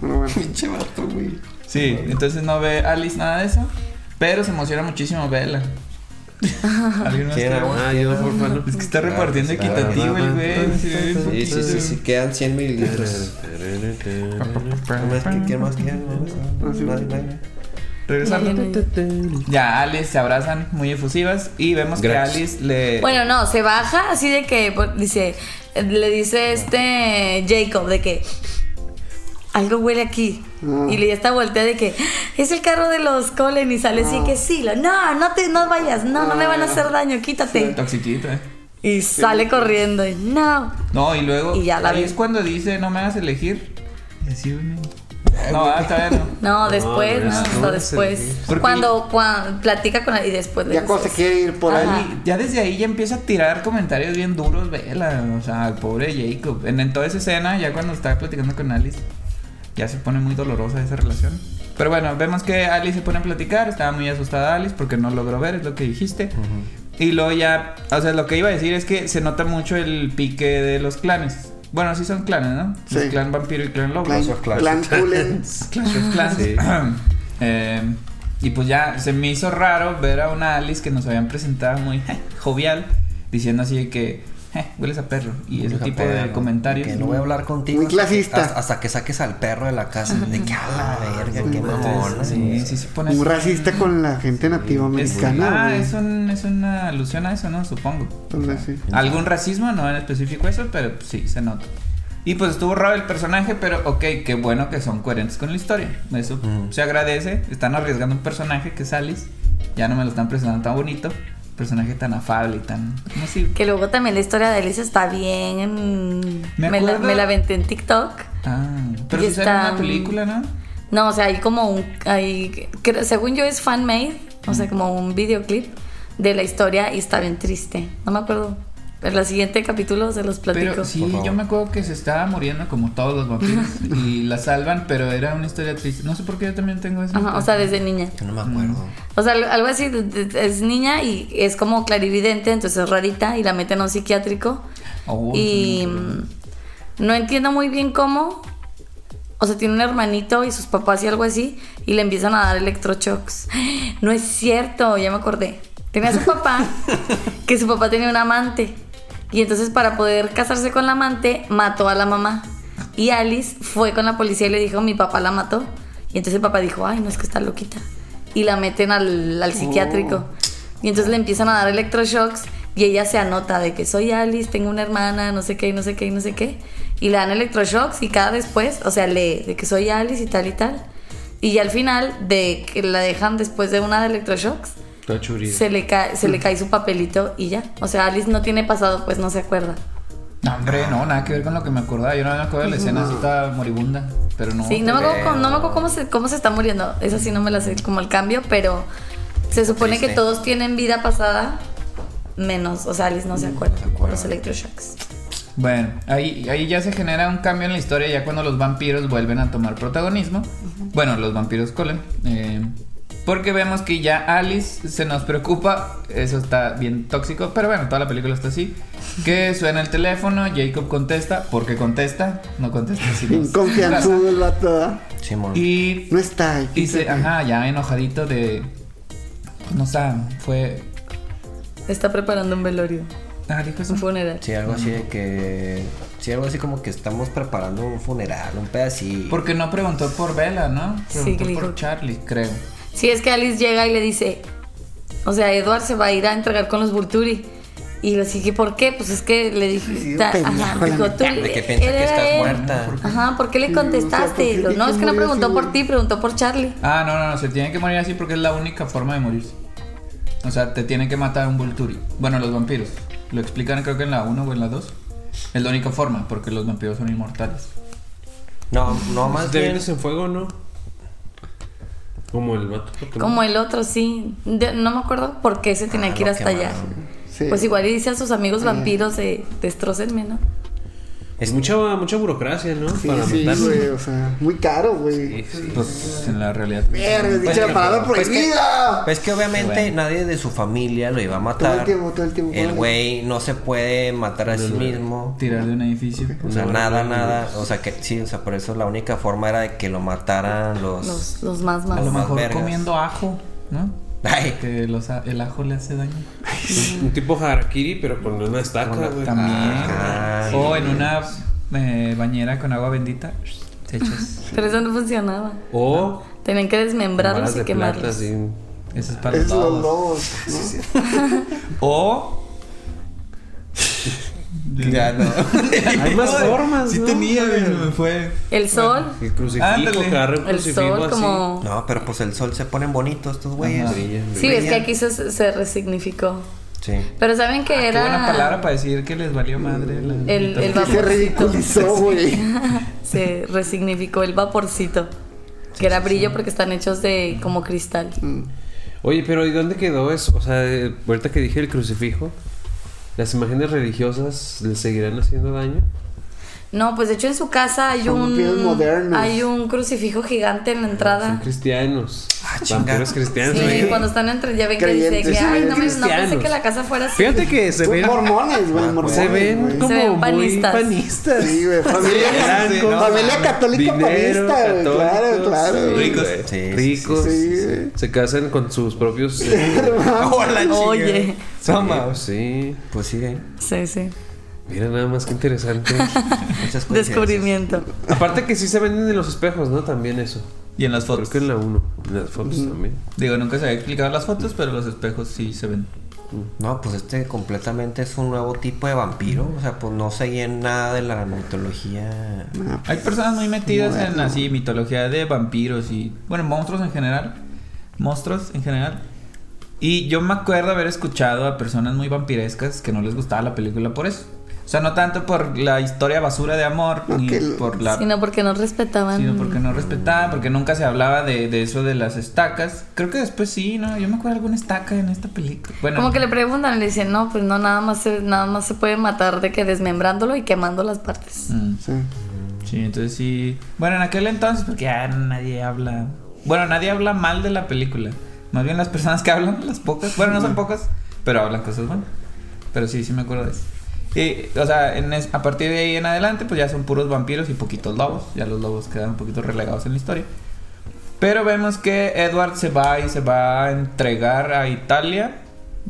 S3: Pero bueno.
S4: Pinche vato, güey.
S2: Sí, entonces no ve Alice nada de eso. Pero se emociona muchísimo Bella. ¿Alguien más
S4: ¿Quién
S2: quiere
S4: era?
S2: agua?
S1: Ah, yo, por favor.
S2: Es que está repartiendo
S4: Claro,
S2: equitativo
S1: claro.
S2: el güey. sí, un
S4: Sí,
S2: poquito.
S4: sí, sí, sí, quedan 100 mililitros. ¿Quién más que- quién más queda? Nadie, nadie.
S2: Regresando. Ya, Alice se abrazan muy efusivas y vemos
S1: Gracias.
S2: que Alice le...
S5: Bueno, no, se baja así de que por- dice, le dice este Jacob de que algo huele aquí. Y le está voltea de que es el carro de los Colen y sale así que sí, lo, no, no te no vayas, no, no me van a hacer daño, quítate.
S2: Toxiquito, eh.
S5: Y sale corriendo y no.
S2: No, y luego...
S5: Y ya la
S2: ahí
S5: vi.
S2: es cuando dice, no me hagas elegir. Y así, güey. No, ah, todavía no.
S5: No, después,
S1: no,
S5: no,
S1: no,
S5: hasta
S1: no, sí.
S5: después.
S2: Porque-
S5: Cuando, cuando platica con y después le
S3: Ya cuando se
S5: dices,
S3: quiere ir por
S5: Ajá.
S3: ahí.
S2: Y ya desde ahí ya empieza a tirar comentarios bien duros, vela, o sea, al pobre Jacob. En, en toda esa escena, ya cuando está platicando con Alice, ya se pone muy dolorosa esa relación. Pero bueno, vemos que Alice se pone a platicar, estaba muy asustada Alice porque no logró ver, es lo que dijiste. Y luego ya, o sea, lo que iba a decir es que se nota mucho el pique de los clanes. Bueno, sí son clanes, ¿no? Los
S3: Sí.
S2: clan vampiro y clan lobo.
S3: Clan,
S4: of Clans.
S3: Clan Culens.
S2: Clash of Clans.
S4: Sí.
S2: Eh, y pues ya se me hizo raro ver a una Alice que nos habían presentado muy jovial, diciendo así de que "Eh, hueles a perro y ese
S4: Deja
S2: tipo
S4: pedo,
S2: de
S4: ¿no?
S2: comentarios.
S4: Que no voy a hablar contigo.
S3: Muy
S4: hasta que-
S3: clasista. Ah,
S4: Hasta, hasta que saques al perro de la casa. De que a la verga, qué mamón.
S2: Sí, sí, se pone
S3: Un
S2: así.
S3: racista con la gente nativa
S2: Es-
S3: americana.
S2: ah,
S3: güey.
S2: es, un- es una alusión a eso, ¿no? Supongo.
S3: Entonces, sí.
S2: Algún racismo, no en específico eso, pero pues, sí, se nota. Y pues estuvo raro el personaje, pero ok, qué bueno que son coherentes con la historia. Eso se agradece. Están arriesgando un personaje que es Alice. Ya no me lo están presentando tan bonito. Personaje tan afable y tan. ¿Cómo así?
S5: Que luego también la historia de Alice está bien.
S2: Me
S5: Me, la,
S2: acuerdo-
S5: me la aventé en TikTok.
S2: Ah, pero
S5: Y
S2: si sale
S5: está-
S2: una película, ¿no?
S5: No, o sea, hay como un. Hay, cre- según yo es fan-made, o sea, como un videoclip de la historia y está bien triste. No me acuerdo. Pero el siguiente capítulo se los platico.
S2: Pero sí,
S4: Por favor.
S2: yo me acuerdo que se estaba muriendo como todos los vampiros y la salvan, pero era una historia triste. No sé por qué yo también tengo eso.
S5: Ajá, o sea, desde niña.
S4: Yo no me acuerdo.
S5: O sea, algo así, de- de- es niña y es como clarividente, entonces es rarita y la meten a un psiquiátrico.
S2: Oh,
S5: y mm, no entiendo muy bien cómo. O sea, tiene un hermanito y sus papás y algo así, y le empiezan a dar electroshocks. No es cierto, ya me acordé. Tenía su papá, que su papá tenía un amante. Y entonces para poder casarse con la amante, mató a la mamá. Y Alice fue con la policía y le dijo, mi papá la mató. Y entonces el papá dijo, ay, no es que está loquita. Y la meten al, al psiquiátrico. Y entonces le empiezan a dar electroshocks y ella se anota de que soy Alice, tengo una hermana, no sé qué, no sé qué, no sé qué. Y le dan electroshocks y cada después, o sea, lee de que soy Alice y tal y tal. Y ya al final, de que la dejan después de una de electroshocks, se le, cae, se le cae su papelito y ya. O sea, Alice no tiene pasado, pues no se acuerda.
S2: No, hombre, no, nada que ver con lo que me acordaba. Yo no me acuerdo de la escena, así estaba moribunda, pero no.
S5: sí, no me, acuerdo, cómo- no me acuerdo cómo se, cómo se está muriendo. Esa sí no me la sé, como el cambio, pero se supone que
S4: triste.
S5: todos tienen vida pasada, menos, o sea, Alice no se acuerda.
S4: acuerda.
S5: Los electroshocks.
S2: Bueno, ahí, ahí ya se genera un cambio en la historia ya cuando los vampiros vuelven a tomar protagonismo. Bueno, los vampiros Colin. eh, porque vemos que ya Alice se nos preocupa, eso está bien tóxico, pero bueno, toda la película está así. Que suena el teléfono, Jacob contesta, porque contesta, no contesta si no-
S3: Inconfianzudo el vato, ¿verdad?
S4: Simón.
S2: Y
S3: No está. ahí.
S2: dice, ajá, ya enojadito de... pues No sé, fue...
S5: Está preparando un velorio,
S2: Ah, dijo eso.
S5: un funeral.
S4: Sí, algo así de que. Sí, algo así como que estamos preparando un funeral, un pedacito.
S2: Porque no preguntó por Bella, ¿no?
S5: Sí,
S2: Preguntó
S5: que
S2: por
S5: dijo-
S2: Charlie, creo.
S5: Sí, es que Alice llega y le dice, o sea, Edward se va a ir a entregar con los Vulturi. Y le dije, ¿por qué? Pues es que le
S3: Sí,
S5: dije,
S3: un
S5: ta-
S3: pendejo,
S5: ajá,
S3: la
S5: dijo,
S3: neta.
S5: tú e-,
S4: De que piensa que
S5: era
S4: estás
S5: él.
S4: muerta.
S5: Ajá, ¿por qué le
S3: Sí, o sea, ¿por qué
S5: contestaste?
S3: te
S5: no, es que no
S3: murió
S5: preguntó
S3: así,
S5: por
S3: güey?
S5: ti, preguntó por Charlie.
S2: Ah, no, no, no, se tienen que morir así porque es la única forma de morirse. O sea, te tienen que matar un Vulturi. Bueno, los vampiros. Lo explican creo que en la 1 o en la 2. Es la única forma, porque los vampiros son inmortales.
S4: No, no más
S1: ¿Te
S4: bien.
S1: vienes en fuego no? Como el vato.
S5: Como el otro, sí. De- no me acuerdo por qué se tenía
S4: Ah,
S5: que ir
S4: lo
S5: hasta allá.
S4: quemaron.
S3: Sí. Ah.
S5: Pues igual y dice a sus amigos vampiros, eh, destrócenme, ¿no?
S1: Es mucha, mucha burocracia, ¿no?
S3: Sí,
S1: Para
S3: sí,
S1: matarlo.
S3: güey, o sea, muy caro, güey.
S2: Pues en la realidad.
S3: Verga, dice la palabra
S4: Pues que-
S3: prohibida.
S4: Pues que obviamente
S2: Bueno.
S4: nadie de su familia lo iba a matar.
S3: Todo el tiempo, todo el tiempo, todo el
S4: güey no se puede matar a sí mismo.
S2: Tirar de un edificio.
S4: O sea, nada, nada. O sea, que sí, o sea, por eso la única forma era de que lo mataran los.
S5: Los, los más
S2: A lo
S5: más.
S4: Pues, Más
S2: mejor
S4: vergas.
S2: comiendo ajo, ¿no?
S4: Ay,
S2: Que los a- el ajo le hace daño.
S1: Un- Un tipo harakiri, pero con una estaca, güey.
S2: También.
S4: Ah,
S2: o en una eh, bañera con agua bendita. Te echas.
S5: Pero eso no funcionaba.
S1: O
S5: Tenían que desmembrarlos
S1: balas
S5: y
S1: de plata,
S5: quemarlos.
S1: así.
S2: Eso es para
S3: Es
S2: los
S3: los
S2: lobos.
S3: lobos. ¿no?
S2: O.
S4: ya no.
S1: Hay más formas,
S2: Sí
S1: ¿no?
S2: tenía, güey, se me fue.
S5: El sol,
S1: El crucifijo,
S2: Ándale.
S1: agarra un
S5: el
S1: crucifijo
S5: sol
S1: así.
S5: como...
S4: No, pero pues el sol se ponen bonitos estos güeyes.
S2: Ajá.
S1: Brillan,
S5: Sí, es que
S4: Brillan.
S5: aquí se, se resignificó.
S4: Sí.
S5: Pero saben que
S2: Ah, Qué
S5: era...
S2: buena palabra para decir que les valió madre la.
S5: El, el
S3: Que se ridiculizó,
S5: vaporcito.
S3: güey.
S5: se resignificó el vaporcito. Que era brillo porque están hechos de como cristal.
S1: Oye, pero ¿y dónde quedó eso? O sea, eh, ahorita que dije el crucifijo, ¿las imágenes religiosas le seguirán haciendo daño?
S5: No, pues de hecho en su casa hay
S3: Son vampiros
S5: un
S3: modernos.
S5: hay un crucifijo gigante en la
S1: Son
S5: entrada.
S1: cristianos.
S4: Ah, chinga.
S1: Vampiros cristianos,
S5: Sí,
S1: güey.
S5: cuando están entre ya ven que dice
S3: Creyentes,
S5: que ay, no, me- no pensé
S1: cristianos.
S5: que la casa fuera así.
S1: Fíjate que se
S3: Son
S1: ven...
S3: Mormones, güey, mormones.
S1: Se ven
S3: güey.
S1: como
S5: Se ven
S1: muy
S5: panistas.
S1: panistas.
S3: Sí, güey, familia,
S1: Eran
S2: sí,
S1: con-
S2: no,
S3: familia católica
S1: Dinero,
S3: panista, güey, claro,
S1: católicos,
S3: claro.
S1: sí,
S3: güey.
S1: güey.
S4: Sí,
S1: Ricos.
S3: sí, sí, sí.
S1: sí. Se casan con sus propios... eh,
S4: Hola, chinga.
S5: Ah, Oye,
S4: Toma.
S1: Sí.
S4: Pues sí, eh,
S5: sí, sí.
S1: Mira nada más que interesante.
S4: muchas cosas.
S5: Descubrimiento.
S1: Aparte que sí se venden en los espejos, ¿no? También eso.
S2: Y en las
S1: Creo
S2: fotos.
S1: que en la 1. En las fotos también.
S2: Digo, nunca se había explicado las fotos, pero los espejos sí se ven.
S4: No, pues este completamente es un nuevo tipo de vampiro. O sea, pues no seguía en nada de la mitología.
S3: Ah,
S2: Hay personas muy metidas en así mitología de vampiros y bueno, monstruos en general, monstruos en general. Y yo me acuerdo haber escuchado a personas muy vampirescas que no les gustaba la película por eso. O sea, no tanto por la historia basura de amor,
S3: No,
S2: ni
S3: que el-
S2: por la
S5: Sino porque no respetaban.
S2: sino porque no respetaban, porque nunca se hablaba de, de eso de las estacas. Creo que después sí, ¿no? Yo me acuerdo de alguna estaca en esta película. Bueno,
S5: Como que le preguntan y le dicen, no, pues no, nada más se, nada más se puede matar de que desmembrándolo y quemando las partes.
S2: Mm,
S3: pues, Sí.
S2: sí, entonces sí. Bueno, en aquel entonces, porque ya nadie habla. Bueno, nadie habla mal de la película. Más bien las personas que hablan, las pocas. Bueno, no son pocas, pero hablan cosas buenas. Pero sí, sí me acuerdo de eso. Y, o sea, en es- a partir de ahí en adelante, pues ya son puros vampiros y poquitos lobos. Ya los lobos quedan un poquito relegados en la historia. Pero vemos que Edward se va y se va a entregar a Italia.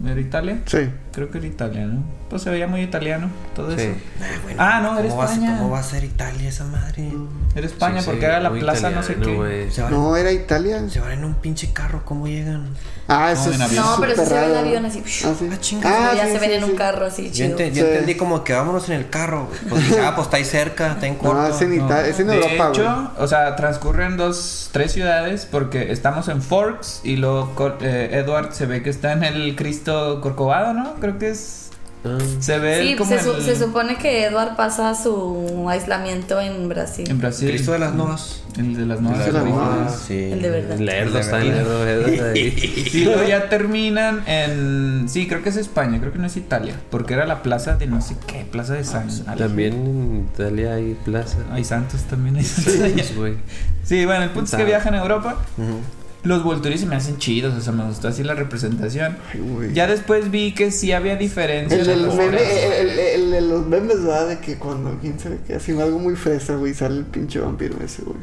S2: ¿Era Italia?
S3: Sí.
S2: Creo que era Italia, ¿no? Pues se veía muy italiano, todo
S4: Sí.
S2: eso.
S4: Ah, bueno,
S2: Ah, no, era
S4: ¿cómo va a ser-
S2: España.
S4: ¿Cómo va a ser Italia esa madre?
S2: Era España
S1: Sí,
S2: porque
S1: sí,
S2: era la
S1: muy
S2: plaza no sé
S1: italiano,
S2: qué.
S1: güey.
S4: Se van,
S3: No, era Italia.
S4: se van en un pinche carro, ¿cómo llegan?
S3: Ah,
S2: No,
S3: eso
S2: en
S3: es
S2: avión.
S5: No, pero eso
S3: súper
S5: se ve en
S3: raro.
S5: avión así.
S3: Ah, sí.
S4: Ah, chinga,
S5: Ah, ya
S3: sí,
S5: se ven
S3: sí,
S5: en un
S3: sí.
S5: carro así,
S4: Yo,
S5: chido.
S4: ente- yo
S3: Sí.
S4: entendí como que vámonos en el carro. Pues dije, ah, pues está ahí cerca, está en corto.
S3: No, es en, Ita- es en
S2: De
S3: Europa,
S2: hecho,
S3: güey.
S2: o sea, transcurren dos, tres ciudades porque estamos en Forks y luego Cor- eh, Edward se ve que está en el Cristo Corcovado, ¿no? Creo que es...
S1: Ah,
S2: Se ve
S5: Sí, pues,
S2: él como
S5: se, su-
S2: el-
S5: se supone que Edward pasa su aislamiento en Brasil.
S2: en Brasil.
S4: Cristo de las Novas.
S2: El de las nuevas.
S3: Cristo de las
S2: películas.
S3: Novas.
S4: Ah, sí.
S5: El de verdad.
S1: Lerdo está lerdo, lerdo ahí.
S2: Sí, luego ya terminan en... Sí, creo que es España, creo que no es Italia, porque era la plaza de no sé qué, plaza de San...
S1: También en Italia hay plaza.
S2: Hay santos también. Hay santos allá.
S1: Pues, güey.
S2: Sí, bueno, el punto es que
S1: Sabe.
S2: viajan a Europa.
S4: Ujú.
S2: Los Volturi se me hacen chidos, o sea, me gustó así la representación.
S3: Ay, güey.
S2: Ya después vi que sí había diferencias.
S3: El de los
S2: en las
S3: memes,
S2: obras.
S3: el, el- el de los memes, ¿verdad? De que cuando quién sabe qué, así algo muy fresa, güey, sale el pinche vampiro ese, güey.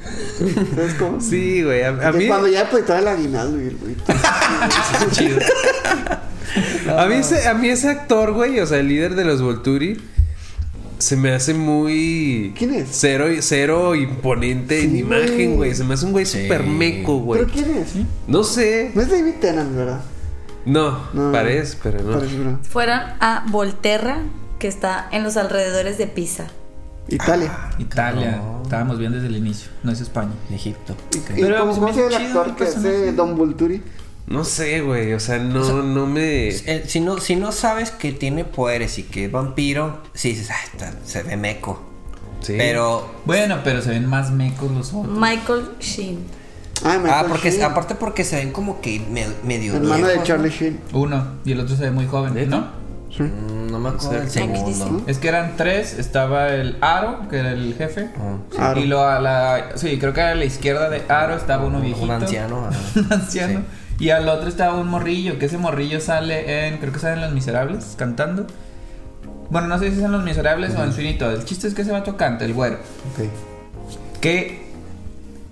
S3: ¿Sabes cómo?
S1: Sí, güey. A, a
S3: Que
S1: mí,
S3: Cuando ya pues todo el aguinaldo y el güey.
S2: Ah,
S1: a, mí ese, a mí ese actor, güey, o sea, el líder de los Volturi, se me hace muy.
S3: ¿Quién es?
S1: Cero, cero imponente en
S3: Sí,
S1: imagen,
S3: güey.
S1: güey. Se me hace un güey
S4: Sí.
S1: súper meco, güey.
S3: ¿Pero quién es?
S1: No sé.
S3: No es David Tennant, ¿verdad?
S1: No,
S3: No, no,
S1: parece, pero no.
S3: Parece, ¿verdad?
S5: Fueron a Volterra, que está en los alrededores de Pisa.
S3: Italia.
S2: Italia, estábamos bien desde el inicio, no es España.
S4: Egipto.
S3: ¿Y
S2: Pero
S3: cómo,
S2: se me
S3: cómo se
S2: hizo
S3: llama el
S2: chido
S3: actor
S2: el
S3: que hace
S2: personaje.
S3: Don Vulturi?
S1: No sé, güey. O sea, no,
S4: O sea,
S1: no me.
S4: Eh, si, no, si no sabes que tiene poderes y que es vampiro, sí dices, ah, está- se ve meco.
S1: Sí.
S4: Pero.
S2: Bueno, pero se ven más mecos los otros.
S5: Michael Sheen.
S3: Ah,
S4: ah,
S3: Michael
S4: porque,
S3: Sheen.
S4: aparte porque se ven como que me- medio.
S3: Hermano de
S4: viejos,
S3: Charlie Sheen.
S2: Uno, y el otro se ve muy joven,
S1: ¿Neta?
S2: ¿no?
S4: ¿no? Mm, No me acuerdo del
S5: Exacto.
S4: segundo.
S2: Es que eran tres, estaba el Aro, que era el jefe.
S4: Ah,
S3: Aro.
S2: Y lo a la. Sí, creo que a la izquierda de Aro estaba uno viejito.
S4: Un anciano. ah.
S2: un anciano.
S4: Sí.
S2: Y al otro estaba un morrillo, que ese morrillo sale en, creo que sale en Los Miserables, cantando. Bueno, no sé si es en Los Miserables o en Finito. El chiste es que ese vato canta, el güero. Que,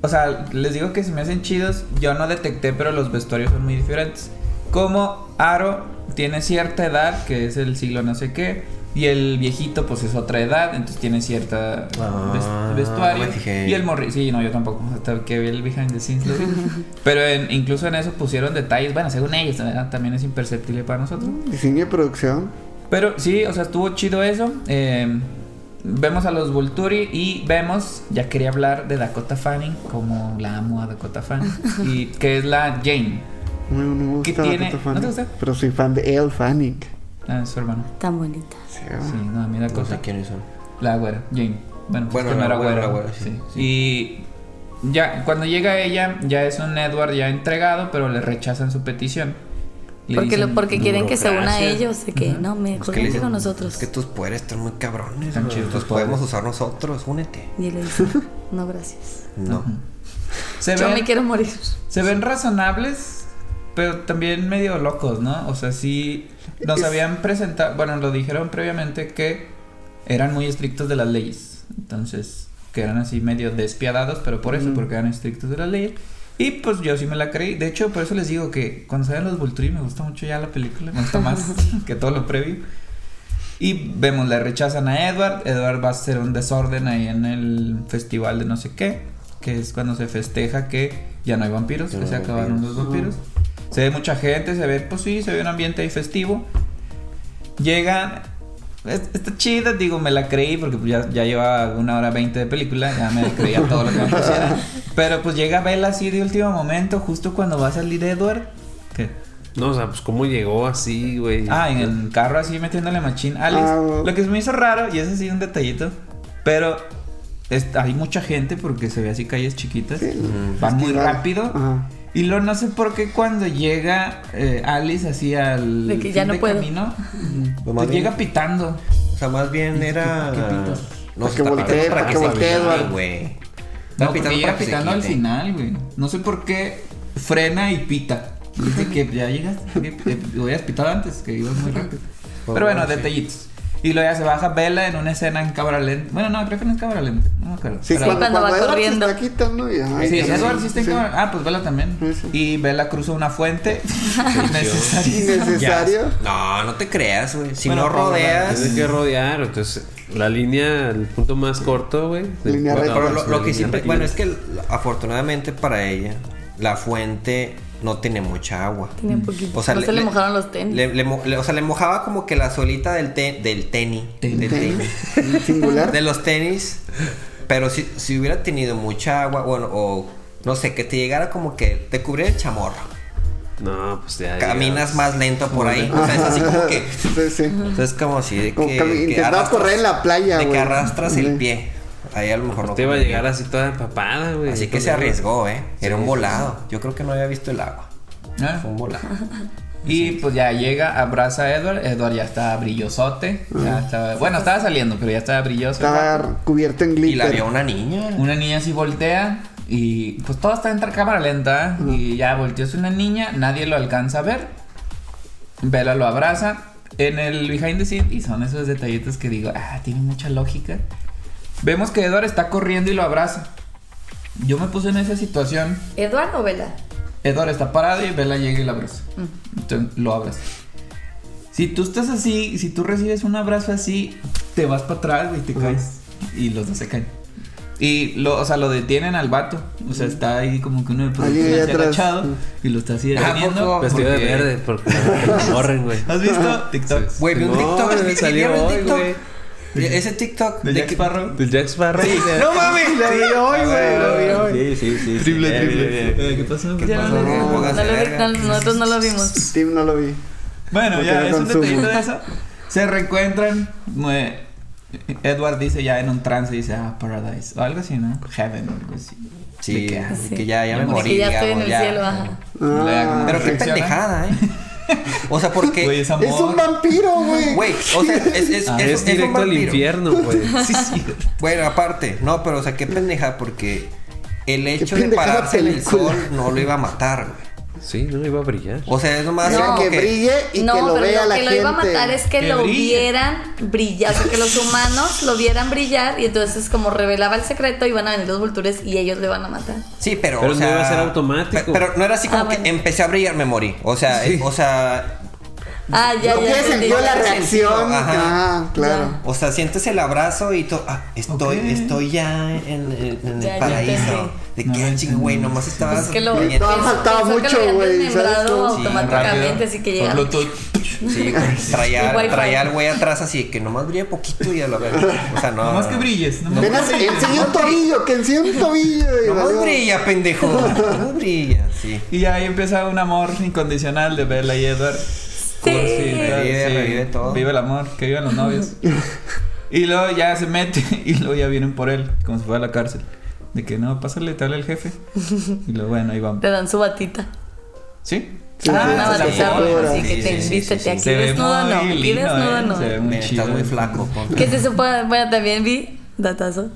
S2: o sea, les digo que se me hacen chidos, yo no detecté, pero los vestuarios son muy diferentes. Como Aro tiene cierta edad, que es el siglo no sé qué, y el viejito pues es otra edad, entonces tiene cierta
S4: Ah,
S2: ves- vestuario.
S4: no me fijé.
S2: Y el morri, sí, no, yo tampoco, hasta que vi el behind the scenes. lo vi. pero en- incluso en eso pusieron detalles, bueno, según ellos, ¿verdad? también es imperceptible para nosotros.
S3: Diseño y producción.
S2: Pero sí, o sea, estuvo chido eso. Eh, vemos a los Volturi y vemos, ya quería hablar de Dakota Fanning, como la amo a Dakota Fanning, y que es la Jane,
S3: No, no me gusta
S2: ¿Qué
S3: la
S2: tiene?
S3: Dakota
S2: ¿No te
S3: Fanning,
S2: gusta?
S3: Pero soy fan de Elle Fanning.
S2: ah, es su hermano.
S5: Tan bonita.
S3: Sí,
S2: Sí, no, a mí
S4: Ah. No
S2: Dakota.
S4: sé quiénes son.
S3: Eh,
S2: La güera, Jane. Bueno, pues
S4: Bueno,
S2: que no
S4: la
S2: era
S4: güera,
S2: güera.
S4: la güera, sí,
S2: Y ya, cuando llega ella, ya es un Edward ya entregado, pero le rechazan su petición. Le
S5: Porque, lo-
S2: dicen,
S5: porque quieren que se una a
S1: burocracia.
S5: ellos, de que no, me
S4: Es que le
S5: corriente
S4: dicen,
S5: con nosotros.
S4: Es que tus poderes están muy cabrones.
S2: Están
S4: ¿no?
S2: chidos tus
S4: Los podemos
S2: poderes.
S4: usar nosotros, únete.
S5: Y él le dice, no, gracias.
S4: No.
S2: Se
S5: Yo
S2: ven-
S5: me quiero morir.
S2: Se ven razonables, pero también medio locos, ¿no? O sea, sí nos
S3: Es-
S2: habían presentado, bueno, lo dijeron previamente que eran muy estrictos de las leyes. Entonces, que eran así medio despiadados, pero por eso, porque eran estrictos de las leyes. Y pues yo sí me la creí. De hecho, por eso les digo que cuando salen los Vulturi me gusta mucho ya la película. Me gusta más que todo lo previo. Y vemos, le rechazan a Edward. Edward va a hacer un desorden ahí en el festival de no sé qué. Que es cuando se festeja que ya no hay vampiros,
S4: Ya
S2: que
S4: no
S2: se
S4: hay
S2: acabaron
S4: vampiros.
S2: los vampiros. Se ve mucha gente, se ve, pues sí, se ve un ambiente ahí festivo. Llegan. es- Está chida, digo, me la creí porque pues, ya, ya lleva una hora veinte de película, ya me creía todo lo que me pusieron. Pero pues llega Bella así de último momento, justo cuando va a salir Edward. ¿Qué?
S1: No, o sea, pues cómo llegó así, güey.
S2: Ah, en el carro así metiéndole machín. Alex,
S3: Ah, bueno.
S2: lo que se me hizo raro, y ese sí es un detallito, pero es- hay mucha gente porque se ve así calles chiquitas.
S3: Sí, Mm.
S2: Va muy
S3: festival.
S2: rápido.
S3: Ajá.
S2: Y lo no sé por qué cuando llega eh, Alice así al
S5: De que ya
S2: fin
S5: no puedo.
S2: camino,
S4: Pues más
S2: te llega
S4: bien-
S2: pitando.
S4: O sea, más bien era.
S2: ¿Qué pitas?
S4: No,
S3: Para
S4: se
S3: que
S4: está
S3: voltee,
S4: pitando
S3: para que
S4: se
S3: voltee,
S4: quite,
S3: Eduardo.
S4: güey. Está
S2: No, porque
S4: pitando
S2: llega
S4: para que se
S2: pitando al
S4: quite.
S2: final, güey. No sé por qué frena y pita. Dice que ya llegaste, que que hubieras pitado antes, que ibas muy rápido.
S4: Por
S2: Pero bueno,
S4: favor, sí.
S2: detallitos. Y luego ya se baja Vela en una escena en cámara lenta. Bueno, no, creo que no es cámara lenta. No me acuerdo.
S3: Sí,
S2: Pero-
S3: cuando,
S5: cuando va
S3: cuando Edward se
S5: corriendo.
S3: está quitando y ajá,
S2: Sí,
S3: y también-
S2: Edward sí está en
S3: sí.
S2: cámara. Ah, pues Vela también.
S3: Sí, sí.
S2: Y Vela cruza una fuente.
S3: Innecesario.
S4: No, no te creas, güey. Si
S2: Bueno,
S4: no
S2: por-
S4: rodeas.
S1: Tienes que rodear, entonces la línea, el punto más corto, güey. del-
S3: Línea recta.
S4: Pero lo, lo que
S1: línea
S4: siempre.
S1: recta.
S4: Bueno, es que afortunadamente para ella, la fuente no tiene mucha agua.
S5: Tenía poquito. no se le, mojaron los tenis.
S4: le- le mo- le- o sea, le mojaba como que la solita del, te- del tenis.
S2: Tenis.
S4: Del tenis.
S3: Sí. Singular.
S4: de los tenis. Pero si, si hubiera tenido mucha agua, bueno, o no sé, que te llegara como que te cubriera el chamorro.
S1: No, pues ya.
S4: Caminas
S1: digamos.
S4: más lento por ahí. O sea, es así como que.
S3: Sí, sí.
S4: o sea, es como si de
S3: Como
S4: que,
S3: que
S4: que
S3: intentaba correr en la playa,
S4: De
S3: güey.
S4: que arrastras
S3: Sí.
S4: el pie. Ahí a lo mejor no.
S1: Te iba a
S4: conviene.
S1: llegar así toda empapada, güey.
S4: Así que se arriesgó, ¿eh? Era un volado. Yo creo que no había visto el agua.
S2: Ah.
S4: Fue un volado.
S2: Y pues ya llega, abraza a Edward. Edward ya está brillosote. Ya estaba- bueno, estaba saliendo, pero ya estaba brilloso.
S3: Estaba cubierto en
S4: Y la
S3: glitter.
S4: vio una niña.
S2: Una niña así voltea y pues todo está en tra- cámara lenta. ¿eh? Y ya volteó es una niña, nadie lo alcanza a ver. Vela lo abraza. En el behind the scenes, y son esos detallitos que digo, ah, tiene mucha lógica. Vemos que Edward está corriendo y lo abraza. Yo me puse en esa situación.
S5: ¿Eduardo o Vela?
S2: Edward está parado y Vela llega y lo abraza. Entonces lo abraza. Si tú estás así, si tú recibes un abrazo así, te vas para atrás güey, y te caes. Y los dos se caen. Y lo, o sea, lo detienen al vato. O sea, está ahí como que uno de
S3: Alguien ahí
S2: producción así
S3: atrás.
S2: agachado y lo está así
S4: Ah, por
S2: deteniendo.
S4: favor.
S1: Vestido de
S2: porque-
S1: verde, porque me corren, güey.
S2: ¿Has visto TikTok?
S4: Güey, vi un
S1: No,
S4: TikTok.
S1: güey,
S4: vi-
S1: salió
S4: ¿vieron el
S1: hoy,
S4: TikTok?
S1: güey.
S4: Ese TikTok.
S2: De Jack
S4: que-
S2: Sparrow.
S1: Del Jack Sparrow.
S4: ¡No mames!
S3: La vi hoy, güey. La vi hoy.
S4: Sí, sí, sí.
S2: Triple,
S4: sí,
S2: triple.
S4: bien, bien, bien.
S2: Eh, ¿Qué pasó?
S4: ¿Qué pasó?
S5: No,
S4: No,
S5: no,
S4: póngase
S5: lo vi-
S4: verga.
S5: no, nosotros no lo vimos.
S3: Sí, no lo vi.
S2: Bueno,
S3: Porque
S2: ya
S3: no
S2: es un
S3: consumo.
S2: detallito de eso. Se reencuentran. eh, Edward dice ya en un trance, dice, ah, paradise. O algo así, ¿no? Heaven, o algo así.
S4: Sí,
S2: De que, ah,
S4: que ya, ya me
S5: Es que
S4: morí.
S5: ya estoy
S4: digamos,
S5: en el
S4: ya.
S5: cielo, ajá.
S2: Le da
S1: Ah,
S2: como-
S4: Pero qué
S2: Reflexiona.
S4: pendejada, ¿eh? O sea, porque.
S2: Güey, es amor.
S3: Es un vampiro, güey.
S4: Güey, o sea, es, es,
S1: Ah,
S4: es-
S1: Es
S4: es un
S1: directo al
S4: vampiro.
S1: infierno, güey.
S2: Sí, sí.
S4: Bueno, aparte, no, pero o sea, qué pendejada, porque el hecho de
S3: pendejada
S4: pararse en el
S3: película.
S4: sol no lo iba a matar, güey.
S1: Sí, no iba a brillar.
S4: O sea, es nomás
S3: O sea,
S5: No.
S4: como
S3: que brille y que lo vea la
S5: que
S3: gente.
S5: lo iba a matar es que,
S2: Que
S5: lo
S2: brille.
S5: vieran brillar, o sea, que los humanos lo vieran brillar y entonces como revelaba el secreto iban a venir los vultures y ellos lo iban a matar.
S4: Sí, pero.
S1: Pero
S4: o
S1: no
S4: sea,
S1: iba a ser automático.
S4: pe- Pero no era así como
S5: Ah, bueno.
S4: que empecé a brillar, me morí. O sea, eh, o sea,
S5: Ah, ya,
S3: no tiene
S5: ya. entendí.
S3: sentido la
S4: Tiene
S3: reacción.
S4: sentido, ajá.
S3: Ah, claro.
S4: O sea, sientes el abrazo y todo. Ah, estoy,
S2: Ok.
S4: estoy ya en, en- en
S5: Ya,
S4: el
S5: ya
S4: paraíso.
S5: entendí.
S4: De
S2: No, ya
S4: que, ah, chinga, güey,
S2: entendí.
S4: nomás estabas.
S5: Es que lo
S3: Todavía
S5: pensó-
S3: faltaba
S5: pensó que
S3: mucho,
S5: lo habían
S3: güey,
S5: desmembrado
S3: ¿sabes cómo?
S4: Sí,
S5: automáticamente, así que
S2: Por
S5: llegaron.
S2: Bluetooth.
S4: Sí, güey, traía,
S5: Wi-Fi.
S4: traía al güey atrás así de que nomás brilla poquito y a la verga. O sea, no.
S2: Nomás
S4: no,
S2: que
S4: no.
S2: brilles. nomás que
S3: Apenas
S2: brilles.
S3: enseñó un tobillo, que enseñó un tobillo. y
S4: Nomás
S3: valió.
S4: brilla, pendejo. Nomás brilla, sí.
S2: Y ya ahí empieza un amor incondicional de Bella y Edward.
S5: Revive,
S4: revive todo.
S2: Vive el amor, que vivan los novios. y luego ya se mete y luego ya vienen por él, como si fuera a la cárcel. De que no, pásale tal al jefe. Y luego, bueno, ahí van.
S5: Te dan su batita.
S2: ¿Sí?
S3: Sí,
S2: Ah,
S5: Una
S2: se la
S5: batita
S2: pone.
S5: roja,
S4: Sí,
S5: así que te
S4: sí, sí, sí,
S5: vístete aquí
S2: Se ve
S5: desnudo, no.
S2: muy
S5: Aquí
S2: lindo,
S5: desnudo,
S2: ¿eh?
S5: no.
S2: Se ve muy
S4: Me-
S2: chido.
S4: Estás muy flaco. ponte.
S5: Que se supo, bueno, también vi, datazo,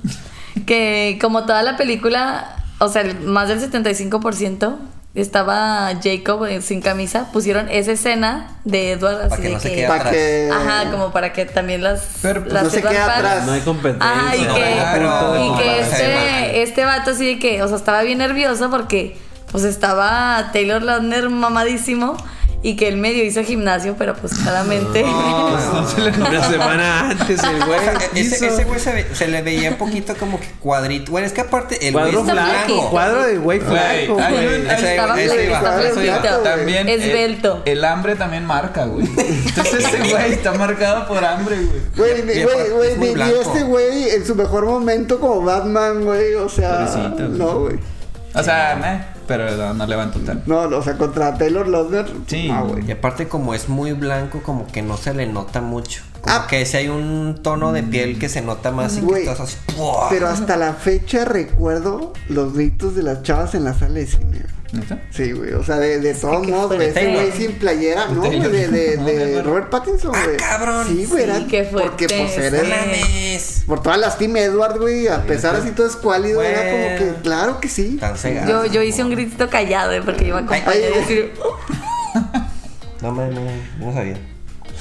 S5: que como toda la película, o sea, el- más del 75% estaba Jacob eh, sin camisa, pusieron esa escena de Edward así
S4: Para que
S5: de
S4: no se
S5: que...
S4: quede
S3: Para
S4: atrás.
S3: que.
S5: Ajá, como para que también las...
S2: Pero, pues,
S5: las
S3: no se
S5: Edward
S3: quede
S5: Parr-
S3: atrás.
S1: No hay competencia.
S5: Ah, y
S4: No,
S5: que,
S4: pero-
S5: y que
S4: no, no, no.
S5: este, este vato así de que, o sea, estaba bien nervioso porque pues estaba Taylor Lautner mamadísimo y que él medio hizo gimnasio, pero pues claramente...
S2: No se le nota.
S1: Una semana antes el güey.
S4: O
S5: Ah,
S4: sea,
S1: hizo-
S4: ese, ese güey se, ve- se le veía un poquito como que cuadrito. Bueno, es que aparte el güey
S1: Cuadro
S5: Está
S1: flaco.
S5: flaquito.
S1: Cuadro de güey
S2: Güey,
S1: flaco.
S2: hay
S1: güey.
S2: un-
S4: Ese-
S5: Estaba
S4: ese
S5: flaquito,
S4: iba.
S5: estaba
S3: Ese iba.
S5: flaquito.
S2: También el-
S5: Esbelto.
S2: El, hambre también marca, güey. Entonces ese güey está marcado por hambre, güey.
S3: Güey,
S4: Y
S3: ni-
S4: aparte
S3: güey, güey,
S4: es muy
S3: ni- ni
S4: blanco.
S3: este güey en su mejor momento como Batman, güey, o sea,
S2: Pobrecito, güey.
S3: no, güey.
S2: O sea, meh, pero no, no levanto tanto.
S3: No, o sea, contra Taylor Lautner.
S2: Sí.
S3: no, güey.
S4: Y aparte como es muy blanco, como que no se le nota mucho. Como
S3: Ah.
S4: que si hay un tono de piel que se nota más y que
S3: Güey,
S4: estás así. ¡buah!
S3: Pero hasta la fecha recuerdo los gritos de las chavas en la sala de cine. güey.
S2: ¿Neta?
S3: Sí, güey, o sea, de, de todos modos, güey, ese
S4: Taylor.
S3: güey sin playera, no, güey,
S2: Taylor.
S3: de, de,
S2: No,
S3: de
S2: de acuerdo.
S3: Robert Pattinson, güey.
S4: Ah, cabrón.
S3: Sí, güey,
S5: Sí,
S3: era
S5: qué fuerte.
S3: porque pues eres,
S4: ¡Mames!
S3: por todas las Team Edward, güey, a pesar así todo escuálido, era
S4: Güey.
S3: como que, claro que sí.
S4: Tan cegadas,
S5: Yo, yo
S4: ¿no?
S5: hice un gritito callado, eh, porque iba a acompañar
S3: ay.
S5: y decir, "Uh".
S4: No mames, no sabía.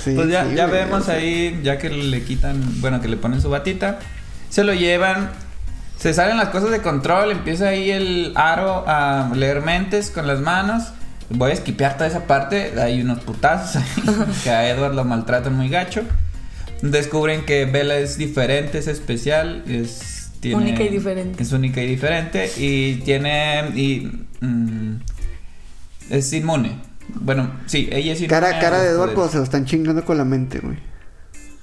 S3: Sí,
S2: Pues ya,
S3: sí,
S2: ya
S3: güey, o
S2: vemos
S3: sea,
S2: ahí, ya que le quitan, bueno, que le ponen su batita, se lo llevan, se salen las cosas de control, empieza ahí el aro a leer mentes con las manos. Voy a esquipear toda esa parte, hay unos putazos ahí, que a Edward lo maltratan muy gacho. Descubren que Bella es diferente, es especial, es... tiene-
S5: Única y diferente.
S2: Es única y diferente y tiene... Y, mm, es inmune. Bueno, sí, ella es inmune.
S3: Cara,
S2: a
S3: cara de
S2: los
S3: Edward
S2: poderes.
S3: cuando se lo están chingando con la mente, güey.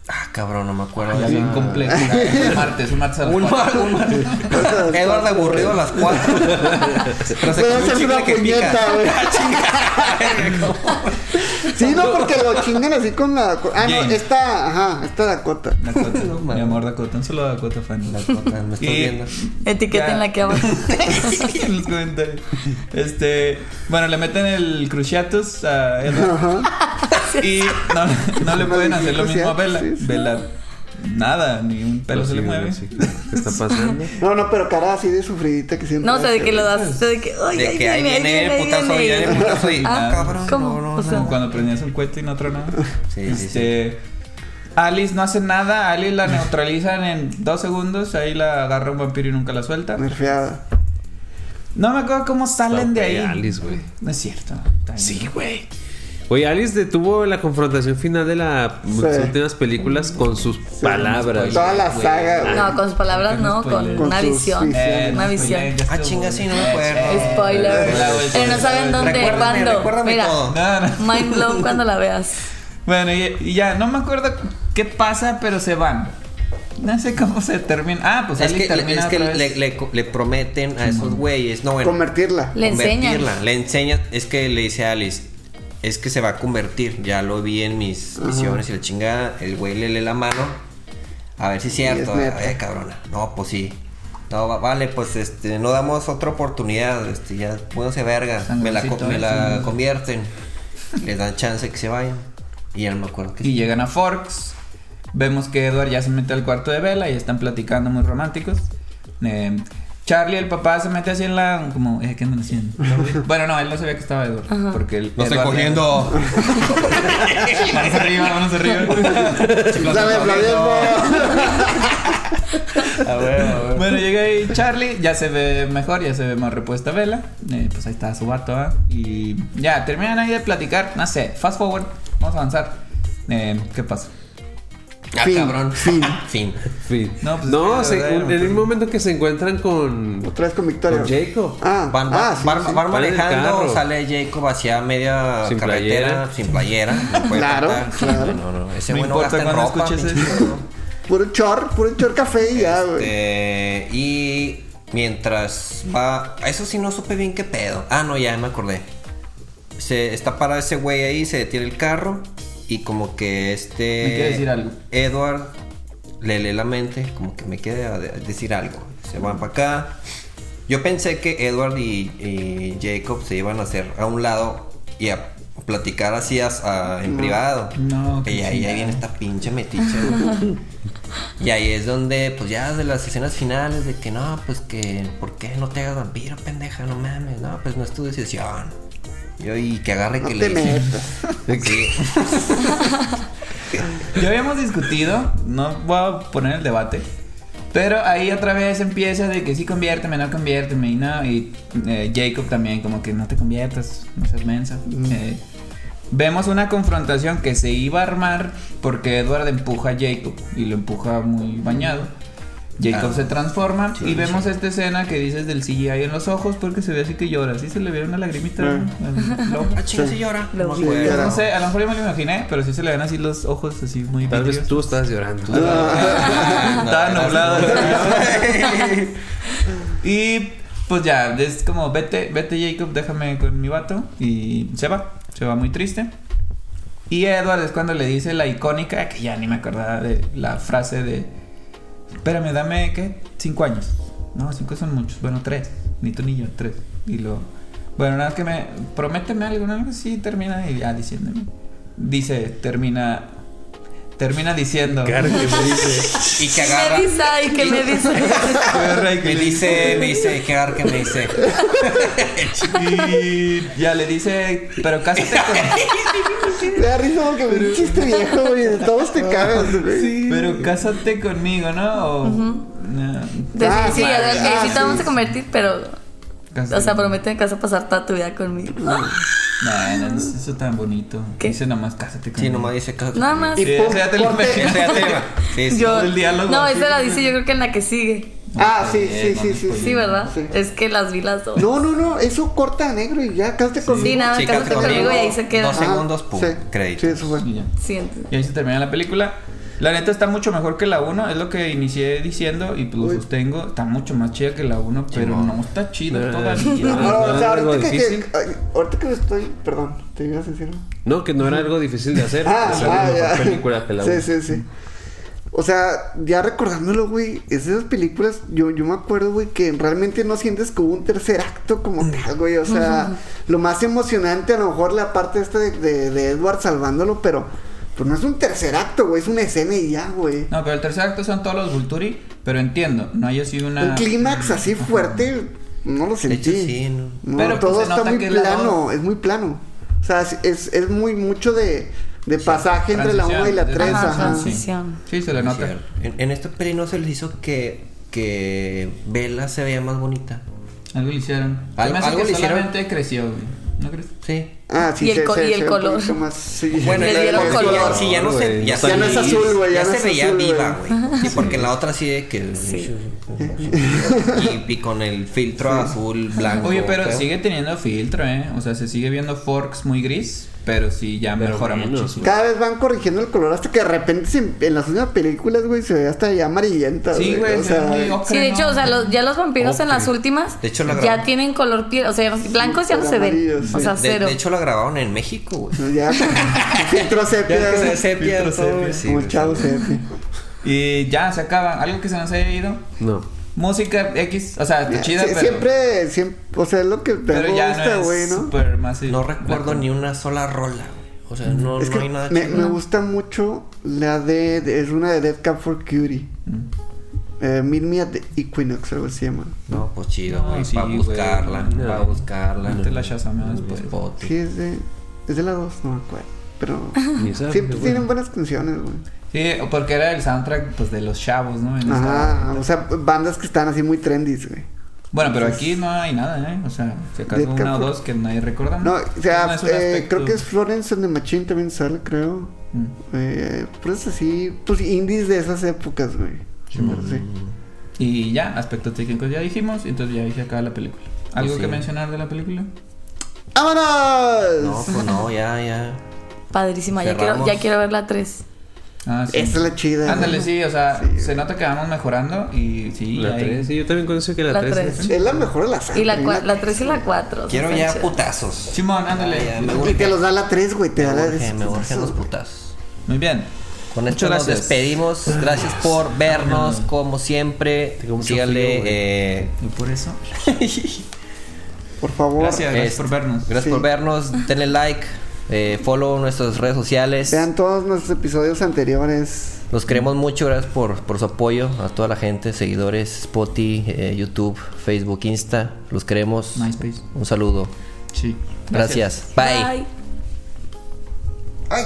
S4: Ah, cabrón, no me acuerdo.
S2: Ah,
S4: de
S2: bien
S4: esa-
S2: complejo. Un martes, un martes a las
S4: Un mar,
S2: cuatro.
S4: un mar. Eduardo aburrido a las cuatro. Pero se
S3: Puede
S4: comió un
S3: hacerse
S4: chicle
S3: una
S4: que
S3: puñeta,
S4: pica. Ah,
S3: güey. Sí, no, porque lo chingan así con la. Ah, no,
S2: Jane.
S3: esta, ajá, esta Dakota.
S2: Dakota,
S4: No,
S2: mi
S4: man.
S2: amor Dakota, un solo Dakota fan.
S4: Dakota, me estoy viendo.
S5: etiqueta en la que abajo.
S2: en los comentarios. Este, bueno, le meten el cruciatus a Edward y no, no le pueden hacer lo mismo a Bella.
S3: Sí, sí.
S2: Vela nada, ni un pelo se le
S1: Sí,
S2: mueve.
S1: sí, claro. ¿Qué está pasando?
S3: No, no, pero cara así de sufridita que siempre.
S5: No, o sea, de
S3: hace,
S5: que lo
S3: güey.
S5: das, o sea, de que, ay,
S4: De
S5: ahí
S4: que ahí viene el
S5: ahí
S4: putazo,
S5: viene".
S4: ya viene el putazo y.
S5: Ah,
S4: Ah, cabrón.
S5: ¿cómo?
S4: No,
S5: O
S4: no,
S5: sea,
S4: no.
S2: Como cuando prendías un cohete y no tronaba.
S4: Sí, sí, sí.
S2: Este, Alice no hace nada, Alice la neutralizan en dos segundos, ahí la agarra un vampiro y nunca la suelta.
S3: Nerfeada.
S2: No me acuerdo cómo salen de ahí.
S1: Alice, güey.
S2: No es cierto.
S1: Sí, güey. Oye, Alice detuvo la confrontación final de la- las últimas películas con sus palabras.
S3: Toda
S1: güey.
S3: la saga, güey.
S5: No, con sus palabras
S2: Con
S5: no,
S2: spoiler.
S5: con
S3: Con
S5: una
S3: sus
S2: Eh,
S5: visión.
S3: visiones.
S5: Una
S2: pues
S5: visión.
S4: Ah, chinga, sí, no me acuerdo.
S5: Spoiler. Pero no saben dónde,
S4: Recuérdame,
S5: cuándo.
S4: recuérdame
S5: Mira,
S4: todo.
S2: No, no.
S5: mind blown cuando la veas.
S2: Bueno, y, y ya, no me acuerdo qué pasa, pero se van. No sé cómo se termina. Ah, pues
S4: Es
S2: Alice
S4: que,
S2: termina
S4: es que
S2: otra vez.
S4: le, le- le prometen a esos güeyes. No, bueno.
S3: Convertirla.
S5: Le enseñan.
S4: convertirla. Le enseña, es que le dice a Alice, es que se va a convertir. Ya lo vi en mis visiones y la chingada. El güey le lee la mano. A ver si es
S3: es
S4: cierto.
S3: neta.
S4: Ay, cabrona. No, pues sí. No, va- vale, pues este, no damos otra oportunidad. Este, ya, pónganse verga. Me la, co-
S2: Sangroncito,
S4: me
S2: eh,
S4: la
S2: sí.
S4: convierten. Les dan chance que se vayan. Y ya no me acuerdo que
S2: Y llegan a Forks. Vemos que Edward ya se mete al cuarto de Bella y están platicando muy románticos. Eh, Charlie, el papá, se mete así en la. Como, eh, ¿qué andan haciendo? bueno, no, él no sabía que estaba Edward. Porque él.
S4: No estoy
S2: Edward-
S4: cogiendo.
S2: Manos arriba, manos arriba.
S3: Dame aplaudiendo.
S2: Bueno, llega ahí Charlie, ya se ve mejor, ya se ve más repuesta Vela. pues ahí está su vato, ¿ah? Y ya, terminan ahí de platicar. No sé, fast forward, vamos a avanzar. Eh, ¿Qué pasa?
S4: Ah,
S3: Fin,
S4: cabrón.
S3: fin.
S4: Fin.
S1: Fin.
S2: No,
S1: No,
S2: pues, es que
S1: se-
S2: la verdad,
S1: un- en
S2: no.
S1: el momento que se encuentran con,
S3: Otra vez con Victoria.
S1: con Jacob.
S3: Ah,
S4: Van,
S3: ah,
S4: van-
S3: sí,
S4: van-
S3: sí.
S4: van
S1: Van en el
S4: manejando,
S1: carro.
S4: sale Jacob hacia media
S1: Sin
S4: carretera,
S1: playera.
S4: sin playera. no puede
S3: Claro,
S4: faltar.
S3: claro.
S4: No, no, ese
S2: No
S4: güey no
S2: importa
S4: gasta en
S2: cuándo
S4: ropa.
S2: escuches
S4: pinche
S2: esto.
S4: cabrón.
S3: Puro chor, puro chor café y ya, güey.
S4: Eh, y mientras va... Eso sí no supe bien qué pedo. Ah, no, ya me acordé. Se está parado ese güey ahí, se detiene el carro y como que este...
S2: Me quiere decir algo.
S4: Edward le lee la mente, como que me quiere a- de- decir algo. Se van para acá. Yo pensé que Edward y, y Jacob se iban a hacer a un lado y a platicar así as- a- en privado.
S2: No, qué
S4: y ahí, ahí
S2: chingada.
S4: viene esta pinche metiche. güey. y ahí es donde, pues ya de las escenas finales, de que no, pues que, ¿por qué no te hagas vampiro, pendeja? No mames, no, pues no es tu decisión. Yo, y que agarre
S3: No
S4: que
S3: te
S4: le dice.
S3: metas.
S4: Sí.
S2: Ya habíamos discutido, no voy a poner el debate. Pero ahí otra vez empieza de que sí conviérteme, no conviérteme y no. Y eh, Jacob también, como que no te conviertas, no seas mensa.
S4: Mm.
S2: Eh, vemos una confrontación que se iba a armar porque Edward empuja a Jacob y lo empuja muy bañado. Jacob
S4: Ah.
S2: se transforma
S4: Sí,
S2: y
S4: sí.
S2: vemos esta escena que dices del CGI en los ojos porque se ve así que llora. Así se le ve una lagrimita.
S4: Eh.
S3: Ah.
S2: ¿no? Al lobo.
S4: Ah, chinga, sí llora. No me
S5: Sí,
S4: acuerdo.
S3: llora.
S2: No sé, a lo mejor yo me lo imaginé, pero sí se le ven así los ojos así muy
S1: Tal vez
S2: vidriosos.
S1: tú estás llorando.
S4: Ah,
S2: Estaba
S4: no,
S2: nublado.
S4: no.
S2: y pues ya, es como, vete, vete Jacob, déjame con mi vato. Y se va, se va muy triste. Y Edward es cuando le dice la icónica, que ya ni me acordaba de la frase de, espérame, dame, ¿qué? Cinco años. No, cinco son muchos. Bueno, tres. Ni tú ni yo, tres. Y luego, bueno, nada más que me, prométeme algo, algo así, termina y ya diciéndome. Dice, termina, termina diciendo.
S1: Cara que me dice.
S4: Y que agarra.
S5: Me dice, ay, que me dice.
S2: Agarra y que
S4: Me
S2: le
S4: dice, me dice, que agarra que me dice.
S2: Y ya le dice, pero cásate con,
S3: Me da risa porque me un chiste viejo, güey. De todos te cagas, güey.
S2: pero cásate conmigo, ¿no? O, no,
S5: Decir,
S3: Ah,
S5: sí,
S3: madre,
S5: ok,
S3: ah,
S5: sí te vamos
S3: sí.
S5: a convertir, pero.
S2: cásate
S5: O sea,
S2: conmigo.
S5: prometen que vas a pasar toda tu vida conmigo.
S2: No, no, no es eso tan bonito.
S5: ¿Qué?
S2: Dice nomás cásate conmigo.
S4: Sí, nomás dice que.
S5: Nada más.
S3: Y
S2: Sí,
S3: por-
S2: ese ya te lo
S3: corte.
S2: imaginé, ese ya te lo imaginé.
S4: Sí, sí.
S5: Yo,
S2: el diálogo,
S5: no,
S2: sí.
S5: esa la dice yo creo que en la que sigue.
S3: Ah, sí, sí,
S2: Bien,
S3: sí,
S2: no
S3: sí.
S2: me
S5: Sí, ¿verdad?
S3: Sí.
S5: Es que las vi las dos.
S3: No, no, no. Eso corta a negro y ya cásate conmigo.
S5: Sí, nada,
S4: Sí,
S5: te
S4: cásate
S5: conmigo y ahí se queda.
S4: Dos segundos, pum, crédito.
S3: Sí, eso fue.
S2: Y ya.
S5: Siguiente.
S2: Y ahí se termina la película. La neta está mucho mejor que la 1, es lo que inicié diciendo y pues lo
S3: Uy.
S2: sostengo. Está mucho más chida que la 1, pero no está chida
S1: No,
S2: todavía.
S1: no,
S3: Ahora, o sea,
S1: algo
S3: ahorita que,
S1: difícil.
S3: que- ay, ahorita que estoy, perdón, te ibas a decir. algo?
S1: No, que no era algo difícil de hacer.
S3: Ah,
S1: es la
S3: ah,
S1: pues, mejor
S3: ya.
S1: película que la
S3: Sí, sí, sí. O sea, ya recordándolo, güey, es de esas películas, yo, yo me acuerdo, güey, que realmente no sientes como un tercer acto
S1: Mm.
S3: como tal, güey. O sea, lo más emocionante, a lo mejor la parte esta de, de- de Edward salvándolo, pero pues no es un tercer acto, güey, es una escena y ya, güey.
S2: No, pero el tercer acto son todos los Vulturi, pero entiendo, no haya sido una...
S3: Un clímax así fuerte, no lo
S4: De
S3: sentí.
S4: hecho, sí, no.
S3: No,
S2: Pero, pues,
S3: todo
S2: se
S3: está
S2: nota
S3: muy
S2: que es la
S3: plano,
S2: dos.
S3: es muy plano. O sea, es- es, es muy mucho de, de pasaje entre la 1 y la 3.
S2: Transición,
S5: Ajá,
S3: Ajá,
S5: sí. transición.
S2: Sí, se le nota.
S4: En, en esta peli no se les hizo que, que Bella se veía más bonita.
S2: Algo le hicieron.
S4: Al-
S2: Se me hace
S4: algo
S2: que
S4: le hicieron.
S2: solamente creció, güey. ¿No crees?
S4: Sí.
S3: Ah, sí,
S5: Y el
S3: se-
S5: co-
S3: se-
S5: y el
S3: se ve un
S5: color.
S3: poquito más, sí.
S5: Le
S4: la-
S5: dieron
S4: la-
S5: color.
S4: Sí, ya no se.
S1: Güey, ya
S4: Ya, se
S3: no es
S4: veía-
S3: azul, güey, ya
S4: Ya
S3: no
S4: se
S3: es
S4: veía
S3: azul, güey.
S4: viva, güey. Sí, porque la otra sí de que.
S5: Sí.
S4: Y, y con el filtro azul, blanco.
S2: Oye, pero
S4: feo.
S2: sigue teniendo filtro, ¿eh? O sea, se sigue viendo forks muy gris, pero sí ya
S1: Pero
S2: mejora
S1: menos,
S2: muchísimo.
S3: Cada vez van corrigiendo el color hasta que de repente se- en las últimas películas, güey, se ve hasta ya amarillenta.
S2: Sí, güey,
S3: o
S2: se ve
S3: sea,
S2: muy ocre,
S5: Sí, de hecho,
S2: ¿no?
S5: o sea, los- ya los vampiros en
S4: Ocre.
S5: las últimas
S4: De hecho, la
S5: ya
S4: grabaron.
S5: tienen color piel, o sea, ya no- blancos ya no se ven.
S3: amarillos,
S5: O
S3: sí.
S5: sea,
S4: De-
S5: cero.
S4: De, hecho, la grabaron en México, güey.
S3: pues, ya filtro sepia,
S4: Ya que se
S3: güey.
S4: sepia
S2: filtro
S4: todo,
S2: sepia.
S4: güey, sí,
S3: como
S4: güey.
S3: chavo sepia.
S2: Y ya se acaba. Algo que se nos haya ido.
S1: No.
S2: Música X, o sea, está chida,
S3: Sie-
S2: pero.
S3: Eh, siempre, siempre, o sea, es lo que te
S2: pero ya
S3: gusta,
S2: no es pues
S3: güey, ¿no?
S2: super masivo.
S4: No recuerdo ni una sola rola, güey. O sea, no,
S3: Es
S4: no
S3: que
S4: hay nada.
S3: me,
S4: chido.
S3: me gusta mucho la de, de- es una de Dead Cab for Cutie. Eh, Meet Me at the Equinox, algo así se llama.
S4: No, pues chido,
S2: No,
S4: güey.
S2: sí,
S4: para
S2: güey.
S4: buscarla,
S1: No.
S4: para buscarla.
S2: Te la shazameas, pues.
S4: Pues, pote.
S3: Sí, es de, es de la 2, no me acuerdo. Pero
S1: Ni sabes,
S3: siempre
S1: güey.
S3: tienen buenas canciones, güey.
S2: Sí, porque era el soundtrack pues, de los chavos, ¿no? En esta-
S3: Ajá, o sea, bandas que están así muy trendy, güey.
S2: Bueno, pero aquí no hay nada, ¿eh? O sea, si acaso
S3: Dead Cat
S2: una o
S3: Pro-
S2: dos que nadie recuerda. Pues
S3: No, o sea,
S2: Ah. es un
S3: eh,
S2: aspecto-
S3: creo que es Florence and the Machine también sale, creo.
S2: Mm.
S3: Eh, pues así, pues indies de esas épocas, güey. Pero sí.
S2: Y ya, aspectos técnicos ya dijimos, entonces ya dije acá la película. ¿Algo
S4: Sí.
S2: que mencionar de la película?
S3: ¡Vámonos!
S4: No, pues no, ya, ya.
S5: Padrísima, ya quiero, ya
S4: Cerramos.
S5: quiero ver la 3.
S2: Ah, sí.
S3: Esa es la chida.
S2: Ándale,
S3: güey.
S2: sí, o sea,
S3: Sí,
S2: se nota que vamos mejorando y sí,
S1: La
S2: ahí-
S1: 3, sí, yo también conozco que la
S5: La
S1: 3
S5: tres.
S4: pues,
S1: es
S3: Es la mejor de las
S5: Y la, cua- la 3 y la 4.
S4: Quiero ya putazos.
S2: Simón, ándale.
S4: Ya, ya, me
S3: Y te
S4: urge.
S3: los da la 3, güey. Te
S4: Me
S3: da la
S4: urge, me urgen los
S3: Eso, güey.
S4: putazos.
S2: Muy bien.
S4: Con esto
S2: Muchas
S4: nos
S2: gracias.
S4: despedimos. Gracias por vernos, como siempre.
S1: Tengo mucho frío, güey.
S4: Síganle. eh,
S2: Y por eso,
S3: Por favor.
S2: gracias, gracias
S4: este,
S2: por vernos.
S4: Gracias
S3: Sí.
S4: por vernos. Denle like. eh, follow nuestras redes sociales.
S3: Vean todos nuestros episodios anteriores.
S4: Los queremos mucho, gracias por, por su apoyo a toda la gente, seguidores, Spotify, eh, YouTube, Facebook, Insta. Los queremos.
S2: MySpace.
S4: Un saludo.
S2: Sí.
S4: Gracias. Bye.
S5: Bye.
S3: ¡Ay!